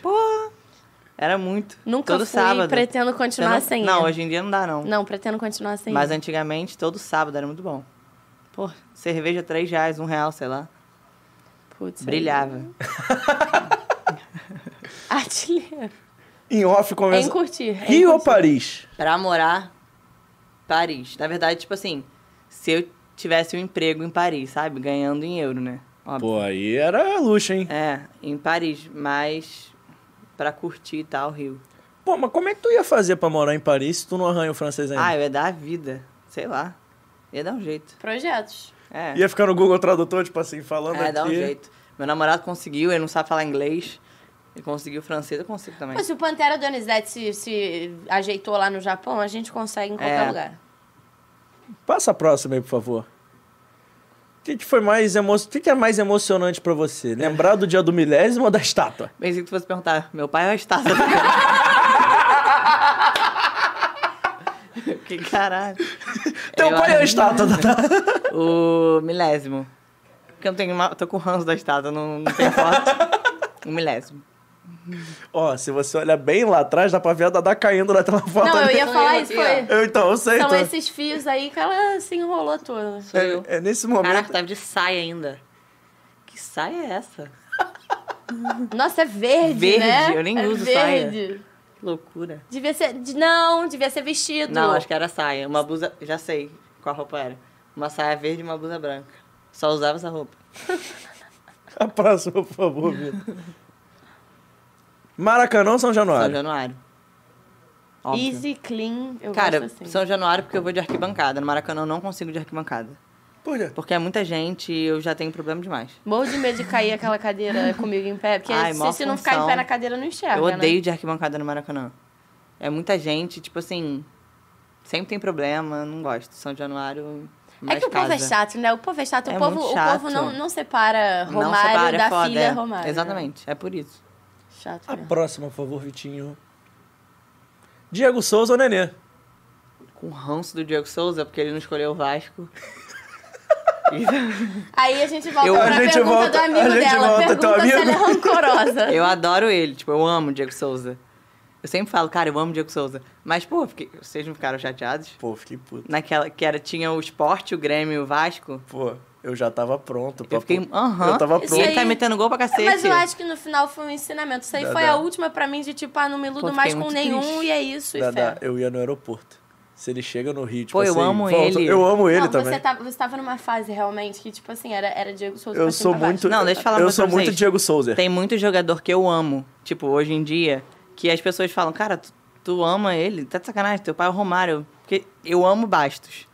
Era muito.
Nunca
todo
fui,
sábado.
pretendo
Você
continuar
não,
sem.
Não,
ir.
hoje em dia não dá, não.
Não, pretendo continuar sem.
Mas
ir.
antigamente, todo sábado era muito bom. Pô, cerveja R$ 3 reais, 1 real, sei lá.
Putz, aí.
Brilhava.
Artilheiro.
Em
É,
off
Em
conversa.
curtir. em
Rio ou
curtir.
Paris?
Pra morar, Paris. Na verdade, tipo assim, se eu tivesse um emprego em Paris, sabe? Ganhando em euro, né? Óbvio.
Pô, aí era luxo, hein?
É, em Paris, mas pra curtir e tal, Rio.
Pô, mas como é que tu ia fazer pra morar em Paris se tu não arranha o francês ainda?
Ah, eu ia dar a vida. Sei lá. Ia dar um jeito.
Projetos.
É.
Ia ficar no Google Tradutor, tipo assim, falando
É,
aqui.
dá um jeito. Meu namorado conseguiu, ele não sabe falar inglês. Ele conseguiu francês, eu consigo também.
Mas se o Pantera Donizete se, se ajeitou lá no Japão, a gente consegue em qualquer
É.
lugar.
Passa a próxima aí, por favor. O que, que foi mais emo... o que, que é mais emocionante pra você? Lembrar do dia do milésimo ou da estátua?
Pensei que tu fosse perguntar, meu pai é uma estátua. que caralho.
Teu
Eu
pai é a
acho-
estátua, Tatá.
O milésimo. Porque eu não tenho. ma- Tô com o ranço da estátua, não, não tem foto. O milésimo.
Ó, se você olhar bem lá atrás, dá pra ver a Dadá caindo naquela foto.
Não, eu
ali.
ia
um
falar
erro
isso.
aqui,
Foi...
Eu, então, eu sei.
São
então.
esses fios aí que ela se enrolou toda.
Sou eu.
É, é nesse momento.
Caraca, tava de saia ainda. Que saia é essa?
Nossa, é verde,
Verde,
né?
eu nem
é
uso saia.
verde.
Que loucura.
Devia ser... de- Não, devia ser vestido.
Não, acho que era saia. Uma blusa. Já sei qual roupa era. Uma saia verde e uma blusa branca. Só usava essa roupa.
A próxima, por favor, Vitor. Maracanã ou São Januário?
São Januário. é Óbvio.
Easy, clean, eu
Cara,
gosto assim.
São Januário porque eu vou de arquibancada. No Maracanã eu não consigo de arquibancada.
Por quê?
Porque é muita gente e eu já tenho problema demais.
Morro de medo de cair aquela cadeira comigo em pé. Porque
Ai,
se,
mó
se não ficar em
função.
pé na cadeira, não enxerga,
eu odeio
né?
de arquibancada no Maracanã. É muita gente, tipo assim, sempre tem problema, não gosto. São Januário.
É
mais
que o povo é
casa.
chato, né? O povo é chato. o
É
povo,
muito
O
chato.
povo não, não separa Romário
separa, é
da
foda,
filha
é.
Romário. né?
Exatamente, é por isso.
Chato
A
mesmo.
próxima, Ah, por favor, Vitinho. Diego Souza ou Nenê?
Com o ranço do Diego Souza, porque ele não escolheu o Vasco.
Aí a gente volta
Eu-
pra
a
gente
pergunta
volta-
do amigo
a gente
dela.
volta, teu
pergunta se
amigo?
ela é rancorosa.
Eu adoro ele, tipo, eu amo o Diego Souza. Eu sempre falo, cara, eu amo o Diego Souza. Mas, pô, fiquei- vocês não ficaram chateados?
Pô, fiquei puto.
Naquela que era, tinha o esporte, o Grêmio e o Vasco.
Pô, eu já tava pronto. pra-
Eu fiquei, aham.
Eu tava
Isso
pronto.
E ele
aí-
tá metendo gol pra cacete.
Mas eu acho que no final foi um ensinamento. Isso aí
Dá,
foi
dá.
a última pra mim de tipo, ah, não me iludo
Pô,
mais
fiquei
com
muito
nenhum
triste.
e é isso e
Dá, dá.
fé.
Eu ia no aeroporto. Se ele chega no Rio, tipo
Pô, eu
assim,
amo
volta-
ele.
Eu amo ele
não,
também.
Você, tá- tava, você tava numa fase realmente que, tipo assim, era, era Diego Souza.
Eu
pra cima
sou
e pra
muito.
baixo.
Não, deixa eu falar uma
Eu
coisa
sou
pra
muito
vocês.
Diego Souza.
Tem muito jogador que eu amo, tipo, hoje em dia, que as pessoas falam, cara, tu, tu ama ele? Tá de sacanagem, teu pai é o Romário. Porque eu amo Bastos.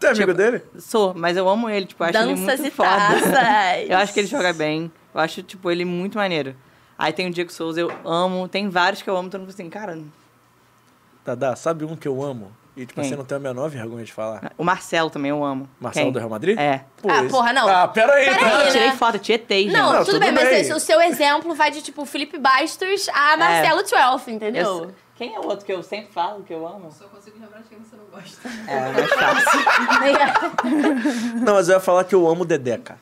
Tu é amigo
Tipo,
dele?
Sou, mas eu amo ele, tipo, eu acho ele
Danças
muito
e
foda.
taças.
Eu acho que ele joga bem. Eu acho, tipo, ele muito maneiro. Aí tem o Diego Souza, eu amo. Tem vários que eu amo, todo mundo assim, cara...
Dadá, sabe um que eu amo? E tipo,
Quem?
você não tem a menor vergonha de falar.
O Marcelo também eu amo.
Marcelo
Quem?
do Real Madrid?
É.
Pô,
Ah, porra, não.
Ah, pera aí,
Pera
tá?
aí,
Eu
né?
tirei foto, tietei, gente.
Não,
Não,
tudo,
tudo
bem, mas
bem.
esse- o seu exemplo vai de tipo Felipe Bastos a Marcelo Twelf, entendeu?
Eu- Quem é o outro que eu sempre falo, que eu amo?
Só consigo lembrar de quem você não gosta.
É, mais fácil.
Não, mas eu ia falar que eu amo o Dedé, cara.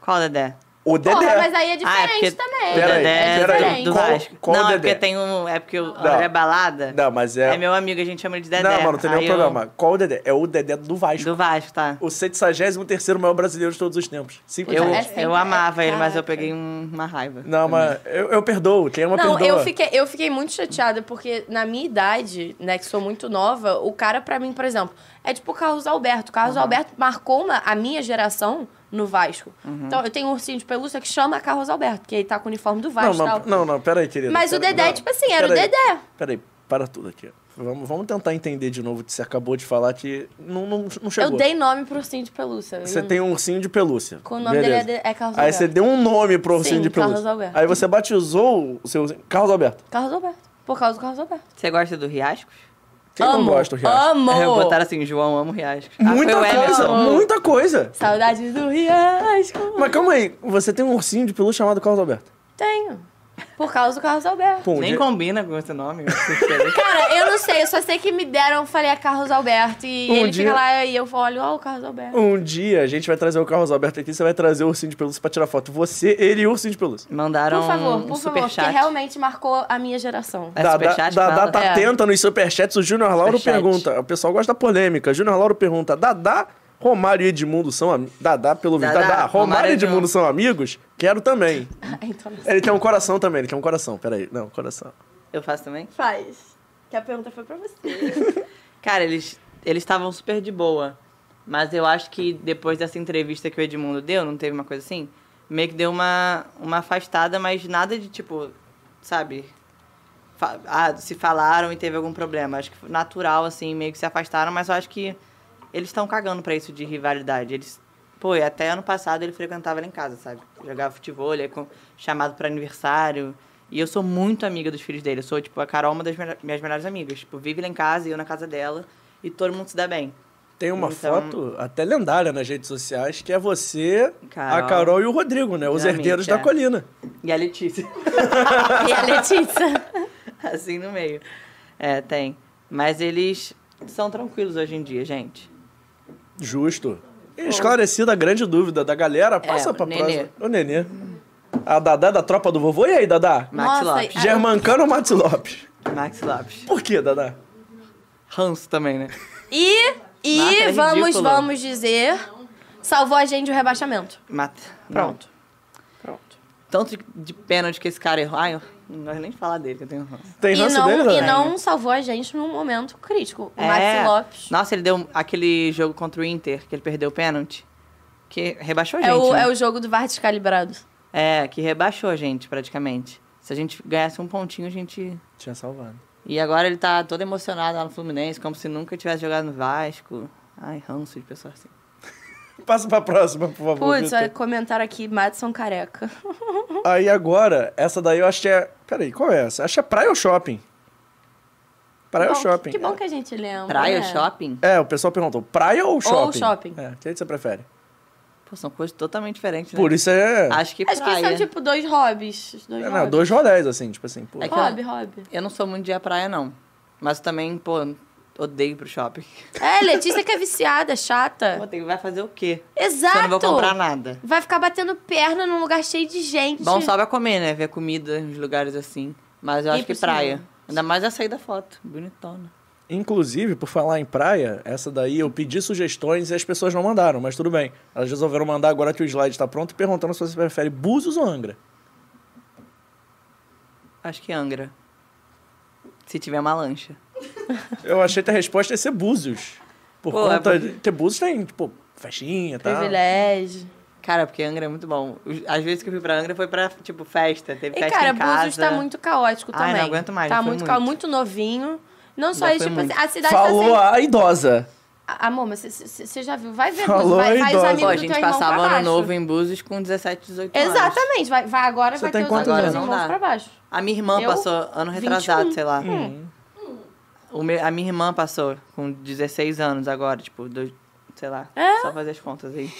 Qual, Dedé?
O Dedé.
Porra, mas aí é diferente
ah, é porque...
também.
Pera aí,
Dedé
é
pera aí.
diferente.
do, do
Qual-
Vasco.
qual
não, é
Dedé?
porque tem um. É porque o André Balada
Não, mas é.
é meu amigo, a gente chama ele de Dedé.
Não, mas não tem nenhum
Aí eu-
problema. Qual o Dedé? É o Dedé do Vasco.
Do Vasco, tá.
O 73 maior brasileiro de todos os tempos.
Eu,
Simplesmente.
é sempre-
eu amava ele, mas eu
Caraca.
peguei um- uma raiva.
Não, mas eu, eu perdoo. Quem ama
Não,
perdoa.
eu fiquei, eu fiquei muito chateada, porque na minha idade, né, que sou muito nova, o cara pra mim, por exemplo, é tipo o Carlos Alberto. O Carlos Alberto marcou uma- a minha geração no Vasco.
Uhum.
Então, eu tenho um ursinho de pelúcia que chama Carlos Alberto, porque ele tá com o uniforme do Vasco
Não,
e
mas-
tal.
não, não, peraí, querida.
Mas o
peraí,
Dedé,
não,
tipo assim, era o
peraí.
Dedé.
Peraí, para tudo aqui. Vamos, vamos tentar entender de novo o que você acabou de falar que não, não, não chegou.
Eu dei nome pro ursinho de pelúcia.
Você
Eu-
tem um ursinho de pelúcia.
Com o nome dele
Beleza.
é de- é Carlos
Aí
Alberto.
você deu um nome pro ursinho
Sim,
de pelúcia.
Carlos Alberto.
Aí você batizou o seu ursinho. Carlos Alberto.
Carlos Alberto. Por causa do Carlos Alberto.
Você gosta do Riascos?
Quem não
Amo,
gosta do Riacho? É,
Amo!
Botaram assim, João, amo Riascos. Ah,
Muita
foi o Everton.
coisa, muita coisa.
Saudades do Riasco.
Mas calma aí, você tem um ursinho de pelúcia chamado Carlos Alberto. um
Tenho. Por causa do Carlos Alberto.
Pum,
Nem
de-
combina com esse nome.
Cara, eu não sei, eu só sei que me deram, eu falei a Carlos Alberto e
Um
ele
dia-
fica lá e eu olho, ó, o Carlos Alberto.
Um dia a gente vai trazer o Carlos Alberto aqui, você vai trazer o ursinho de pelúcia pra tirar foto. Você, ele e o ursinho de pelúcia.
Mandaram
por favor,
um
por favor, porque
superchat.
realmente marcou a minha geração.
É
Da, da,
superchat,
da,
fala?
tá
É.
atenta nos superchats. O Júnior Lauro
Superchat.
pergunta. O pessoal gosta da polêmica. Júnior Lauro pergunta: Dadá, Romário e Edmundo são amigos? Dadá, pelo visto.
Dadá,
Dadá, Romário
Romário
e
e
Edmundo
Edmundo.
são amigos? Quero também.
então não sei.
Ele tem um coração também, ele tem um coração. Peraí, não, coração.
Eu faço também?
Faz. Que a pergunta foi pra você.
Cara, eles eles estavam super de boa. Mas eu acho que depois dessa entrevista que o Edmundo deu, não teve uma coisa assim? Meio que deu uma, uma afastada, mas nada de tipo, sabe? Fa- ah, se falaram e teve algum problema. Acho que foi natural, assim, meio que se afastaram, mas eu acho que eles estão cagando pra isso de rivalidade. Eles. Pô, e até ano passado ele frequentava lá em casa, sabe? Jogava futebol, ele é com- chamado pra aniversário. E eu sou muito amiga dos filhos dele. Eu sou, tipo, a Carol, uma das melho- minhas melhores amigas. Tipo, vive lá em casa e eu na casa dela. E todo mundo se dá bem.
Tem uma
Então-
foto até lendária nas redes sociais que é você, a
Carol.
Carol e o Rodrigo, né? Os
Realmente,
herdeiros
é.
da colina.
E a Letícia.
e a Letícia.
assim no meio. É, tem. Mas eles são tranquilos hoje em dia, gente.
Justo. Esclarecida a grande dúvida da galera, passa
É, o
pra
Nenê.
próxima. O Nenê. A Dadá da tropa do vovô. E aí, Dadá?
Max
Nossa,
Lopes.
Ah,
é Germancano ou Matos Lopes?
Max Lopes.
Por que, Dadá?
Ranço também, né?
E, e
Nossa, é
vamos,
ridículo.
vamos dizer, salvou a gente o rebaixamento.
Mata. né?
Pronto.
Pronto.
Não. Tanto de- de pênalti que esse cara errou. Ai, eu não gosto nem de falar dele, que eu tenho ranço.
Tem
E
ranço
não,
dele, né?
e
Dadá?
não salvou a gente num momento crítico. O
É.
Maxi Lopes.
Nossa, ele deu aquele jogo contra o Inter, que ele perdeu o pênalti. Que rebaixou a gente.
É o,
né?
é o jogo do VAR descalibrado.
É, que rebaixou a gente, praticamente. Se a gente ganhasse um pontinho, a gente.
Tinha salvado.
E agora ele tá todo emocionado lá no Fluminense, como se nunca tivesse jogado no Vasco. Ai, ranço de pessoa assim.
Passa pra próxima, por favor.
Putz, é
Vitor.
olha, comentaram aqui, Madison careca.
Aí agora, essa daí eu acho que é. Peraí, qual é essa? Acho que é Praia ou Shopping? Praia ou
Bom,
Shopping?
Que bom que a gente lembra.
Praia,
né?
shopping?
É, o pessoal perguntou: praia ou shopping?
shopping.
É, o que você prefere?
Pô, são coisas totalmente diferentes, né?
Por isso é.
Acho que
Acho que
praia.
são, tipo, dois hobbies. Dois
é,
hobbies.
não, dois rolés, assim, tipo assim. Pô.
É que-
Hobby, hobby.
Eu não sou muito de ir à praia, não. Mas também, pô, odeio ir pro shopping.
É, Letícia que é viciada,
Pô,
chata.
tem- vai fazer o quê?
É. Exato.
Se eu não vou comprar nada.
Vai ficar batendo perna num lugar cheio de gente.
Bom, só vai comer, né? Ver comida nos lugares assim. Mas eu acho que
pro cinema.
praia. Ainda mais a sair da foto. Bonitona.
Inclusive, por falar em praia, essa daí eu pedi sugestões e as pessoas não mandaram, mas tudo bem. Elas resolveram mandar agora que o slide tá pronto, perguntando se você prefere Búzios ou Angra.
Acho que Angra. Se tiver uma lancha.
Eu achei que a resposta ia ser Búzios. Por
Pô, é
conta.
bom.
de Porque Búzios tem, tipo, festinha tá? e tal.
Privilégio.
Cara, porque Angra é muito bom. Os- Às vezes que eu fui pra Angra foi pra, tipo, festa. Teve
E,
festa
cara,
em casa.
Búzios tá muito caótico
Ai, não
também.
aguento mais, já
Tá
fui
muito,
muito.
caótico, muito novinho. Não só
Já
isso,
fui
tipo,
muito.
assim, a cidade
Falou
tá sem...
a idosa.
Ah, Amor, mas você já viu. Vai ver,
Falou
Búzios. vai, vai os
idosa.
amigos
Pô, a
do
gente
teu irmão
passava
pra
ano
baixo.
novo em Búzios com 17, 18 anos.
Exatamente, vai, vai agora
Você
vai
tem
ter os
quantos
agora
anos?
irmãos
Não dá.
pra baixo.
A minha irmã
Eu?
passou ano retrasado,
21.
sei
É.
lá.
Hum.
O meu- a minha irmã passou com 16 anos agora, tipo, dois, sei lá.
É?
Só fazer as contas aí.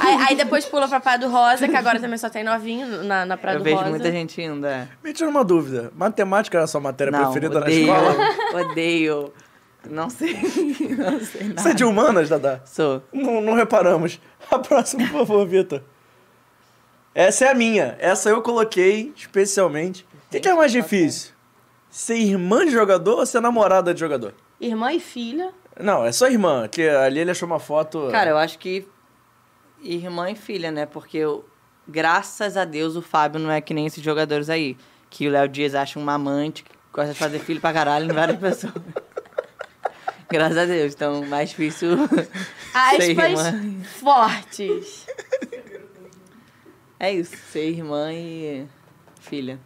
aí, aí depois pula pra Praia do Rosa, que agora também só tem novinho na, na Praia
eu
do
vejo
Rosa.
muita gente ainda.
Me tira uma dúvida. Matemática era a sua matéria
não,
preferida
odeio,
na escola?
Odeio. Não sei. Não sei nada.
Você é de humanas, Dadá?
Sou.
Não, não reparamos. A próxima, por favor, Vitor. Essa é a minha. Essa eu coloquei especialmente. O que, que é mais difícil? Ser irmã de jogador ou ser namorada de jogador?
Irmã e filha.
Não, é só irmã, que ali ele achou uma foto.
Cara,
É.
eu acho que irmã e filha, né? Porque eu, graças a Deus o Fábio não é que nem esses jogadores aí. Que o Léo Dias acha uma amante que gosta de fazer filho pra caralho em várias pessoas. graças a Deus, então mais difícil.
Ah,
ser
Aspas
irmã.
fortes.
É isso, ser irmã e filha.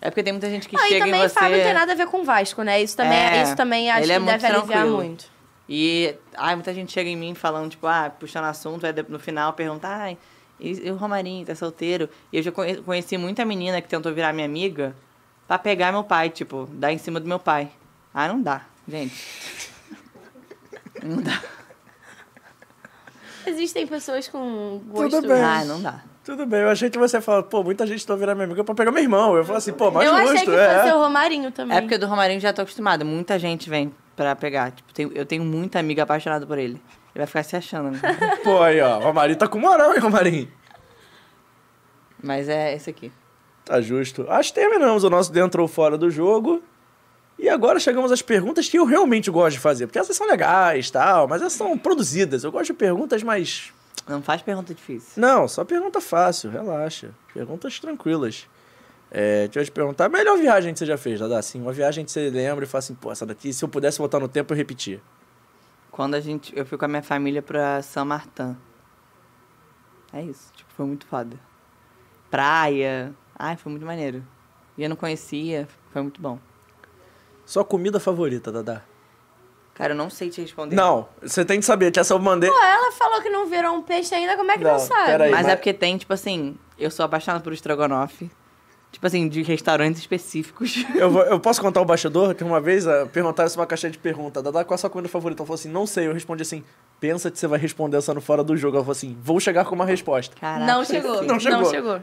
É porque tem muita gente que
Ah, e
chega
também
em você.
Fábio não tem nada a ver com Vasco, né? Isso também,
É,
isso também acho
ele é
que
muito
deve aliviar
tranquilo.
muito.
E ai, muita gente chega em mim falando, tipo, ah, puxando assunto, aí de- no final pergunta, ai, e, e o Romarinho tá solteiro? E eu já conhe- conheci muita menina que tentou virar minha amiga pra pegar meu pai, tipo, dar em cima do meu pai. Ah, não dá, gente. Não dá.
Existem pessoas com gosto.
bem.
Ah, não dá.
Tudo bem, eu achei que você fala, pô, muita gente tá virando minha amiga pra pegar meu irmão. Eu falo assim, pô, mais
eu
justo,
achei que
é.
fosse o Romarinho também.
É porque do Romarinho já tô acostumada. Muita gente vem pra pegar. Tipo, tem- eu tenho muita amiga apaixonada por ele. Ele vai ficar se achando, né?
um-
Pô, aí, ó. Romarinho tá com moral, hein, Romarinho?
Mas é esse aqui.
Tá justo. Acho que terminamos o nosso dentro ou fora do jogo. E agora chegamos às perguntas que eu realmente gosto de fazer. Porque essas são legais, tal, mas essas são produzidas. Eu gosto de perguntas mais
Não faz pergunta difícil.
Não, só pergunta fácil, relaxa. Perguntas tranquilas. É, deixa eu te perguntar, a melhor viagem que você já fez, Dada? Assim, uma viagem que você lembra e fala assim, pô, essa daqui, se eu pudesse voltar no tempo, eu repetia.
Quando a gente. Eu fui com a minha família pra São Martin. É isso. Tipo, foi muito foda. Praia. Ai, foi muito maneiro. E eu não conhecia. Foi muito bom.
Sua comida favorita, Dada?
Cara, eu não sei te responder.
Não, você tem que saber que essa eu mandei.
Pô, ela falou que não virou um peixe ainda, como é que não,
Não,
sabe?
peraí.
Mas é
mas-
porque tem, tipo assim. Eu sou apaixonada por estrogonofe. Tipo assim, de restaurantes específicos.
Eu, vou- eu posso contar o bastidor? Que uma vez ah, perguntaram isso uma caixa de pergunta, Dada, qual a sua comida favorita? Ela falou assim, não sei. Eu respondi assim, pensa que você vai responder essa no fora do jogo. Ela falou assim, vou chegar com uma resposta.
Caraca.
Não chegou.
Não chegou.
Não chegou.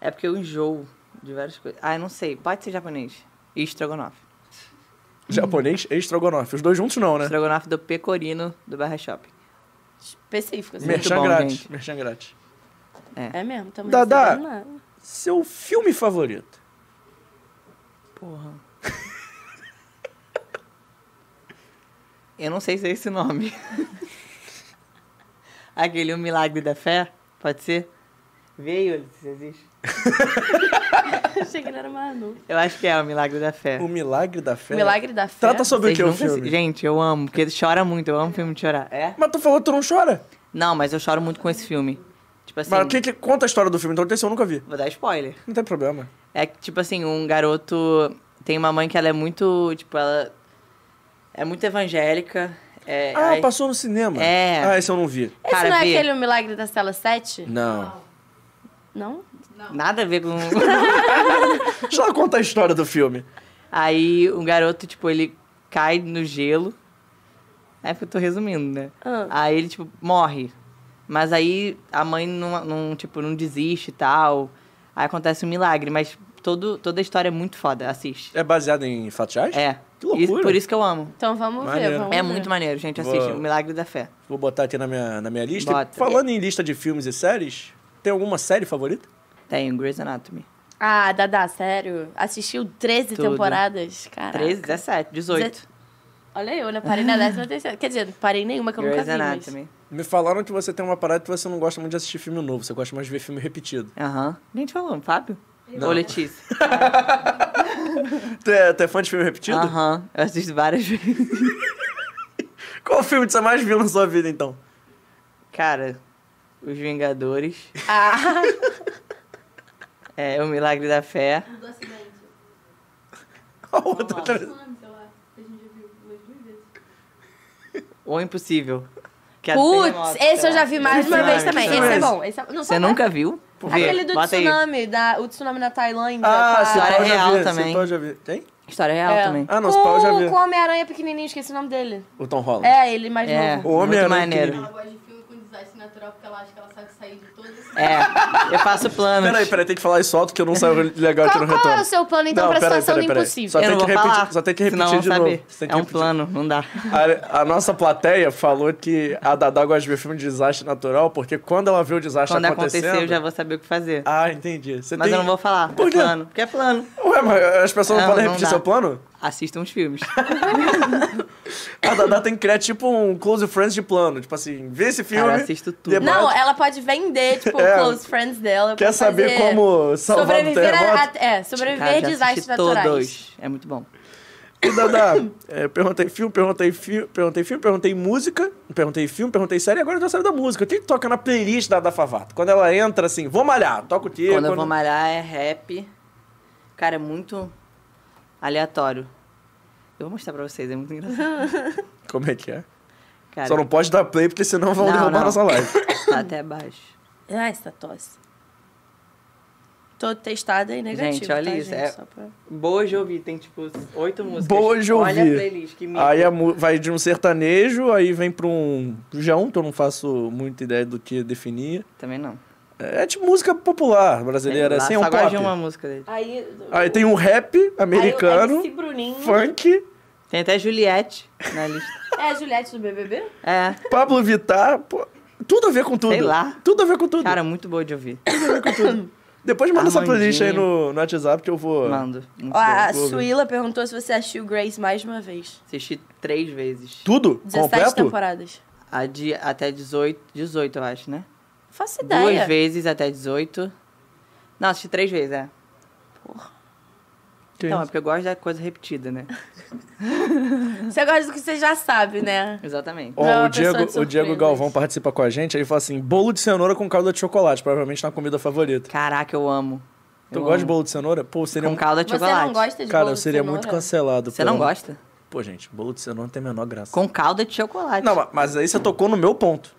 É porque eu enjoo de várias coisas. Ah, eu não sei. Pode ser japonês. E estrogonofe. Hum.
Japonês e estrogonofe. Os dois juntos não, né?
Estrogonofe do pecorino do Barra Shopping.
Específico, assim.
Mer-
Merchan
bom,
grátis,
gente.
merchan grátis.
É mesmo, também.
Dadá.
Não
Seu filme favorito?
Porra. eu não sei se é esse o nome. Aquele O Milagre da Fé? Pode ser? Veio, se existe.
Achei que ele era Manu.
Eu acho que é O Milagre da Fé.
O Milagre da Fé.
Milagre da fé.
Trata sobre o que o
nunca-
filme.
Gente, eu amo, porque ele chora muito. Eu amo filme de chorar. É?
Mas tu falou que tu não chora?
Não, mas eu choro muito com esse filme. Tipo assim,
Mas o que, que conta a história do filme? Então esse eu nunca vi.
vou dar spoiler.
Não tem problema.
É que, tipo assim, um garoto. Tem uma mãe que ela é muito. Tipo, ela. É muito evangélica. É,
ah,
aí-
passou no cinema.
É.
Ah, esse eu não vi.
Esse
Cara,
não é
vê.
aquele o Milagre da Cela 7?
Não.
Não?
Nada a ver com.
Deixa ela contar a história do filme.
aí um garoto, tipo, ele cai no gelo. É porque eu tô resumindo, né?
Ah.
Aí ele, tipo, morre. Mas aí a mãe não, não, tipo, não desiste e tal. Aí acontece um milagre, mas todo, toda a história é muito foda. Assiste.
É baseado em fatos reais?
É.
Que loucura.
Isso- por isso que eu amo.
Então vamos
Maneiro.
ver, vamos
É
ver.
muito maneiro, gente.
Vou-
Assiste. O Milagre da Fé.
Vou botar aqui na minha, na minha lista. E
Bota.
Falando em lista de filmes e séries, tem alguma série favorita?
Tem Grey's Anatomy.
Ah, Dadá, sério? Assistiu 13
Tudo.
temporadas? Caraca.
13, 17, 18.
Olha eu, né? Parei na décima terceira. Quer dizer, não parei nenhuma que eu nunca
Grey's
vi, mas...
Anatomy.
Me falaram que você tem uma parada que você não gosta muito de assistir filme novo, você gosta mais de ver filme repetido.
Aham. A gente falou, um Fábio?
Não.
Ou Letícia?
Tu é, tu é fã de filme repetido?
Aham. Eu assisto várias vezes.
Qual filme que você mais viu na sua vida, então?
Cara, Os Vingadores.
Ah,
É, O Milagre da Fé.
O do acidente.
A outra, tá-
Tsunami, sei lá. que A gente já viu duas mil vezes.
Ou Impossível. que é do
putz,
terremoto,
esse
sei
eu
lá.
já vi mais de uma
Tsunami,
vez também. Esse
tsunami.
é bom. Esse é... Não,
Você
só-
nunca viu? Vê,
Aquele do
bota aí.
tsunami, da... o tsunami na Tailândia.
Ah,
com a-
esse pau eu já
é real
vi, esse
também.
pau eu já vi. Tem?
História real
É.
também.
Ah, não, esse
com,
pau eu já vi.
com o Homem-Aranha pequenininho, esqueci o nome dele.
O Tom Holland.
É, ele mais
É,
novo.
O homem
muito
era um
maneiro.
incrível.
Ela gosta de filme com design. desastre natural porque ela acha que ela sabe sair de todo esse.
É, eu faço planos.
Peraí, peraí, tem que falar isso alto que eu não saio legal aqui no
Qual,
retorno.
qual é o seu plano, então,
Não,
pra
peraí,
situação
peraí,
do
peraí.
impossível?
Só tem
eu não
que
vou
repetir-
falar.
só tem que repetir
senão,
de
sabe,
novo. Você tem que
é um
repetir. Tá
plano, não dá.
A, a nossa plateia falou que a Dadá gosta de ver filme de desastre natural, porque quando ela vê o desastre
Quando
acontecendo...
acontecer, eu já vou saber o que fazer.
Ah, entendi. Você
Mas
tem-
eu não vou falar.
Por
é
quê?
plano. Porque é plano.
Ué, mas as pessoas não,
Não,
podem
não
repetir
dá.
seu plano?
Assistam os filmes.
A Dadá tem que criar tipo um close friends de plano. Tipo assim, vê esse filme...
Cara, eu assisto tudo.
debate.
Não, é- ela pode vender, tipo,
É.
close friends dela.
Quer
pra
saber
fazer-
como salvar do
sobreviver a,
terremoto?
a, É,
Cara, já
sobreviver a desastres
assisti
naturais.
todos. É muito bom.
E Dadá, é, perguntei filme, perguntei filme, perguntei filme, perguntei música, perguntei filme, perguntei série, e agora eu tô sabendo da música. O que que toca na playlist da Dadá Favato? Quando ela entra assim, vou malhar, toca o tio.
Quando eu vou malhar é rap. Cara, é muito aleatório. Eu vou mostrar pra vocês, é muito engraçado.
Como é que é?
Cara,
Só não pode dar play, porque senão vão
Não,
derrubar
não.
nossa live.
tá até baixo.
Ai, Ah, essa tosse. Tô testada e negativa,
Gente, olha
tá,
isso,
gente?
é-
Só pra-
Boa de ouvir, tem tipo oito músicas.
Boa de ouvir.
Olha a playlist, que mico.
Aí a mu- vai de um sertanejo, aí vem pra um jão, que eu não faço muita ideia do que definir.
Também não.
É tipo música popular brasileira,
Sei lá,
assim, é um
só gosto de uma
pop.
música dele.
Aí,
Aí tem um rap
Aí o
americano,
MC Bruninho.
funk,
Tem até Juliette na lista.
É a Juliette do BBB?
É.
Pablo Vittar, pô, tudo a ver com tudo.
Sei lá.
Tudo a ver com tudo.
Cara, muito boa de ouvir.
Depois manda essa playlist aí
Armandinho.
no, no WhatsApp que eu vou...
Mando. Muito
Ó, a
Globo.
Suíla perguntou se você assistiu Grace mais de uma vez.
boa. Assisti três vezes.
Tudo?
17
Completo?
temporadas.
A de, até 18, 18, eu acho, né?
Faço
Duas
ideia.
vezes até 18. Não, assisti três vezes, é.
Que
Então, é
isso?
porque eu gosto da coisa repetida, né?
Você gosta do que você já sabe, né?
Exatamente.
Ó,
Não é uma
o, Diego,
pessoa de
o Diego
surpresas.
Galvão participa com a gente, aí ele fala assim, bolo de cenoura com calda de chocolate, provavelmente na comida favorita.
Caraca, eu amo.
Tu
eu
gosta de
amo.
bolo de cenoura? Pô, seria
Com
um...
calda de
Você
chocolate.
não gosta de
Cara,
bolo
eu
de
seria muito
cenoura?
cancelado.
Você não
pela-
gosta?
Pô, gente, bolo de cenoura não tem a menor graça.
Com calda de chocolate.
Não, ma- mas aí você tocou no meu ponto.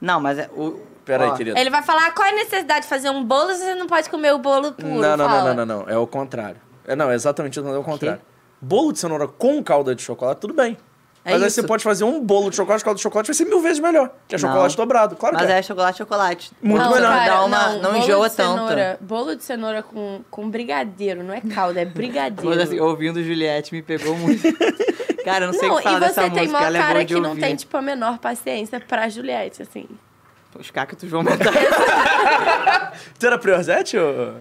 Não, mas é o.
Pera aí,
ó,
querido.
Ele vai falar qual é a necessidade de fazer um bolo se você não pode comer o bolo puro.
Não, não, não,
fala.
não, não, não. É o contrário. É, não, é exatamente o contrário. É o contrário. Bolo de cenoura com calda de chocolate, tudo bem.
É
mas aí
isso.
você pode fazer um bolo de chocolate, calda de chocolate, vai ser mil vezes melhor. Que é
Não.
chocolate dobrado, claro
Mas
que é.
é chocolate, chocolate.
Muito
Não,
melhor.
dá
cara,
uma- não,
bolo
enjoa
de
tanto.
cenoura- Bolo de cenoura com, com brigadeiro, não é calda, é brigadeiro.
Mas, assim, ouvindo Juliette me pegou muito. Cara, eu não sei o
não,
que falar
e
dessa
você tem
música,
maior
ela é boa
cara
de
que não
ouvir.
tem, tipo, a menor paciência pra Juliette, assim.
Os cactos vão matar. é-
Você era Priorzete ou...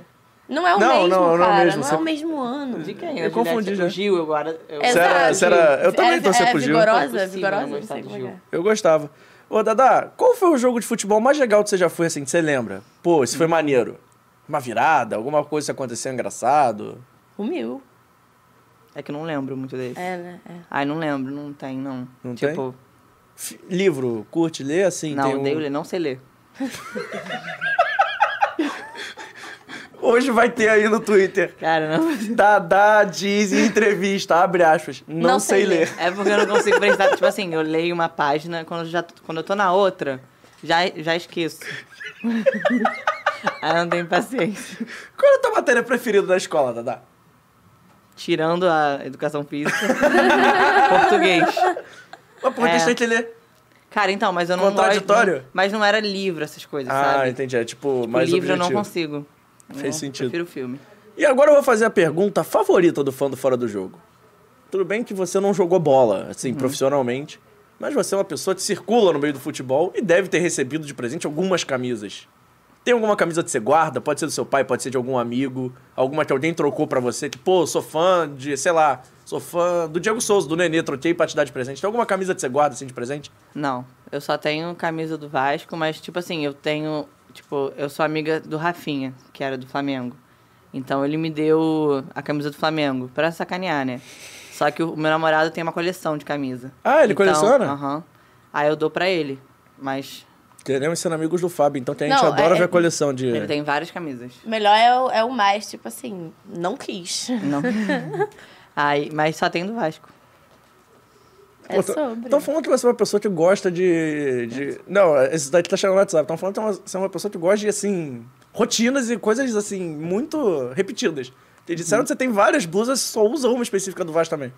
Não é o
Não,
mesmo,
não, não é o
cara. Não é,
mesmo, você-
o mesmo ano.
De
Eu
quem? é? A Juliette-
confundi já.
O Gil, eu agora... Eu...
Você era-
Exato.
você um era- eu também
é,
torcia
é
pro Gil.
vigorosa,
É impossível
vigorosa,
não
não
gostar
sei
do
como é. que
Gil.
é.
Eu gostava. Ô, Dadá, qual foi o jogo de futebol mais legal que você já foi, assim, que você lembra? Pô, isso foi maneiro. Uma virada, alguma coisa aconteceu engraçado.
O Mil.
É que eu não lembro muito desse.
É, né? É.
Ai, não lembro, não tem, não.
Não
tipo,
F- livro, curte ler, assim,
não,
tem um-
odeio ler, não sei ler.
Hoje vai ter aí no Twitter.
Cara, não...
Dadá diz em entrevista, abre aspas, não,
Não
sei
sei
ler.
É porque eu não consigo prestar. tipo assim, eu leio uma página, quando eu, já, tô- quando eu tô na outra, já, já esqueço. Aí eu não tenho paciência.
Qual é a tua matéria preferida da escola, Dadá?
Tirando a educação física, português.
Mas por que
É.
você tem que ler?
Cara, então, mas eu não
Contraditório?
gosto- mas não era livro essas coisas,
Ah,
sabe?
entendi. É tipo,
O
mais
livro eu não
objetivo.
consigo.
Fez
Eu
sentido.
Prefiro filme.
E agora eu vou fazer a pergunta favorita do fã do Fora do Jogo. Tudo bem que você não jogou bola, assim, profissionalmente, mas você é uma pessoa que circula no meio do futebol e deve ter recebido de presente algumas camisas. Tem alguma camisa que você guarda? Pode ser do seu pai, pode ser de algum amigo, alguma que alguém trocou pra você, que, pô, sou fã de, sei lá, sou fã do Diego Souza, do Nenê, troquei pra te dar de presente. Tem alguma camisa que você guarda, assim, de presente?
Não, eu só tenho camisa do Vasco, mas tipo assim, eu tenho, tipo, eu sou amiga do Rafinha, que era do Flamengo. Então ele me deu a camisa do Flamengo pra sacanear, né? Só que o meu namorado tem uma coleção de camisa.
Ah, ele
Então,
coleciona?
Aham. Aí eu dou pra ele, mas
Queremos ser amigos do Fábio, então que a gente
Não,
adora
é-
ver a coleção de...
ele tem várias camisas.
Melhor é o, é o mais, tipo assim, não quis.
Não. Aí, mas só tem do Vasco.
É sobre.
Estão falando que você é uma pessoa que gosta de. de... Não, esse daqui tá chegando no WhatsApp. Estão falando que você é uma pessoa que gosta de, assim, rotinas e coisas, assim, muito repetidas. E disseram que você tem várias blusas, só usa uma específica do Vasco também.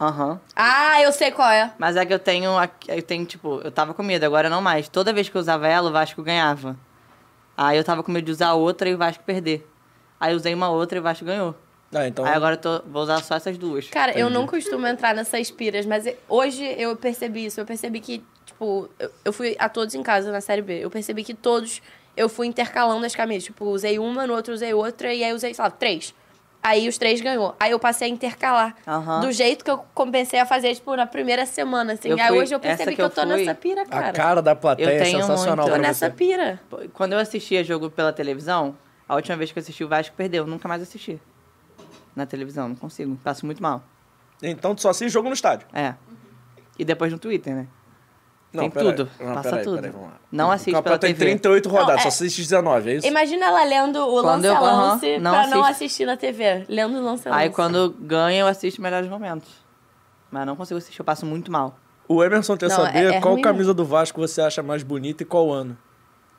Aham.
Ah, eu sei qual é.
Mas é que eu tenho. a- Eu tenho, tipo, eu tava com medo, agora não mais. Toda vez que eu usava ela, o Vasco ganhava. Aí eu tava com medo de usar outra e o Vasco perder. Aí eu usei uma outra e o Vasco ganhou.
Ah, então.
Aí agora eu tô- vou usar só essas duas.
Cara, eu não costumo entrar nessas piras, mas eu- hoje eu percebi isso. Eu percebi que, tipo, eu, eu fui a todos em casa na série B. Eu percebi que todos eu fui intercalando as camisas. Tipo, usei uma, no outro usei outra, e aí usei, sei lá, três. Aí os três ganhou. Aí eu passei a intercalar.
Aham.
Do jeito que eu comecei a fazer, tipo, na primeira semana, assim.
Eu
aí
fui-
hoje eu
essa
percebi
que
que eu
eu
tô
fui-
nessa pira,
a
cara.
cara da plateia
eu
é
tenho
sensacional
muito.
Tô
pra
nessa
você.
pira.
Pô, Quando eu assistia jogo pela televisão, a última vez que eu assisti o Vasco perdeu, eu nunca mais assisti. Na televisão, não consigo. Passo muito mal.
Então tu só assiste jogo no estádio.
É. E depois no Twitter, né?
Não,
Tem
peraí.
tudo.
Não,
Passa
peraí,
tudo.
peraí, vamos lá.
Não
O
assiste pela
campeonato tem
TV.
38 rodadas,
Não, é-
só assiste 19, é isso?
Imagina ela lendo o
Quando
lance
eu-
a
aham,
lance
não
pra não
assisto.
assistir na TV. Lendo o lance a lance.
Aí quando ganha, eu assisto melhores momentos. Mas não consigo assistir, eu passo muito mal.
O Emerson quer
Não,
saber
é- é
qual
ruim,
camisa do Vasco você acha mais bonita e qual ano.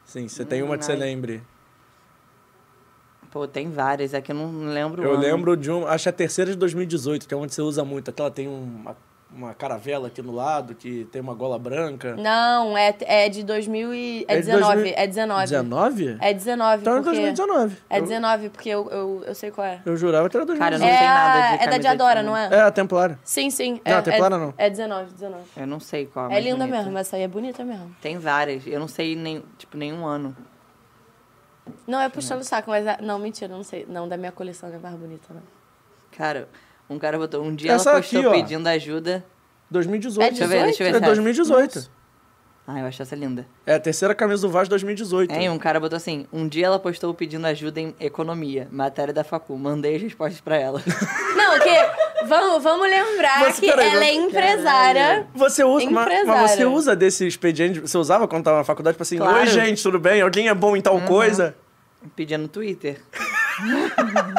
Sim, você tem uma que você
ai.
lembre.
Pô, tem várias, é que eu não lembro. o
Eu
ano.
lembro de uma, acho que é a terceira de 2018, que é onde você usa muito. Aquela tem um, uma, uma caravela aqui no lado, que tem uma gola branca.
Não, é, é de 2000 e... É,
É de
19,
2000
é 19.
19?
É 19,
Então é
porque...
2019.
É
Eu-
19, porque eu, eu, eu sei qual é.
Eu jurava que era
Cara,
2019.
não
é,
tem nada de
a- é da
camiseta,
Diadora,
né?
não é?
É, a Templária.
Sim, sim.
Não,
é,
tem clara,
é,
não. Ah,
É 19, 19.
Eu não sei qual. a
é
mais
linda
bonita.
mesmo, essa aí é bonita mesmo.
Tem várias, eu não sei nem, tipo, nenhum ano.
Não é puxando o saco, mas... a- Não, mentira, não sei. Não, da minha coleção não é mais bonita, não.
Cara, um cara botou. Um dia
Essa
ela postou
aqui, ó.
pedindo ajuda.
2018.
É
Deixa eu ver, deixa eu ver.
É
se acha.
2018.
Ah, eu acho essa linda.
É a terceira camisa do Vasco 2018.
É, e um cara botou assim: um dia ela postou pedindo ajuda em economia, matéria da Facu. Mandei as respostas pra ela.
Não, que... Vamos, vamos lembrar
Mas,
que
peraí,
ela é
vamos-
empresária.
Você usa, ma- mas,
Empresária.
você usa desse expediente, você usava quando tava na faculdade, tipo assim,
Claro. Uhum.
oi gente, tudo bem? Alguém é bom em tal coisa?
Pedia no Twitter.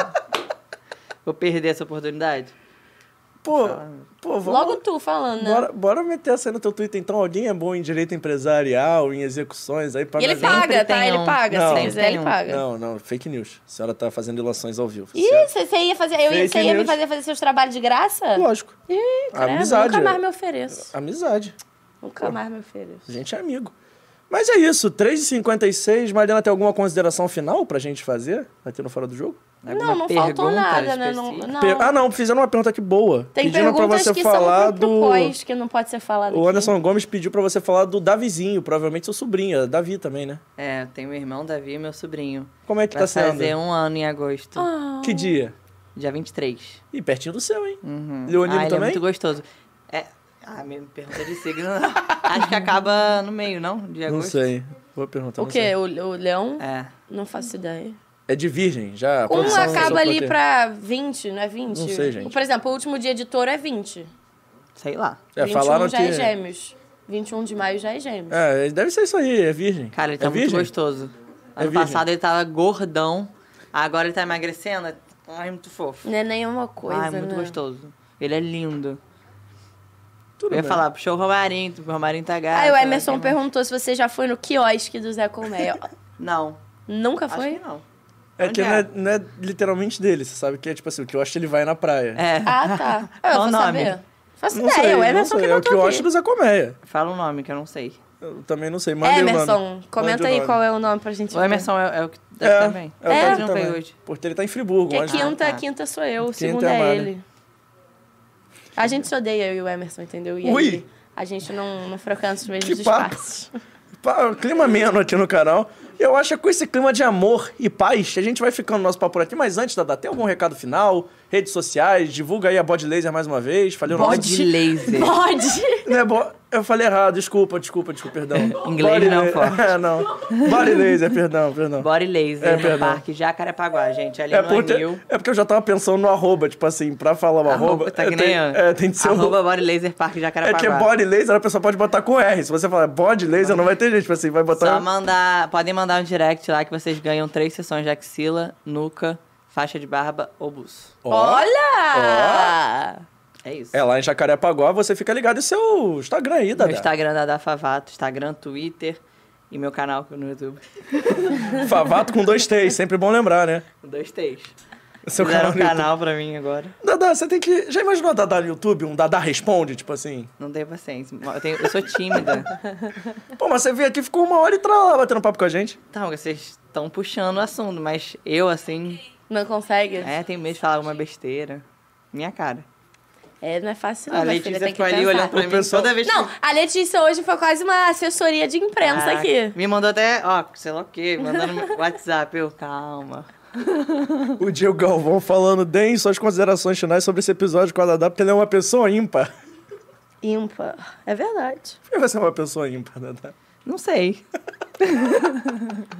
Vou perder essa oportunidade?
Pô, pô, vamos...
Logo tu falando, né?
Bora, bora meter essa aí no teu Twitter, então. Alguém é bom em direito empresarial, em execuções, aí pra
E ele
nós-
Sempre
paga, tá?
tem
Ele
um.
paga.
Não.
Se quiser, ele
Sempre tem um.
paga.
Não, não, fake news. A senhora tá fazendo ilações ao vivo. é
Ih, você você ia fazer. Eu ia,
Fake
você ia me
news.
fazer fazer seus trabalhos de graça?
Lógico.
Ih, credo,
Amizade. é.
nunca mais me ofereço.
Amizade.
Nunca mais me ofereço.
A gente é amigo. Mas é isso, 3h56. Mariana, tem alguma consideração final pra gente fazer aqui no Fora do Jogo?
Não, não faltou
pergunta
nada, né? Não,
específica?
não.
Per- Ah, não, fizeram uma pergunta aqui boa.
Tem
pedindo pra
perguntas
você
que
falar
são pro- pro
do.
pós, que não pode ser falado
O
aqui.
Anderson Gomes pediu pra você falar do Davizinho, provavelmente seu sobrinho, é Davi também, né?
É, tem meu irmão, Davi e meu sobrinho.
Como é que
Vai
tá sendo?
fazer um ano em agosto.
Ah,
Que dia?
Dia 23.
E pertinho do seu, hein?
Uhum.
Leonino
ah, ele é
também?
muito gostoso. É... Ah, me pergunta de signo. não. Acho que acaba no meio, não? De
não
agosto.
sei. Vou perguntar.
o
não
quê?
sei.
O, o leão?
É.
Não faço ideia.
É de virgem, já. a
Um
produção lançou
acaba ali
quê?
pra 20, não é 20?
Não sei, gente.
Por exemplo, o último dia de touro é 20.
Sei lá.
É,
21
falaram
já
que...
é gêmeos. 21 de maio já é gêmeos.
É, deve ser isso aí, é virgem.
Cara, ele tá
é
muito
virgem?
gostoso.
É
Ano
virgem?
passado ele tava gordão. Agora ele tá emagrecendo. Ai, muito fofo.
Não é nenhuma coisa,
Ai, muito
né?
gostoso. Ele é lindo.
Tudo
eu ia
bem.
falar, puxou o Romarinho, o Romarinho tá gato.
Aí o Emerson
né?
perguntou se você já foi no quiosque do Zé Colmeia.
Não.
Nunca
Acho
foi?
que não.
É que
Onde
não
é?
é, não é literalmente dele, você sabe que é tipo assim, o que eu acho que ele vai na praia.
É.
Ah, tá. Ah, eu
Qual
vou
o nome?
saber. Faço
Não
ideia,
sei,
o
não
Emerson
sei,
que
é
não
o que eu
tô
acho
aqui.
do Zé Colmeia.
Fala um nome que eu não sei.
Eu também não sei, mandei o nome.
Emerson, comenta
Mande o
aí
nome.
qual é o nome pra gente
O
ver.
Emerson é, é o que deve
É,
também.
é o
É?
Tadinho
Não veio
também.
hoje.
Porque ele tá em Friburgo.
Que é
onde-
quinta,
Ah, tá.
quinta sou eu,
Quinta
segunda
é a
é,
Mari.
ele. A gente se odeia, eu e o Emerson, entendeu? E
Ui!
ele- a gente não, não frequenta os mesmos
Que papo.
espaços.
Pá, um clima menos aqui no canal. Eu acho que é com esse clima de amor e paz, a gente vai ficando nosso papo por aqui. Mas antes, Dada, tem algum recado final? Redes sociais? Divulga aí a Body Laser mais uma vez. Falei o nome.
Bode laser.
Pode!
Não é bo... Eu falei errado, desculpa, desculpa, desculpa, perdão.
Inglês não,
la-
forte.
É, não. Body Laser, perdão, perdão.
Body laser
É,
no
perdão.
parque Jacarepaguá, gente. Ali
É
no
porque,
Anil.
é porque eu já tava pensando no arroba, tipo assim, pra falar o arroba.
Arroba, tá que
é,
nem
tem,
eu.
é, tem que ser um-
Arroba Body Laser Parque
É
Jacarepaguá.
que é body laser, a pessoa pode botar com R. Se você falar body laser, não vai ter gente. Tipo assim, vai
Só
botar.
mandar... Podem mandar um direct lá que vocês ganham três sessões de axila, nuca, faixa de barba ou buço.
Ó.
Olha!
É isso.
É lá em Jacarepaguá, você fica ligado em seu Instagram aí,
Meu
Dada.
Instagram é Dada Favato, Instagram, Twitter e meu canal no YouTube.
Favato com dois T's, sempre bom lembrar, né?
Com Dois T's.
O seu canal
Fizeram um
no YouTube.
canal pra mim agora.
Dadá, você tem que. Já imaginou Dadá no YouTube? Um Dadá responde, tipo assim?
Não tenho paciência. Eu, tenho- eu sou tímida.
Pô, mas você veio aqui, ficou uma hora e trala lá batendo papo com a gente.
Então, vocês estão puxando o assunto, mas eu, assim,
Não consegue? É,
é, tenho medo de falar alguma besteira. Minha cara.
não é fácil não,
A
minha filha,
Letícia
tem que
ficou ali
pensar.
olhando pra mim
O pessoal-
toda vez que...
Não, a Letícia hoje foi quase uma assessoria de imprensa
Caraca,
aqui.
Me mandou até, ó, sei lá o quê, mandando WhatsApp. Eu, calma.
O Diego Galvão falando, deem suas considerações finais sobre esse episódio com a Dadá, porque ele é uma pessoa ímpar.
Ímpar. É verdade.
Por que você é uma pessoa ímpar, Dadá?
Não sei.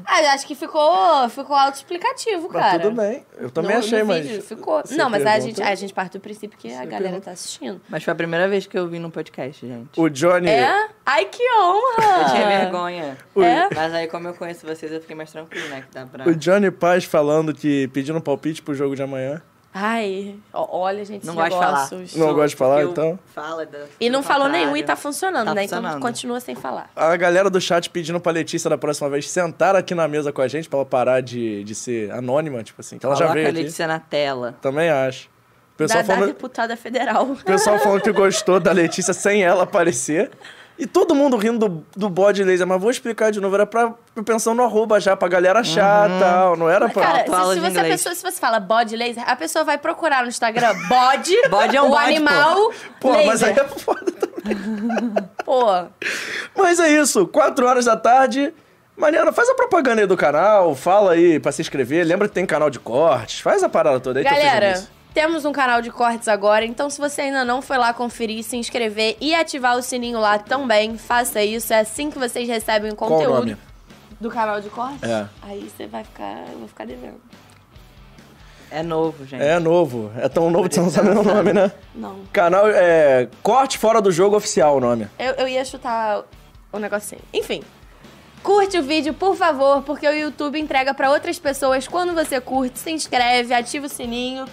Ah, eu acho que ficou, ficou autoexplicativo,
Mas
cara.
tudo bem. Eu também
No- no
achei, mas.
vídeo ficou.
você
Não, mas a
pergunta-
gente, a gente parte do princípio que a galera
pergunta.
tá assistindo.
Mas foi a primeira vez que eu vim num podcast, gente.
O Johnny.
É? Ai, que honra!
Eu tinha vergonha.
É?
Mas aí, como eu conheço vocês, eu fiquei mais tranquila, né? Que dá pra...
O Johnny Paz falando que pedindo um palpite pro jogo de amanhã.
Ai, ó- olha, gente,
Não
esses
gosto de falar.
negócios.
Não gosto de falar,
Eu-
então?
Fala da-
E não
do
falou
contrário.
nenhum e tá funcionando,
Tá
né? Então
funcionando.
continua sem falar.
A galera do chat pedindo pra Letícia da próxima vez sentar aqui na mesa com a gente pra ela parar de, de ser anônima, tipo assim. Que ela já
Coloca
veio
a
aqui.
Letícia na tela.
Também acho. O pessoal,
da, da
falando,
deputada federal.
o pessoal falando que gostou da Letícia sem ela aparecer. E todo mundo rindo do, do bode laser, mas vou explicar de novo. Era pra pensando no arroba já, pra galera achar e tal. Não era pra.
Uhum. Cara,
Pronto, aula
se, se
de
você, a
inglês.
pessoa, se você fala bode laser, a pessoa vai procurar no Instagram bode,
Bode é um
o
bode, pô.
animal
Pô,
laser.
mas aí é foda também.
Pô,
Mas é isso, 4 horas da tarde. Mariana, faz a propaganda aí do canal, fala aí pra se inscrever. Lembra que tem canal de cortes, faz a parada toda aí. tô fazendo
galera,
Então, isso.
temos um canal de cortes agora, então se você ainda não foi lá conferir, se inscrever e ativar o sininho lá também, faça isso. É assim que vocês recebem o
Qual o
conteúdo
nome?
do canal de cortes.
É.
Aí você vai ficar, eu vou ficar devendo.
É novo, gente.
É novo, é tão novo que você não sabe nem o nome, né?
Não.
Canal é Corte Fora do Jogo Oficial o nome.
Eu, eu ia chutar o negocinho. Enfim. Curte o vídeo, por favor, porque o YouTube entrega pra outras pessoas. Quando você curte, se inscreve, ativa o sininho.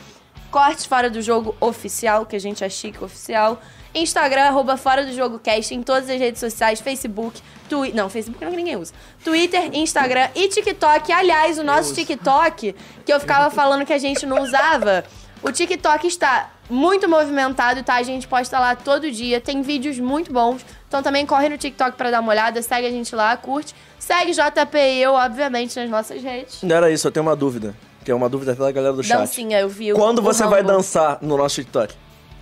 Corte Fora do Jogo Oficial, que a gente é chique oficial. Instagram, arroba Fora do Jogo Cast, em todas as redes sociais, Facebook, Twitter... Não, Facebook não, que ninguém usa. Twitter, Instagram e TikTok. Aliás, o nosso TikTok, que eu ficava falando que a gente não usava... O TikTok está muito movimentado, tá? A gente posta lá todo dia, tem vídeos muito bons. Então também corre no TikTok pra dar uma olhada, segue a gente lá, curte. Segue JP e eu, obviamente, nas nossas redes.
Não era isso, eu tenho uma dúvida. Que é uma dúvida até da galera do chat.
Dancinha, eu vi. o-
Quando
o
você vai
Rambo.
dançar no nosso TikTok?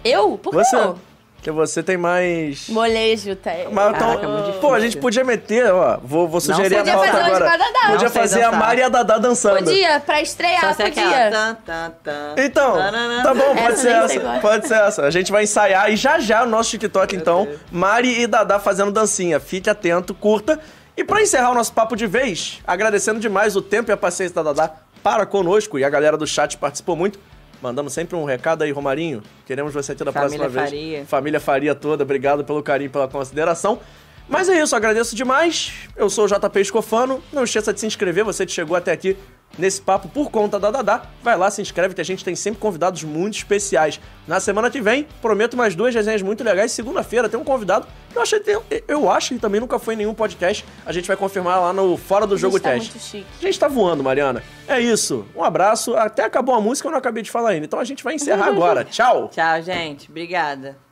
Eu? Por que
Você.
não?
Porque você tem mais.
Molejo, tem.
Mas então,
Caraca, muito difícil.
pô, a gente podia meter, ó. Vou, vou sugerir a
sei. Podia
pauta
fazer um uma
agora.
de cada data.
Podia
Não sei
fazer a
dançar.
Mari e a Dadá dançando.
Podia, pra
Só
estrear,
se é
podia.
aquela... tan, tan, tan,
Ah, Então,
tananã.
tá bom, pode
assim
Essa
ser
nem sei
essa.
agora.
Pode ser essa. A gente vai ensaiar e já já o nosso TikTok, então.
Deus.
Mari e Dadá fazendo dancinha. Fique atento, curta. E pra encerrar o nosso papo de vez, agradecendo demais o tempo e a paciência da Dadá para conosco e a galera do chat participou muito. Mandando sempre um recado aí, Romarinho. Queremos você aqui da
Família
próxima vez.
Faria.
Família Faria toda, obrigado pelo carinho, pela consideração. Mas é isso, agradeço demais. Eu sou o JP Escofano. Não esqueça de se inscrever, você que chegou até aqui nesse papo por conta da Dadá. Vai lá, se inscreve, que a gente tem sempre convidados muito especiais. Na semana que vem, prometo mais duas resenhas muito legais. Segunda-feira tem um convidado que eu, achei, eu acho que também nunca foi em nenhum podcast. A gente vai confirmar lá no Fora do
A gente
Jogo
tá
Teste.
muito chique.
A gente tá voando, Mariana. É isso. Um
Uhum.
abraço. Até acabou a música, eu não acabei de falar ainda. Então a gente vai encerrar agora. Tchau!
Tchau, gente. Obrigada.